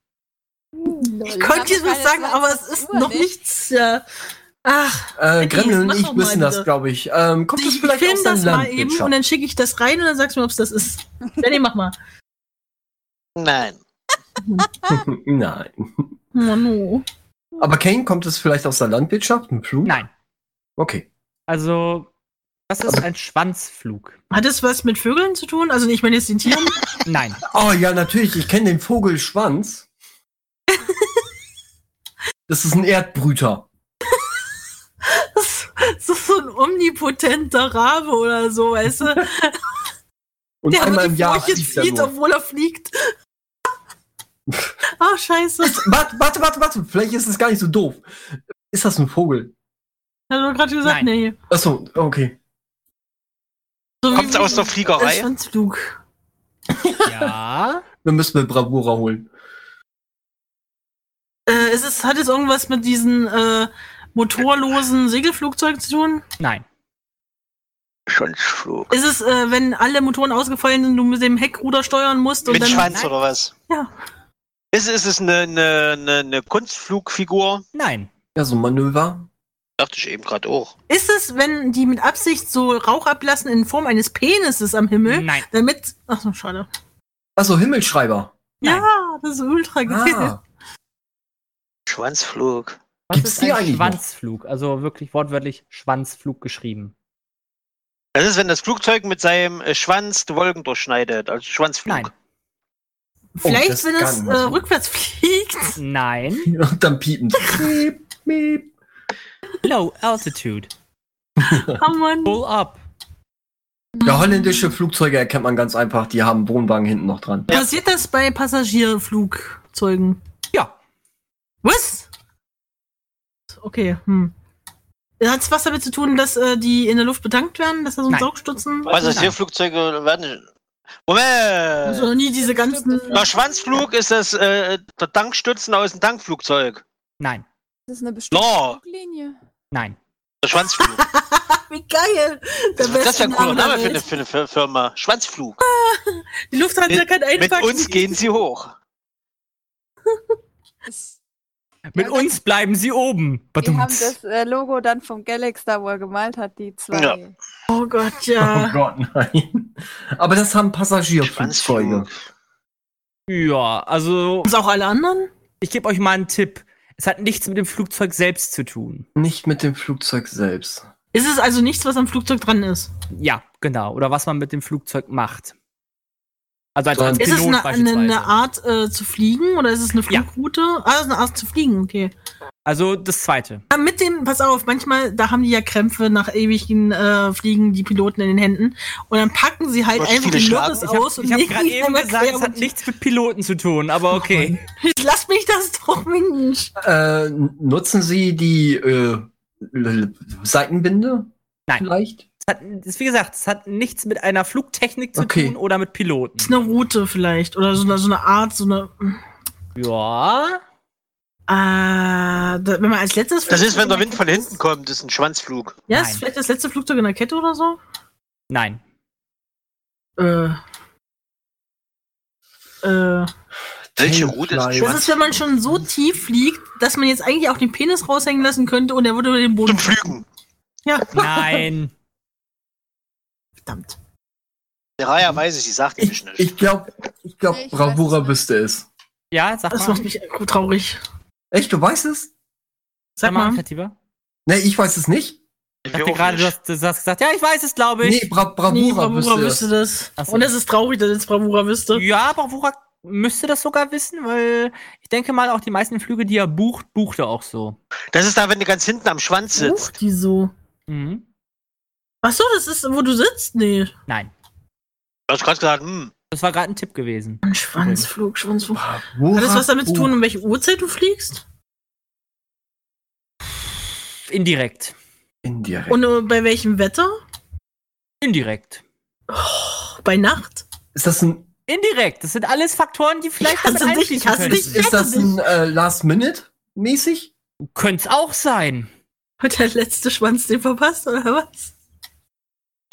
D: Ich konnte jetzt was sagen, aber es ist
F: ne?
D: noch nichts. Äh, ach,
H: Äh,
D: Dies,
H: Gremlin und
D: mach
H: ich
D: doch mal
H: wissen das,
D: bitte.
H: glaube ich. Ähm, kommt das
D: ich
H: vielleicht
D: filme
H: aus der
D: das mal eben und
H: Landwirtschaft?
D: dann schicke ich das rein und dann sagst du mir, ob es das ist. Danny, mach mal.
G: Nein.
H: Nein.
D: Oh, no.
H: Aber Kane, kommt es vielleicht aus der Landwirtschaft? Ein Flug?
B: Nein.
H: Okay.
B: Also, was ist ein Schwanzflug?
D: Hat das was mit Vögeln zu tun? Also ich meine jetzt den Tieren.
B: Nein.
H: Oh ja, natürlich. Ich kenne den Vogelschwanz. das ist ein Erdbrüter.
D: Das ist so ein omnipotenter Rabe oder so, weißt du?
H: Und
D: Der aber
H: einmal
D: die
H: im Jahr
D: Furche
H: fliegt er
D: zieht,
H: nur.
D: obwohl er fliegt. Ah, scheiße. Ich
H: Warte, warte, warte, warte. Vielleicht ist es gar nicht so doof. Ist das ein Vogel?
D: hab doch gerade
B: Nein.
D: gesagt, nee.
H: Achso, okay.
D: So
G: Kommt's aus der Fliegerei?
D: Schwanzflug.
B: Ja.
H: Dann müssen wir Bravura holen.
D: Äh, es ist, hat es irgendwas mit diesen äh, motorlosen Segelflugzeugen zu tun?
B: Nein.
G: Schwanzflug.
D: Ist es, äh, wenn alle Motoren ausgefallen sind, du mit dem Heckruder steuern musst und
G: Mit
D: dann.
G: Schwanz oder was?
D: Ja.
G: Ist, ist es eine, eine, eine, eine Kunstflugfigur?
B: Nein.
H: Ja, so ein Manöver.
G: Dachte ich eben gerade auch.
D: Ist es, wenn die mit Absicht so Rauch ablassen in Form eines Penises am
G: Mhm.
D: Himmel,
B: Nein.
D: damit. Ach so, schade.
H: Achso, Himmelschreiber.
B: Nein.
D: Ja, das ist ultra geil.
H: Ah,
G: Schwanzflug.
B: Was
H: Gibt's
B: ist
H: die
B: ein
H: eigentlich noch?
B: Schwanzflug? Also wirklich wortwörtlich Schwanzflug geschrieben.
G: Das ist, wenn das Flugzeug mit seinem äh, Schwanz die Wolken durchschneidet. Also Schwanzflug.
B: Nein.
H: Oh,
D: Vielleicht,
H: das
D: wenn
H: kann
D: es äh,
H: man so.
D: rückwärts fliegt.
B: Nein.
H: und dann piepen. Miep, miep.
B: Low altitude.
D: Oh Mann.
B: Pull up.
H: Ja, holländische Flugzeuge erkennt man ganz einfach. Die haben einen Wohnwagen hinten noch dran.
D: Passiert das bei Passagierflugzeugen?
B: Ja.
D: Was? Okay, hm. Hat es was damit zu tun, dass äh, die in der Luft betankt werden, dass da so ein
B: Nein.
D: Saugstutzen?
G: Was ist hier? Flugzeuge werden. Moment!
D: Also noch nie diese ganzen.
G: Bei Schwanzflug ist das äh, der Tankstützen aus dem Tankflugzeug.
B: Nein.
F: Das ist eine bestimmte
G: No,
F: Fluglinie.
B: Nein.
G: der Schwanzflug.
D: Wie geil! Der
G: Das, das ist ja ein
D: beste
G: cooler Name
D: der
G: für eine,
D: Welt.
G: für eine Fir- Firma. Schwanzflug.
D: Die Lufthansa
G: Mit-
D: kann
G: Mit
D: einpacken.
G: uns gehen sie hoch.
F: Das,
B: Mit uns bleiben sie oben.
F: wir haben das äh, Logo dann vom Galax da, wo er gemalt hat, die zwei.
G: Ja.
D: Oh Gott,
H: Oh
D: ja.
H: Gott, nein. Aber das haben Passagierflugzeuge.
B: Ja, also
D: Und auch alle anderen?
B: ich gebe euch mal einen Tipp. Es hat nichts mit dem Flugzeug selbst zu tun.
H: Nicht mit dem Flugzeug selbst.
D: Ist es also nichts, was am Flugzeug dran ist?
B: Ja, genau. Oder was man mit dem Flugzeug macht. Also als, als
H: Sondern-
B: Pilot
D: Ist es eine, eine,
B: beispielsweise.
D: eine Art äh, zu fliegen oder ist es eine
B: Ja.
D: Flugroute? Ah, es ist eine Art zu fliegen, okay.
B: also das zweite.
D: Ah, mit dem, pass auf, manchmal, da haben die ja Krämpfe nach ewigen äh, Fliegen, die Piloten in den Händen. Und dann packen sie halt
G: Gott,
D: einfach
G: viele
D: den
G: Schlagen.
D: Lottes
B: Ich habe
D: aus
B: hab gerade
D: legen ihn
B: eben
D: einmal
B: gesagt,
D: quer
B: es hat
D: um-
B: nichts mit Piloten zu tun, aber okay.
D: Lass mich das doch, Mensch.
H: Äh, nutzen Sie die äh, L- L- Seitenbinde?
B: Nein.
H: Vielleicht?
B: Es hat, es, wie gesagt, es hat nichts mit einer Flugtechnik zu
H: Okay.
B: tun oder mit Piloten.
D: Ist eine Route vielleicht oder so eine, so eine Art, so eine.
B: Ja.
D: Ah, da, wenn man als letztes.
G: Das ist, wenn der
D: Flugzeug-
G: Wind von hinten kommt, ist ein Schwanzflug.
D: Ja, ist
B: Nein.
D: vielleicht das letzte Flugzeug in der Kette oder so?
B: Nein.
D: Äh. Äh,
G: Welche Route ist ein
H: Tailflies.
D: das ist, wenn man schon so tief fliegt, dass man jetzt eigentlich auch den Penis raushängen lassen könnte und er würde über den Boden.
G: Zum Flügen.
D: Ja,
B: Nein.
D: verdammt.
G: Der Raya weiß es, sie sagt nämlich
H: Ich,
G: nicht.
H: ich glaube, ich glaub,
F: Nee, ich weiß es
H: Bravura
F: nicht.
H: wüsste es.
B: Ja, sag
D: Das
B: mal.
D: macht mich traurig.
H: Echt, du weißt es?
D: Sag mal.
B: Katiba.
H: Nee, ich weiß es nicht.
B: Ich
G: Ich
B: dachte gerade, du hast, du hast gesagt, ja, ich weiß es, glaube ich.
H: Nee, Bra Bravura,
D: Nee, Bravura
H: wüsste
D: wüsste
H: es.
D: das.
B: Ach so.
D: Und das ist traurig, dass jetzt Bravura wüsste.
B: Ja, aber Wurak müsste das sogar wissen, weil ich denke mal, auch die meisten Flüge, die er bucht, bucht er auch so.
G: Das ist da, wenn du ganz hinten am Schwanz
D: Uch,
G: sitzt.
D: die so.
B: Mhm.
D: Ach so, das ist, wo du sitzt? Nee.
B: Nein.
G: Du hast gerade gesagt, hm.
B: Das war gerade ein Tipp gewesen.
D: Ein Schwanzflug, Schwanzflug.
H: Bravura,
D: Hat das was damit zu tun, um welche Uhrzeit du fliegst?
B: Indirekt.
H: Oh, Indirekt.
D: Und äh, bei welchem Wetter?
B: Indirekt.
D: Bei Nacht?
H: ist das ein,
B: Indirekt. Das sind alles Faktoren, die vielleicht
D: hasse
B: damit
D: dich, ich
B: einfließen
D: hasse
B: können.
D: dich.
H: ist, ist das ein äh, Last-Minute-mäßig?
B: Könnte es auch sein.
D: Hat der letzte Schwanz den verpasst, oder was?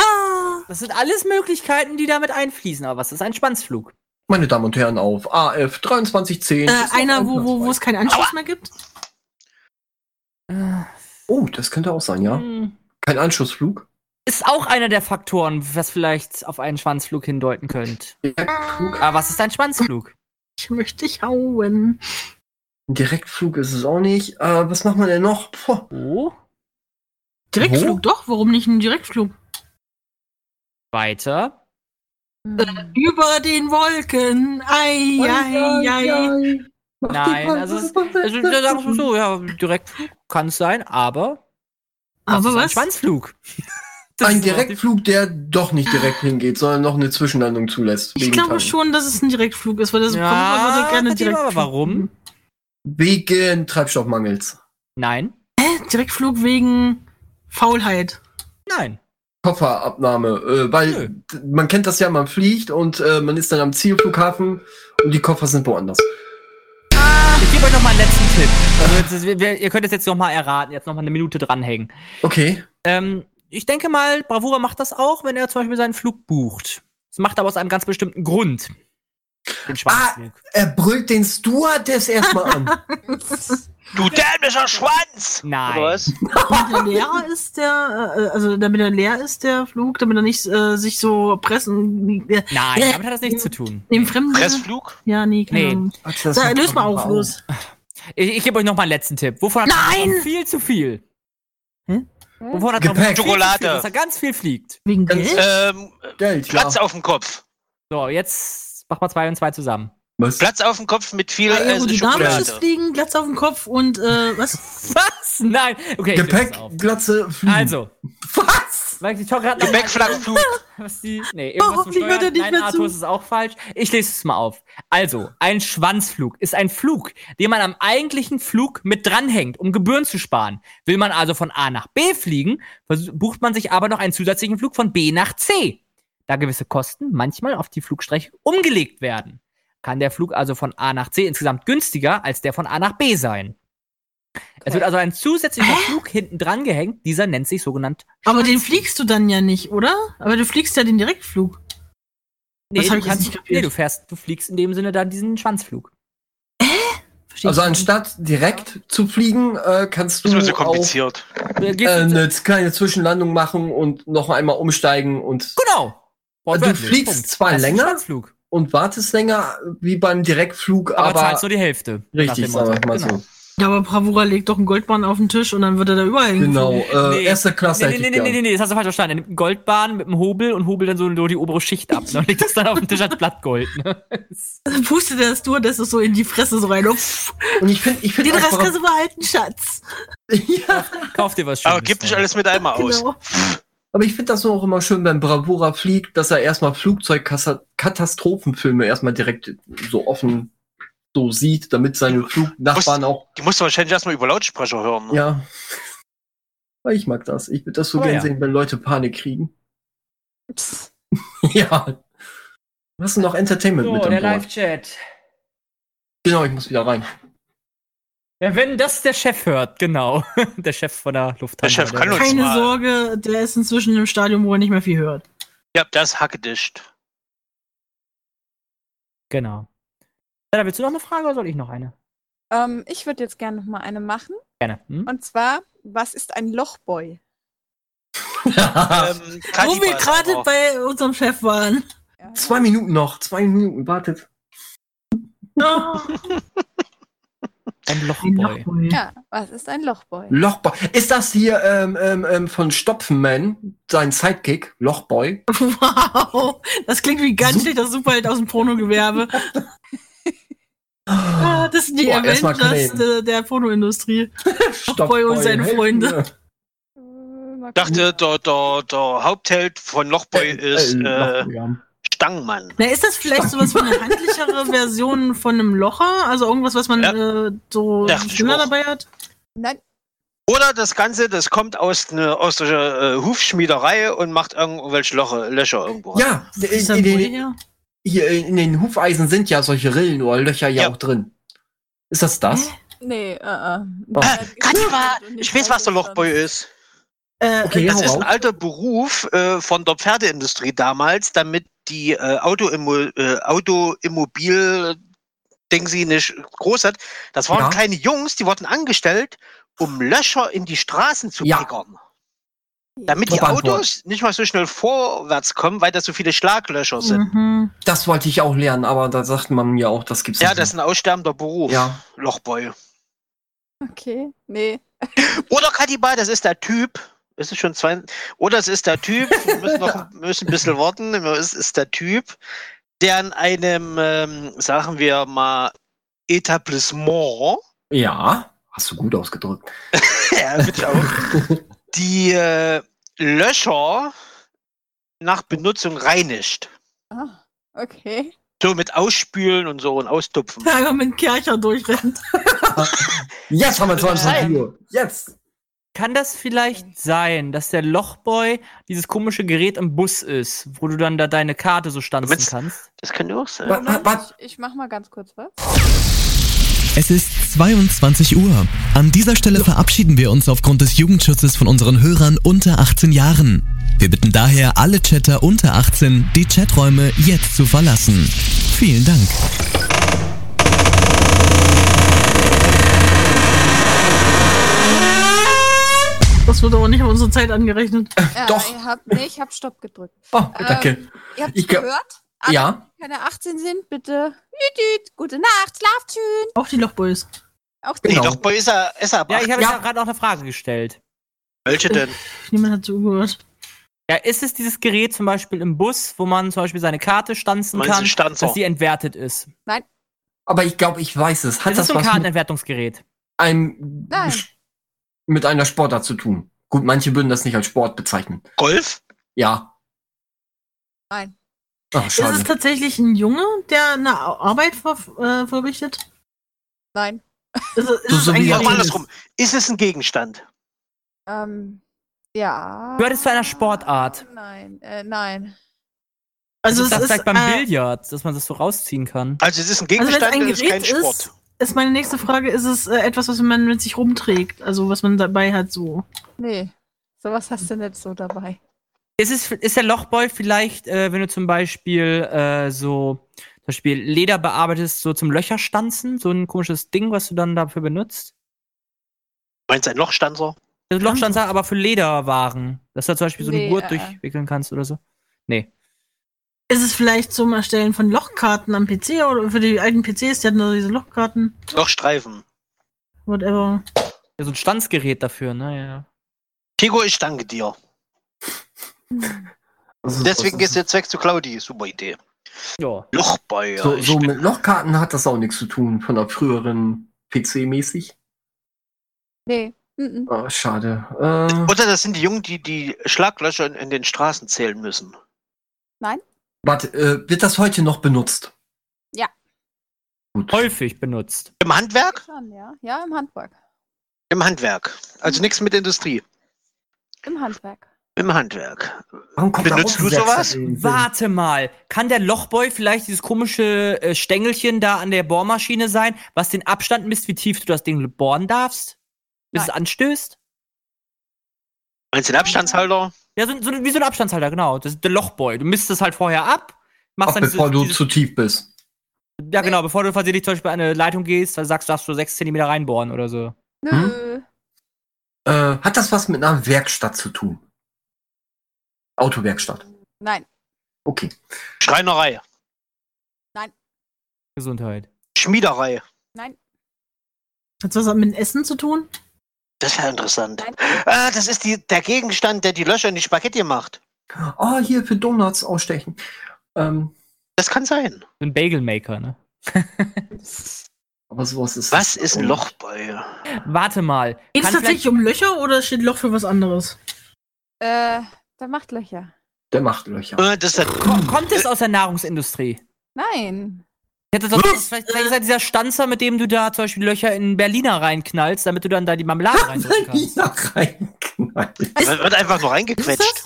D: Ah!
B: Das sind alles Möglichkeiten, die damit einfließen. Aber was ist ein Schwanzflug?
H: Meine Damen und Herren, auf AF 2310.
D: Äh, einer, wo, wo, wo es keinen Anschluss
G: Aua.
D: mehr gibt?
B: Äh,
H: Oh, das könnte auch sein,
D: Mhm.
H: ja.
B: hm.
H: Kein Anschlussflug.
B: Ist auch einer der Faktoren, was vielleicht auf einen Schwanzflug hindeuten könnte.
H: Direktflug,
B: Aber was ist ein Schwanzflug?
D: Ich möchte dich hauen.
H: Direktflug ist es auch nicht. Äh, was macht man denn noch? Puh.
B: Oh.
D: Direktflug, doch. Warum nicht ein Direktflug?
B: Weiter.
F: Hm.
D: Über den Wolken. Ei, ei, ei.
B: Nein, also es- Also, da sagen wir so, ja, Direktflug kann es sein, aber.
D: Aber
B: ist Ein
D: was?
B: Schwanzflug. Das
H: Ein
B: ist doch die-
H: Direktflug, der doch nicht direkt hingeht, sondern noch eine Zwischenlandung zulässt.
D: Ah. Ich
H: wegen
D: glaube
H: Tankung.
D: schon, dass es ein Direktflug ist, weil das
B: Ja,
D: würde gerne
B: Fatima,
D: direkt.
B: aber warum?
H: Wegen Treibstoffmangels.
B: Nein.
D: Direktflug wegen Faulheit.
B: Nein.
H: Kofferabnahme, äh, weil d- man kennt das ja, man fliegt und äh, man ist dann am Zielflughafen und die Koffer sind woanders.
B: Ich gebe euch noch mal einen letzten Tipp. Also, jetzt, ist- wir- wir- ihr könnt es jetzt noch mal erraten, jetzt noch mal eine Minute dranhängen.
H: Okay.
B: Ähm, ich denke mal, Bravura macht das auch, wenn er zum Beispiel seinen Flug bucht. Das macht er aber aus einem ganz bestimmten Grund. Den Schwanzflug.
H: Er brüllt den Stewardess erstmal an.
G: Du dämlicher Schwanz!
B: Nein.
G: Oder was?
D: Damit er leer ist der, äh, also damit er leer ist der Flug, damit er nicht äh, sich so pressen. Äh,
B: Nein,
D: Äh,
B: damit hat das nichts zu tun.
D: dem Fremden.
G: Pressflug?
D: Ja, nee, keine
B: Nee.
D: Ahnung.
H: Ach, das
D: Da,
H: macht
D: löst mal
H: doch
D: auf, los.
B: Ich, ich gebe euch noch mal einen letzten Tipp. Wovon hat
D: Nein!
B: viel zu viel? Hm?
D: Hä?
B: Wovon hat
H: Gepäck.
B: viel zu
G: Schokolade.
B: Viel, dass er ganz viel fliegt.
D: Wegen
H: Ganz-
D: Geld?
G: Ähm,
H: Geld, ja.
G: Platz auf dem Kopf.
B: So, jetzt machen wir zwei und zwei zusammen.
H: Was?
G: Platz auf dem Kopf mit
D: Ah,
G: viel äh,
D: Aerodynamisches
G: Schokolade.
D: Fliegen, Glatz auf dem Kopf und äh, was?
B: Was? Nein. Okay. ich löse
H: Gepäck,
B: das auf.
H: Glatze, Fliegen.
B: Also,
H: Was?
B: weil ich gerade noch
G: Gebäckflaggenflug.
B: Was die, nee, irgendwas
D: Hoffentlich
B: zum
D: hört er
B: Steuern.
D: nicht
B: Nein,
D: mehr
B: Arthur,
D: zu.
B: es ist auch falsch. Ich lese es mal auf. Also, ein Schwanzflug ist ein Flug, den man am eigentlichen Flug mit dranhängt, um Gebühren zu sparen. Will man also von A nach B fliegen, vers- bucht man sich aber noch einen zusätzlichen Flug von B nach C. Da gewisse Kosten manchmal auf die Flugstrecke umgelegt werden, kann der Flug also von A nach C insgesamt günstiger als der von A nach B sein. Es wird also ein zusätzlicher Flug hinten dran gehängt, dieser nennt sich sogenannt
D: Aber den fliegst du dann ja nicht, oder? Aber du fliegst ja den Direktflug.
B: Nee,
D: Das hab
B: du,
D: ich jetzt
B: kannst,
D: nicht
B: nee
D: kapiert.
B: du, fährst, du fliegst in dem Sinne dann diesen Schwanzflug.
D: Versteh
H: Also
D: ich nicht.
H: anstatt direkt zu fliegen, äh, kannst
G: Das
H: du
G: ist mir so
H: auch äh, ne.
G: kompliziert.
B: Äh, gehst du-
H: eine kleine Zwischenlandung machen und noch einmal umsteigen und,
B: genau. Wortwörtlich,
H: fliegst zwar
B: Das ist ein
H: länger,
B: Schwanzflug,
H: und wartest länger wie beim Direktflug,
B: aber,
H: aber,
B: zahlst nur die Hälfte. nach
H: richtig,
B: dem
H: sagen wir
B: Motto.
H: mal
B: Genau.
H: so.
D: Ja, aber Bravura legt doch einen Goldbahn auf den Tisch und dann wird er da überall
H: Genau, äh,
B: Nee.
H: erste Klasse
B: Nee, nee, nee, nee, nee, nee, das hast du falsch verstanden. Er nimmt einen Goldbahn mit einem Hobel und hobelt dann so nur die obere Schicht ab. ne, Und legt das dann auf den Tisch als Blattgold. Ne?
D: Dann pustet er das durch, das ist so in die Fresse so rein. Uff,
H: Und ich finde, ich
D: den
H: finde
D: Rest kannst du behalten, Schatz.
H: ja,
B: Kauf dir was Schönes.
G: Aber gib nicht
B: ne?
G: alles mit einmal aus.
D: Genau.
H: aber ich finde das auch immer schön, wenn Bravura fliegt, dass er erstmal Flugzeugkatastrophenfilme erstmal direkt so offen so sieht, damit seine Flugnachbarn auch,
G: Die musst du wahrscheinlich erstmal über Lautsprecher hören. Ne?
H: ja. Weil Ich mag das. Ich würde das so
B: Oh,
H: gern
B: ja.
H: sehen, wenn Leute Panik kriegen. ja. Du hast noch Entertainment mit
B: So, der
H: an Bord.
B: Live-Chat.
H: Genau, ich muss wieder rein.
B: Ja, wenn das der Chef hört, genau. Der Chef von der Lufthansa.
G: Der Chef kann
B: oder-
G: uns-
D: Keine
G: mal.
D: Sorge, der ist inzwischen im Stadium, wo er nicht mehr viel hört.
G: Ja, das hackedischt.
B: Genau. Da willst du noch eine Frage oder soll ich noch eine?
F: Ähm, ich würde jetzt gerne noch mal eine machen.
B: Gerne. Hm?
F: Und zwar, was ist ein Lochboy?
G: Ähm,
D: Wo wir gerade
G: bei
D: bei unserem Chef waren.
F: Ja.
H: Zwei Minuten noch, zwei Minuten, wartet.
B: Ein Lochboy.
F: ja, was ist ein Lochboy?
H: Lochboy. Ist das hier ähm, ähm, ähm, von Stopfenman, sein Sidekick, Lochboy?
D: Wow, das klingt wie ein ganz schlechter Superheld aus dem Pornogewerbe. Ah, das sind die
H: Boah, erst mal
D: Avengers äh,
H: claimen.
D: der, der Pornoindustrie. Lochboy und seine
H: helf
D: Freunde.
H: mir.
F: Äh, mal gucken.
G: dachte, der, der, der Hauptheld von Lochboy ist äh,
H: Lochboy, ja.
G: Stangenmann.
D: Na, ist das vielleicht sowas wie eine handlichere Version von einem Locher? Also irgendwas, was man äh, so
G: Dachte ich
D: schneller
G: auch.
D: dabei hat?
F: Nein,
G: Oder das Ganze, das kommt aus, ne, aus der äh, Hufschmiederei und macht irgendwelche Loche, Löcher irgendwo. rein.
H: Ja,
D: Ist
H: in,
D: dann
H: in,
D: wohl
H: den,
D: her?
H: hier in den Hufeisen sind ja solche Rillen oder Löcher ja,
G: Ja.
H: auch drin. Ist das das?
F: Nee, äh, äh.
H: Oh.
G: Äh, Katja, ich weiß, was der Lochboy ist.
D: Äh,
H: Okay,
G: Das
H: hau
G: ist ein
H: raus.
G: alter Beruf äh, von der Pferdeindustrie damals, damit die äh, Autoimmo äh, Autoimmobil Ding sie nicht groß hat. Das waren
H: Ja.
G: kleine Jungs, die wurden angestellt, um Löcher in die Straßen zu
H: Ja.
G: pickern. Damit die
H: Top Antwort.
G: Autos nicht mal so schnell vorwärts kommen, weil da so viele Schlaglöcher sind.
D: mhm.
H: Das wollte ich auch lernen, aber da sagt man mir auch, das gibt's
G: Ja,
H: nicht.
G: das ist ein aussterbender Beruf.
H: Ja.
G: Lochboy.
F: Okay, nee.
G: Oder Kadiba, das ist der Typ. Ist es schon zwei? Oder es ist der Typ, wir müssen noch müssen ein bisschen warten, es ist der Typ, der in einem, ähm, sagen wir mal, Etablissement,
H: Ja, hast du gut ausgedrückt.
G: ja, find ich auch, die äh, Löcher nach Benutzung reinigt.
F: Ah, okay.
G: So mit Ausspülen und so und Austupfen.
D: Ärger mit Kercher durchrennt.
H: Jetzt haben wir 22
F: Nein.
H: Uhr. Jetzt.
B: Kann das vielleicht sein, dass der Lochboy dieses komische Gerät im Bus ist, wo du dann da deine Karte so stanzen
G: Witz.
B: kannst?
G: Das könnte auch sein.
H: Ah, Wa- wa- wa-
F: Ich, ich mach mal ganz kurz was.
A: Es ist 22 Uhr. An dieser Stelle verabschieden wir uns aufgrund des Jugendschutzes von unseren Hörern unter 18 Jahren. Wir bitten daher alle Chatter unter 18, die Chaträume jetzt zu verlassen. Vielen Dank.
D: Das wird aber nicht auf unsere Zeit angerechnet.
F: Ja,
H: Doch.
F: Ich hab, nee, ich hab Stopp gedrückt.
H: Oh, danke.
F: Ähm, ihr habt
H: Ich glaub-
F: gehört? Alle,
H: Ja.
F: die keine 18 sind, bitte. Jüt, jüt. Gute Nacht, schlaf schön.
D: Auch die Lochboys.
F: Auch die
G: Nee,
H: genau.
G: doch, bei ist er, ist er aber.
B: Ja, ich habe
H: ja.
B: ja gerade auch eine Frage gestellt.
G: Welche denn?
D: Niemand hat zugehört.
B: Ja, ist es dieses Gerät zum Beispiel im Bus, wo man zum Beispiel seine Karte stanzen
G: Meinst du
B: kann,
G: einen Stanzer?
B: dass sie entwertet ist?
H: Aber ich glaube, ich weiß es. Hat
B: Das ist
H: das,
B: so ein
H: was mit
B: Kartenentwertungsgerät.
H: einem
F: Nein.
H: mit einer Sportart zu tun? Gut, manche würden das nicht als Sport bezeichnen.
G: Golf?
H: Ja.
F: Nein.
H: Ach,
D: Ist
H: schade.
D: es tatsächlich ein Junge, der eine Ar- Arbeit ver äh, verrichtet?
F: Nein.
D: Ist, es- ist
H: So-
D: es
H: so wie
D: ein
H: Ja,
G: Ja,
H: auch
D: Gerät?
G: Nochmal
H: alles-
G: andersrum. Ist es ein Gegenstand?
F: Ähm, ja.
B: Gehört es zu einer Sportart?
F: Nein, äh, nein.
D: Also
B: das
D: es
B: ist
D: ist,
B: beim
D: äh,
B: Billard, dass man das so rausziehen kann.
G: Also es ist ein
D: also wenn es
G: Gegenstand,
D: ein
G: es ist kein
D: Gerät
G: Sport.
D: ist, ist meine nächste Frage, ist es äh, etwas, was man mit sich rumträgt? Also was man dabei hat so.
F: Nee. Sowas hast du nicht so dabei.
B: Ist, es, ist der Lochboy vielleicht, äh, wenn du zum Beispiel äh, so zum Beispiel Leder bearbeitest, so zum Löcherstanzen, so ein komisches Ding, was du dann dafür benutzt?
G: Meinst du ein Lochstanzer?
B: Also Lochstanzer, aber für Lederwaren. Dass du da zum Beispiel so eine
F: Nee,
B: Gurt
F: äh, äh.
B: durchwickeln kannst oder so.
D: Ist es vielleicht zum Erstellen von Lochkarten am PC oder für die alten PCs, die hatten da diese Lochkarten,
G: Lochstreifen.
D: whatever.
B: Ja, so ein Stanzgerät dafür, ne?
G: Pico, ich danke dir.
H: Das ist-
G: Deswegen
H: das
G: gehst
H: ist-
G: du jetzt weg zu Claudi. Super Idee.
B: Ja. ja.
G: Lochbäuer.
H: So,
G: ich
H: so
G: bin-
H: mit Lochkarten hat das auch nichts zu tun von der früheren PC-mäßig.
F: Nee. mhm.
H: Ah, schade. Äh,
G: Oder das sind die Jungen, die die Schlaglöcher in, in den Straßen zählen müssen.
H: warte, äh, wird das heute noch benutzt?
F: Ja.
H: Gut.
B: Häufig benutzt.
G: Im Handwerk?
F: Schon, ja. Ja, im Handwerk.
G: Im Handwerk. Also nichts mit Industrie.
F: Im Handwerk.
G: Im Handwerk.
H: Warum kommt da
G: Benutzt du
H: Ochsensex
G: sowas?
H: in den Sinn?
B: Warte mal, kann der Lochboy vielleicht dieses komische äh, Stängelchen da an der Bohrmaschine sein, was den Abstand misst, wie tief du das Ding bohren darfst? Bis es
F: Nein.
B: anstößt?
G: Meinst du den Abstandshalter?
B: Ja, so, so, wie so ein Abstandshalter, genau. Das ist der Lochboy. Du misst das halt vorher ab,
H: Ach,
B: machst dann
H: bevor du
B: dieses,
H: zu tief bist.
B: Ja, genau, bevor du versehentlich zum Beispiel an eine Leitung gehst, dann sagst du, darfst du 6 cm reinbohren oder so.
F: Nö.
B: Hm?
H: Äh, hat das was mit einer Werkstatt zu tun? Autowerkstatt.
F: Nein.
H: Okay.
G: Schreinerei.
B: Gesundheit.
G: Schmiederei.
D: Hat das was mit Essen zu tun?
G: Das wäre interessant.
F: Nein.
G: Ah, das ist die, der Gegenstand, der die Löcher in die Spaghetti macht.
H: Oh, hier für Donuts ausstechen. Ähm,
G: Das kann sein.
B: Ein Bagelmaker, ne?
H: aber sowas ist.
G: Was ist ein Lochbäuer?
B: Warte mal.
D: Geht es
B: kann vielleicht-
D: tatsächlich um Löcher oder steht Loch für was anderes?
F: Äh, der macht Löcher.
G: Äh.
H: Der macht Löcher.
G: Ah, Das ist der
B: Kommt es aus der Nahrungsindustrie?
F: Nein.
B: Hätte doch, das ist vielleicht, vielleicht ist ja dieser Stanzer, mit dem du da zum Beispiel Löcher in Berliner reinknallst, damit du dann da die Marmelade reindrücken kannst.
H: Lisa reinknallt.
G: Man wird einfach nur reingequetscht.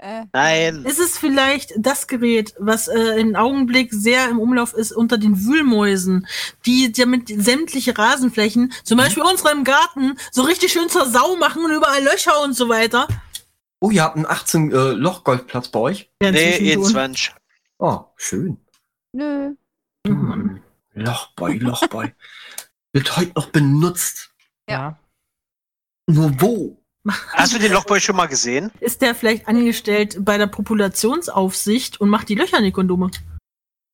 F: Äh,
G: Nein.
D: Ist es vielleicht das Gerät, was äh, im Augenblick sehr im Umlauf ist unter den Wühlmäusen, die damit sämtliche Rasenflächen,
G: Mhm.
D: zum Beispiel unsere im Garten, so richtig schön zur Sau machen und überall Löcher und so weiter?
H: Oh, ihr habt einen 18-Loch-Golfplatz bei euch?
D: Ja,
G: Nee,
D: inzwischen
G: eh
D: schon.
G: 20.
H: Oh, schön.
F: nö.
D: Mhm.
H: Hm. Loch bei, Loch bei. Wird heute noch benutzt.
B: Ja.
H: Nur wo?
G: Hast du den Lochboy schon mal gesehen?
D: ist der vielleicht angestellt bei der Populationsaufsicht und macht die Löcher in die Kondome?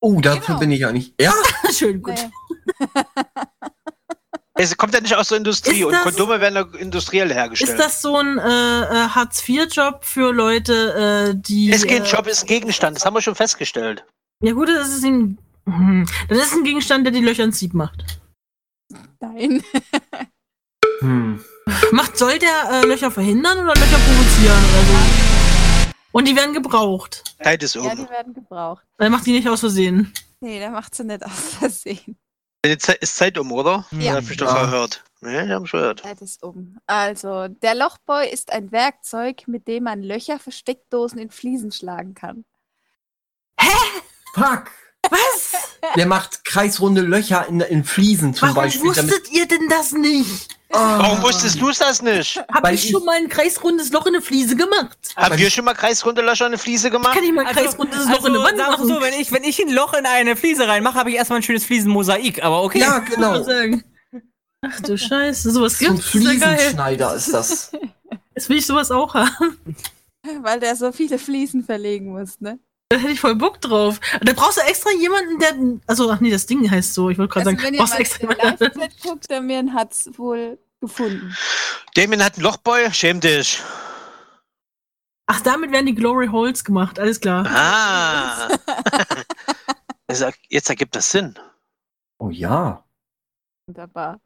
H: Oh, dafür
F: Genau.
H: bin ich ja nicht. Ja?
D: Ah. schön, gut.
F: Nee.
G: Es kommt ja nicht aus der Industrie
D: Ist
G: und
D: das-
G: Kondome werden ja industriell
D: Ist
G: hergestellt.
D: das so ein äh, äh, Hartz-IV-Job für Leute, äh, die.
G: Es geht,
D: äh,
G: Job ist ein Gegenstand, das haben wir schon festgestellt.
D: Ja, gut, das ist ein. Hm. Das ist ein Gegenstand, der die Löcher ins Sieb macht.
F: Nein.
H: Hm.
D: Macht, soll der äh, Löcher verhindern oder Löcher provozieren oder so? Und die werden gebraucht.
G: Zeit ist
F: Ja,
G: um.
F: die werden gebraucht.
D: Er macht die nicht aus Versehen.
F: Nee, der macht sie nicht aus Versehen.
G: Die Ze- Ist Zeit um, oder?
B: Hm.
F: Ja.
G: Hab ich doch
H: Ja.
G: verhört. Ja, ich hab schon gehört.
F: Zeit ist um. Also, der Lochboy ist ein Werkzeug, mit dem man Löcher für Steckdosen in Fliesen schlagen kann.
H: Fuck. Was? Der macht kreisrunde Löcher in, in Fliesen zum
D: Warum Oh,
H: Beispiel. Damit, Ah,
D: wusstet ihr denn das nicht?
G: Warum wusstest du das nicht?
D: Hab
H: Weil
D: ich
H: ich-
D: schon mal ein kreisrundes Loch in eine Fliese gemacht?
G: Haben wir schon mal kreisrunde Löcher in eine Fliese gemacht?
D: Kann ich mal ein kreisrundes Loch in eine Wand
B: sagen wir
D: machen?
B: Also, so, wenn ich, wenn ich ein Loch in eine Fliese reinmache, habe ich erstmal ein schönes Fliesenmosaik, aber okay.
H: ja, genau.
D: sagen. Ach du Scheiße, sowas
H: So ein
D: gibt's. Ist ja geil.
H: Fliesenschneider ist das.
D: Jetzt will ich sowas auch haben.
F: Weil der so viele Fliesen verlegen muss, ne?
D: Da hätte ich voll Bock drauf. Da brauchst du extra jemanden, der. Also, ach nee, das Ding heißt so. Ich wollte gerade
F: Also,
D: sagen,
F: wenn ihr
D: brauchst
F: mal
D: du extra
F: im
D: jemanden.
F: Live-Chat guckt, der Mirren hat's wohl gefunden.
G: Damien hat einen Lochboy, schäm dich.
D: Ach, damit werden die Glory Holes gemacht, alles klar.
G: Ah. Es er- Jetzt ergibt das Sinn.
H: Oh ja.
F: Wunderbar.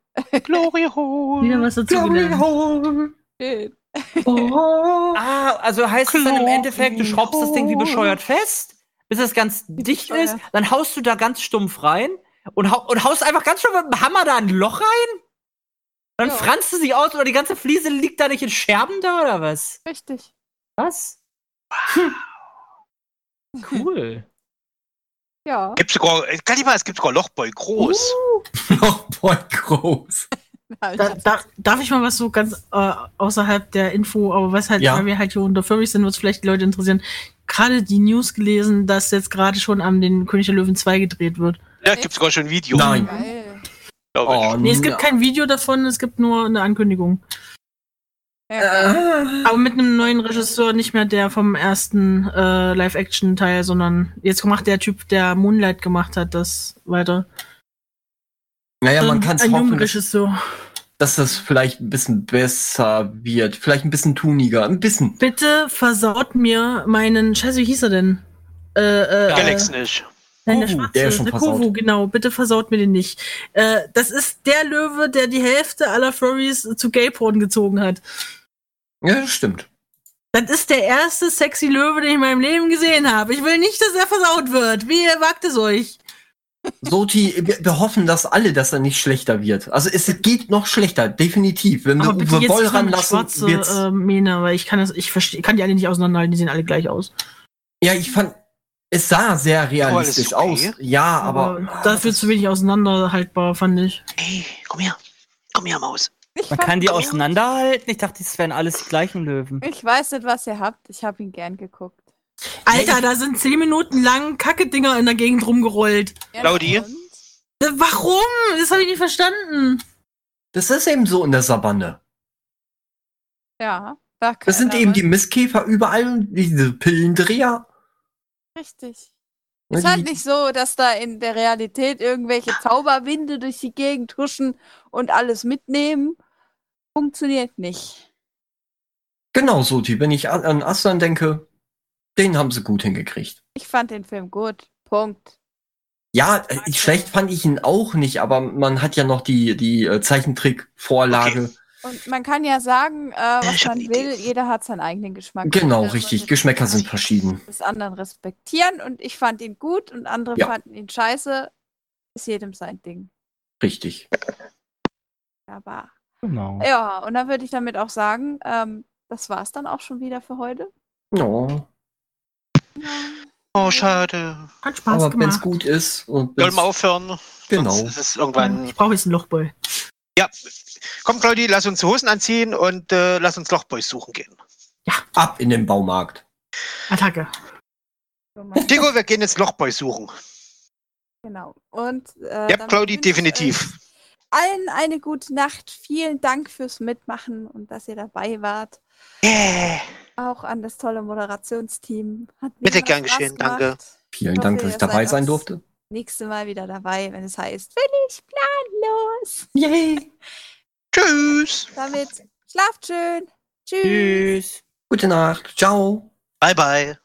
G: Glory
D: Wieder
G: Hole.
D: was dazu gelernt.
F: Schön.
H: Oh.
B: Ah, also heißt es dann im Endeffekt, du schraubst das Ding wie bescheuert fest, bis es ganz dicht
F: bescheuert.
B: ist, dann haust du da ganz stumpf rein und, hau und haust einfach ganz stumpf mit dem Hammer da ein Loch rein? Dann
F: Ja.
B: franzt du sie aus oder die ganze Fliese liegt da nicht in Scherben da oder was?
F: Richtig.
B: Was? Cool.
F: Ja.
G: Gibt's sogar, äh, kann ich mal, es gibt sogar Lochboy groß.
D: Uh.
H: Noch voll groß.
D: Da, da, darf ich mal was so ganz äh, außerhalb der Info, aber was halt,
H: Ja.
D: weil wir halt hier unter Firmig sind, wird vielleicht die Leute interessieren. Gerade die News gelesen, dass jetzt gerade schon am den König der Löwen 2 gedreht wird.
G: Ja, gibt sogar schon ein Video.
H: Nein.
F: Geil.
G: Glaub ich.
H: Oh,
D: Nee, es gibt
H: na.
D: kein Video davon, es gibt nur eine Ankündigung.
F: Ja,
H: Äh.
D: Aber mit einem neuen Regisseur, nicht mehr der vom ersten äh, Live-Action-Teil, sondern jetzt macht der Typ, der Moonlight gemacht hat, das weiter.
H: Naja, man kann es
D: Ein junger
H: hoffen, dass,
D: Regisseur.
H: dass das vielleicht ein bisschen besser wird. Vielleicht ein bisschen tuniger. Ein bisschen.
D: Bitte versaut mir meinen. Scheiße, wie hieß er denn? Äh, äh,
G: Galax
D: äh,
G: nicht.
D: nein, der
H: Kovu,
D: Schwarze.
H: der ist schon versaut.
D: Kovu, genau. Bitte versaut mir den nicht. Äh, das ist der Löwe, der die Hälfte aller Furries zu Gayporn gezogen hat.
H: Ja, das stimmt.
D: Das ist der erste sexy Löwe, den ich in meinem Leben gesehen habe. Ich will nicht, dass er versaut wird. Wie wagt es euch?
H: Soti, wir, wir hoffen, dass alle, dass er nicht schlechter wird. Also es geht noch schlechter, definitiv. Wenn wir
D: Aber bitte
H: Uwe
D: jetzt
H: Boll
D: nicht mehr mit
H: ranlassen,
D: schwarze
H: wird's.
D: äh, Mähne, weil ich kann das, ich verstehe, kann die alle nicht auseinanderhalten, die sehen alle gleich aus. äh,
H: ja, ich fand, es sah sehr realistisch
G: Oh, alles okay.
H: aus. Ja,
D: Aber,
H: Ah, aber,
D: dafür zu wenig auseinanderhaltbar, fand ich.
G: Hey, komm her. Komm her, Maus.
F: ich,
B: Man
F: fand-
B: kann die auseinanderhalten. Ich dachte, das wären alles die gleichen Löwen.
F: ich weiß nicht, was ihr habt. Ich habe ihn gern geguckt.
D: Alter, da sind zehn Minuten lang Kacke-Dinger in der Gegend rumgerollt.
G: Claudi?
F: Und?
D: Äh, Warum? Das habe ich nicht verstanden.
H: das ist eben so in der Savanne.
F: Ja. Da
H: Das sind
F: keiner
H: eben
F: was.
H: die Misskäfer überall und diese Pillendreher.
F: Richtig.
H: Ne,
F: ist halt
H: die-
F: nicht so, dass da in der Realität irgendwelche Zauberwinde durch die Gegend huschen und alles mitnehmen. Funktioniert nicht.
H: Genau, Soti, wenn ich an, an Aslan denke, den haben sie gut hingekriegt.
F: Ich fand den Film gut. Punkt.
H: Ja, äh, ich, schlecht fand ich ihn auch nicht, aber man hat ja noch die, die äh, Zeichentrick-Vorlage.
F: Und man kann ja sagen, äh, was
G: ich hab
F: man
G: eine
F: will, jeder hat seinen eigenen Geschmack.
H: Genau,
F: Jeder
H: richtig.
F: sollte
H: Geschmäcker sind verschieden.
F: des anderen respektieren und ich fand ihn gut und andere
H: Ja.
F: fanden ihn scheiße. Ist jedem sein Ding.
H: Richtig.
F: Aber
B: Genau.
F: ja, und dann würde ich damit auch sagen, ähm, das war's dann auch schon wieder für heute.
H: Ja.
G: Oh, schade.
D: Hat Spaß
H: Aber wenn es
D: gemacht.
H: gut ist und
G: Sollen
H: wenn's-
G: wir aufhören?
H: genau.
G: Sonst ist es irgendwann.
D: Ich brauche jetzt einen Lochboy.
G: Ja. Komm, Claudi, lass uns die Hosen anziehen und äh, lass uns Lochboys suchen gehen.
H: Ab in den Baumarkt.
D: Attacke.
G: Diego, wir gehen jetzt Lochboys suchen.
F: Genau. Und äh,
G: Ja,
F: dann wünsche
G: Claudi,
F: ich
G: definitiv.
F: euch Allen eine gute Nacht. Vielen Dank fürs Mitmachen und dass ihr dabei wart.
G: Yeah.
F: Auch an das tolle Moderationsteam. Hat mir
G: Bitte
F: immer
G: gern
F: Spaß
G: geschehen,
F: gemacht.
G: danke.
H: Vielen
F: Ich
H: Dank,
F: hoffe,
H: dass ich
F: ihr
H: dabei
F: seid
H: sein
F: aufs-
H: durfte.
F: Nächste Mal wieder dabei, wenn es heißt, völlig planlos.
D: Yay.
G: Tschüss.
F: Damit schlaft schön. Tschüss.
B: Tschüss.
H: Gute Nacht. Ciao.
G: Bye, bye.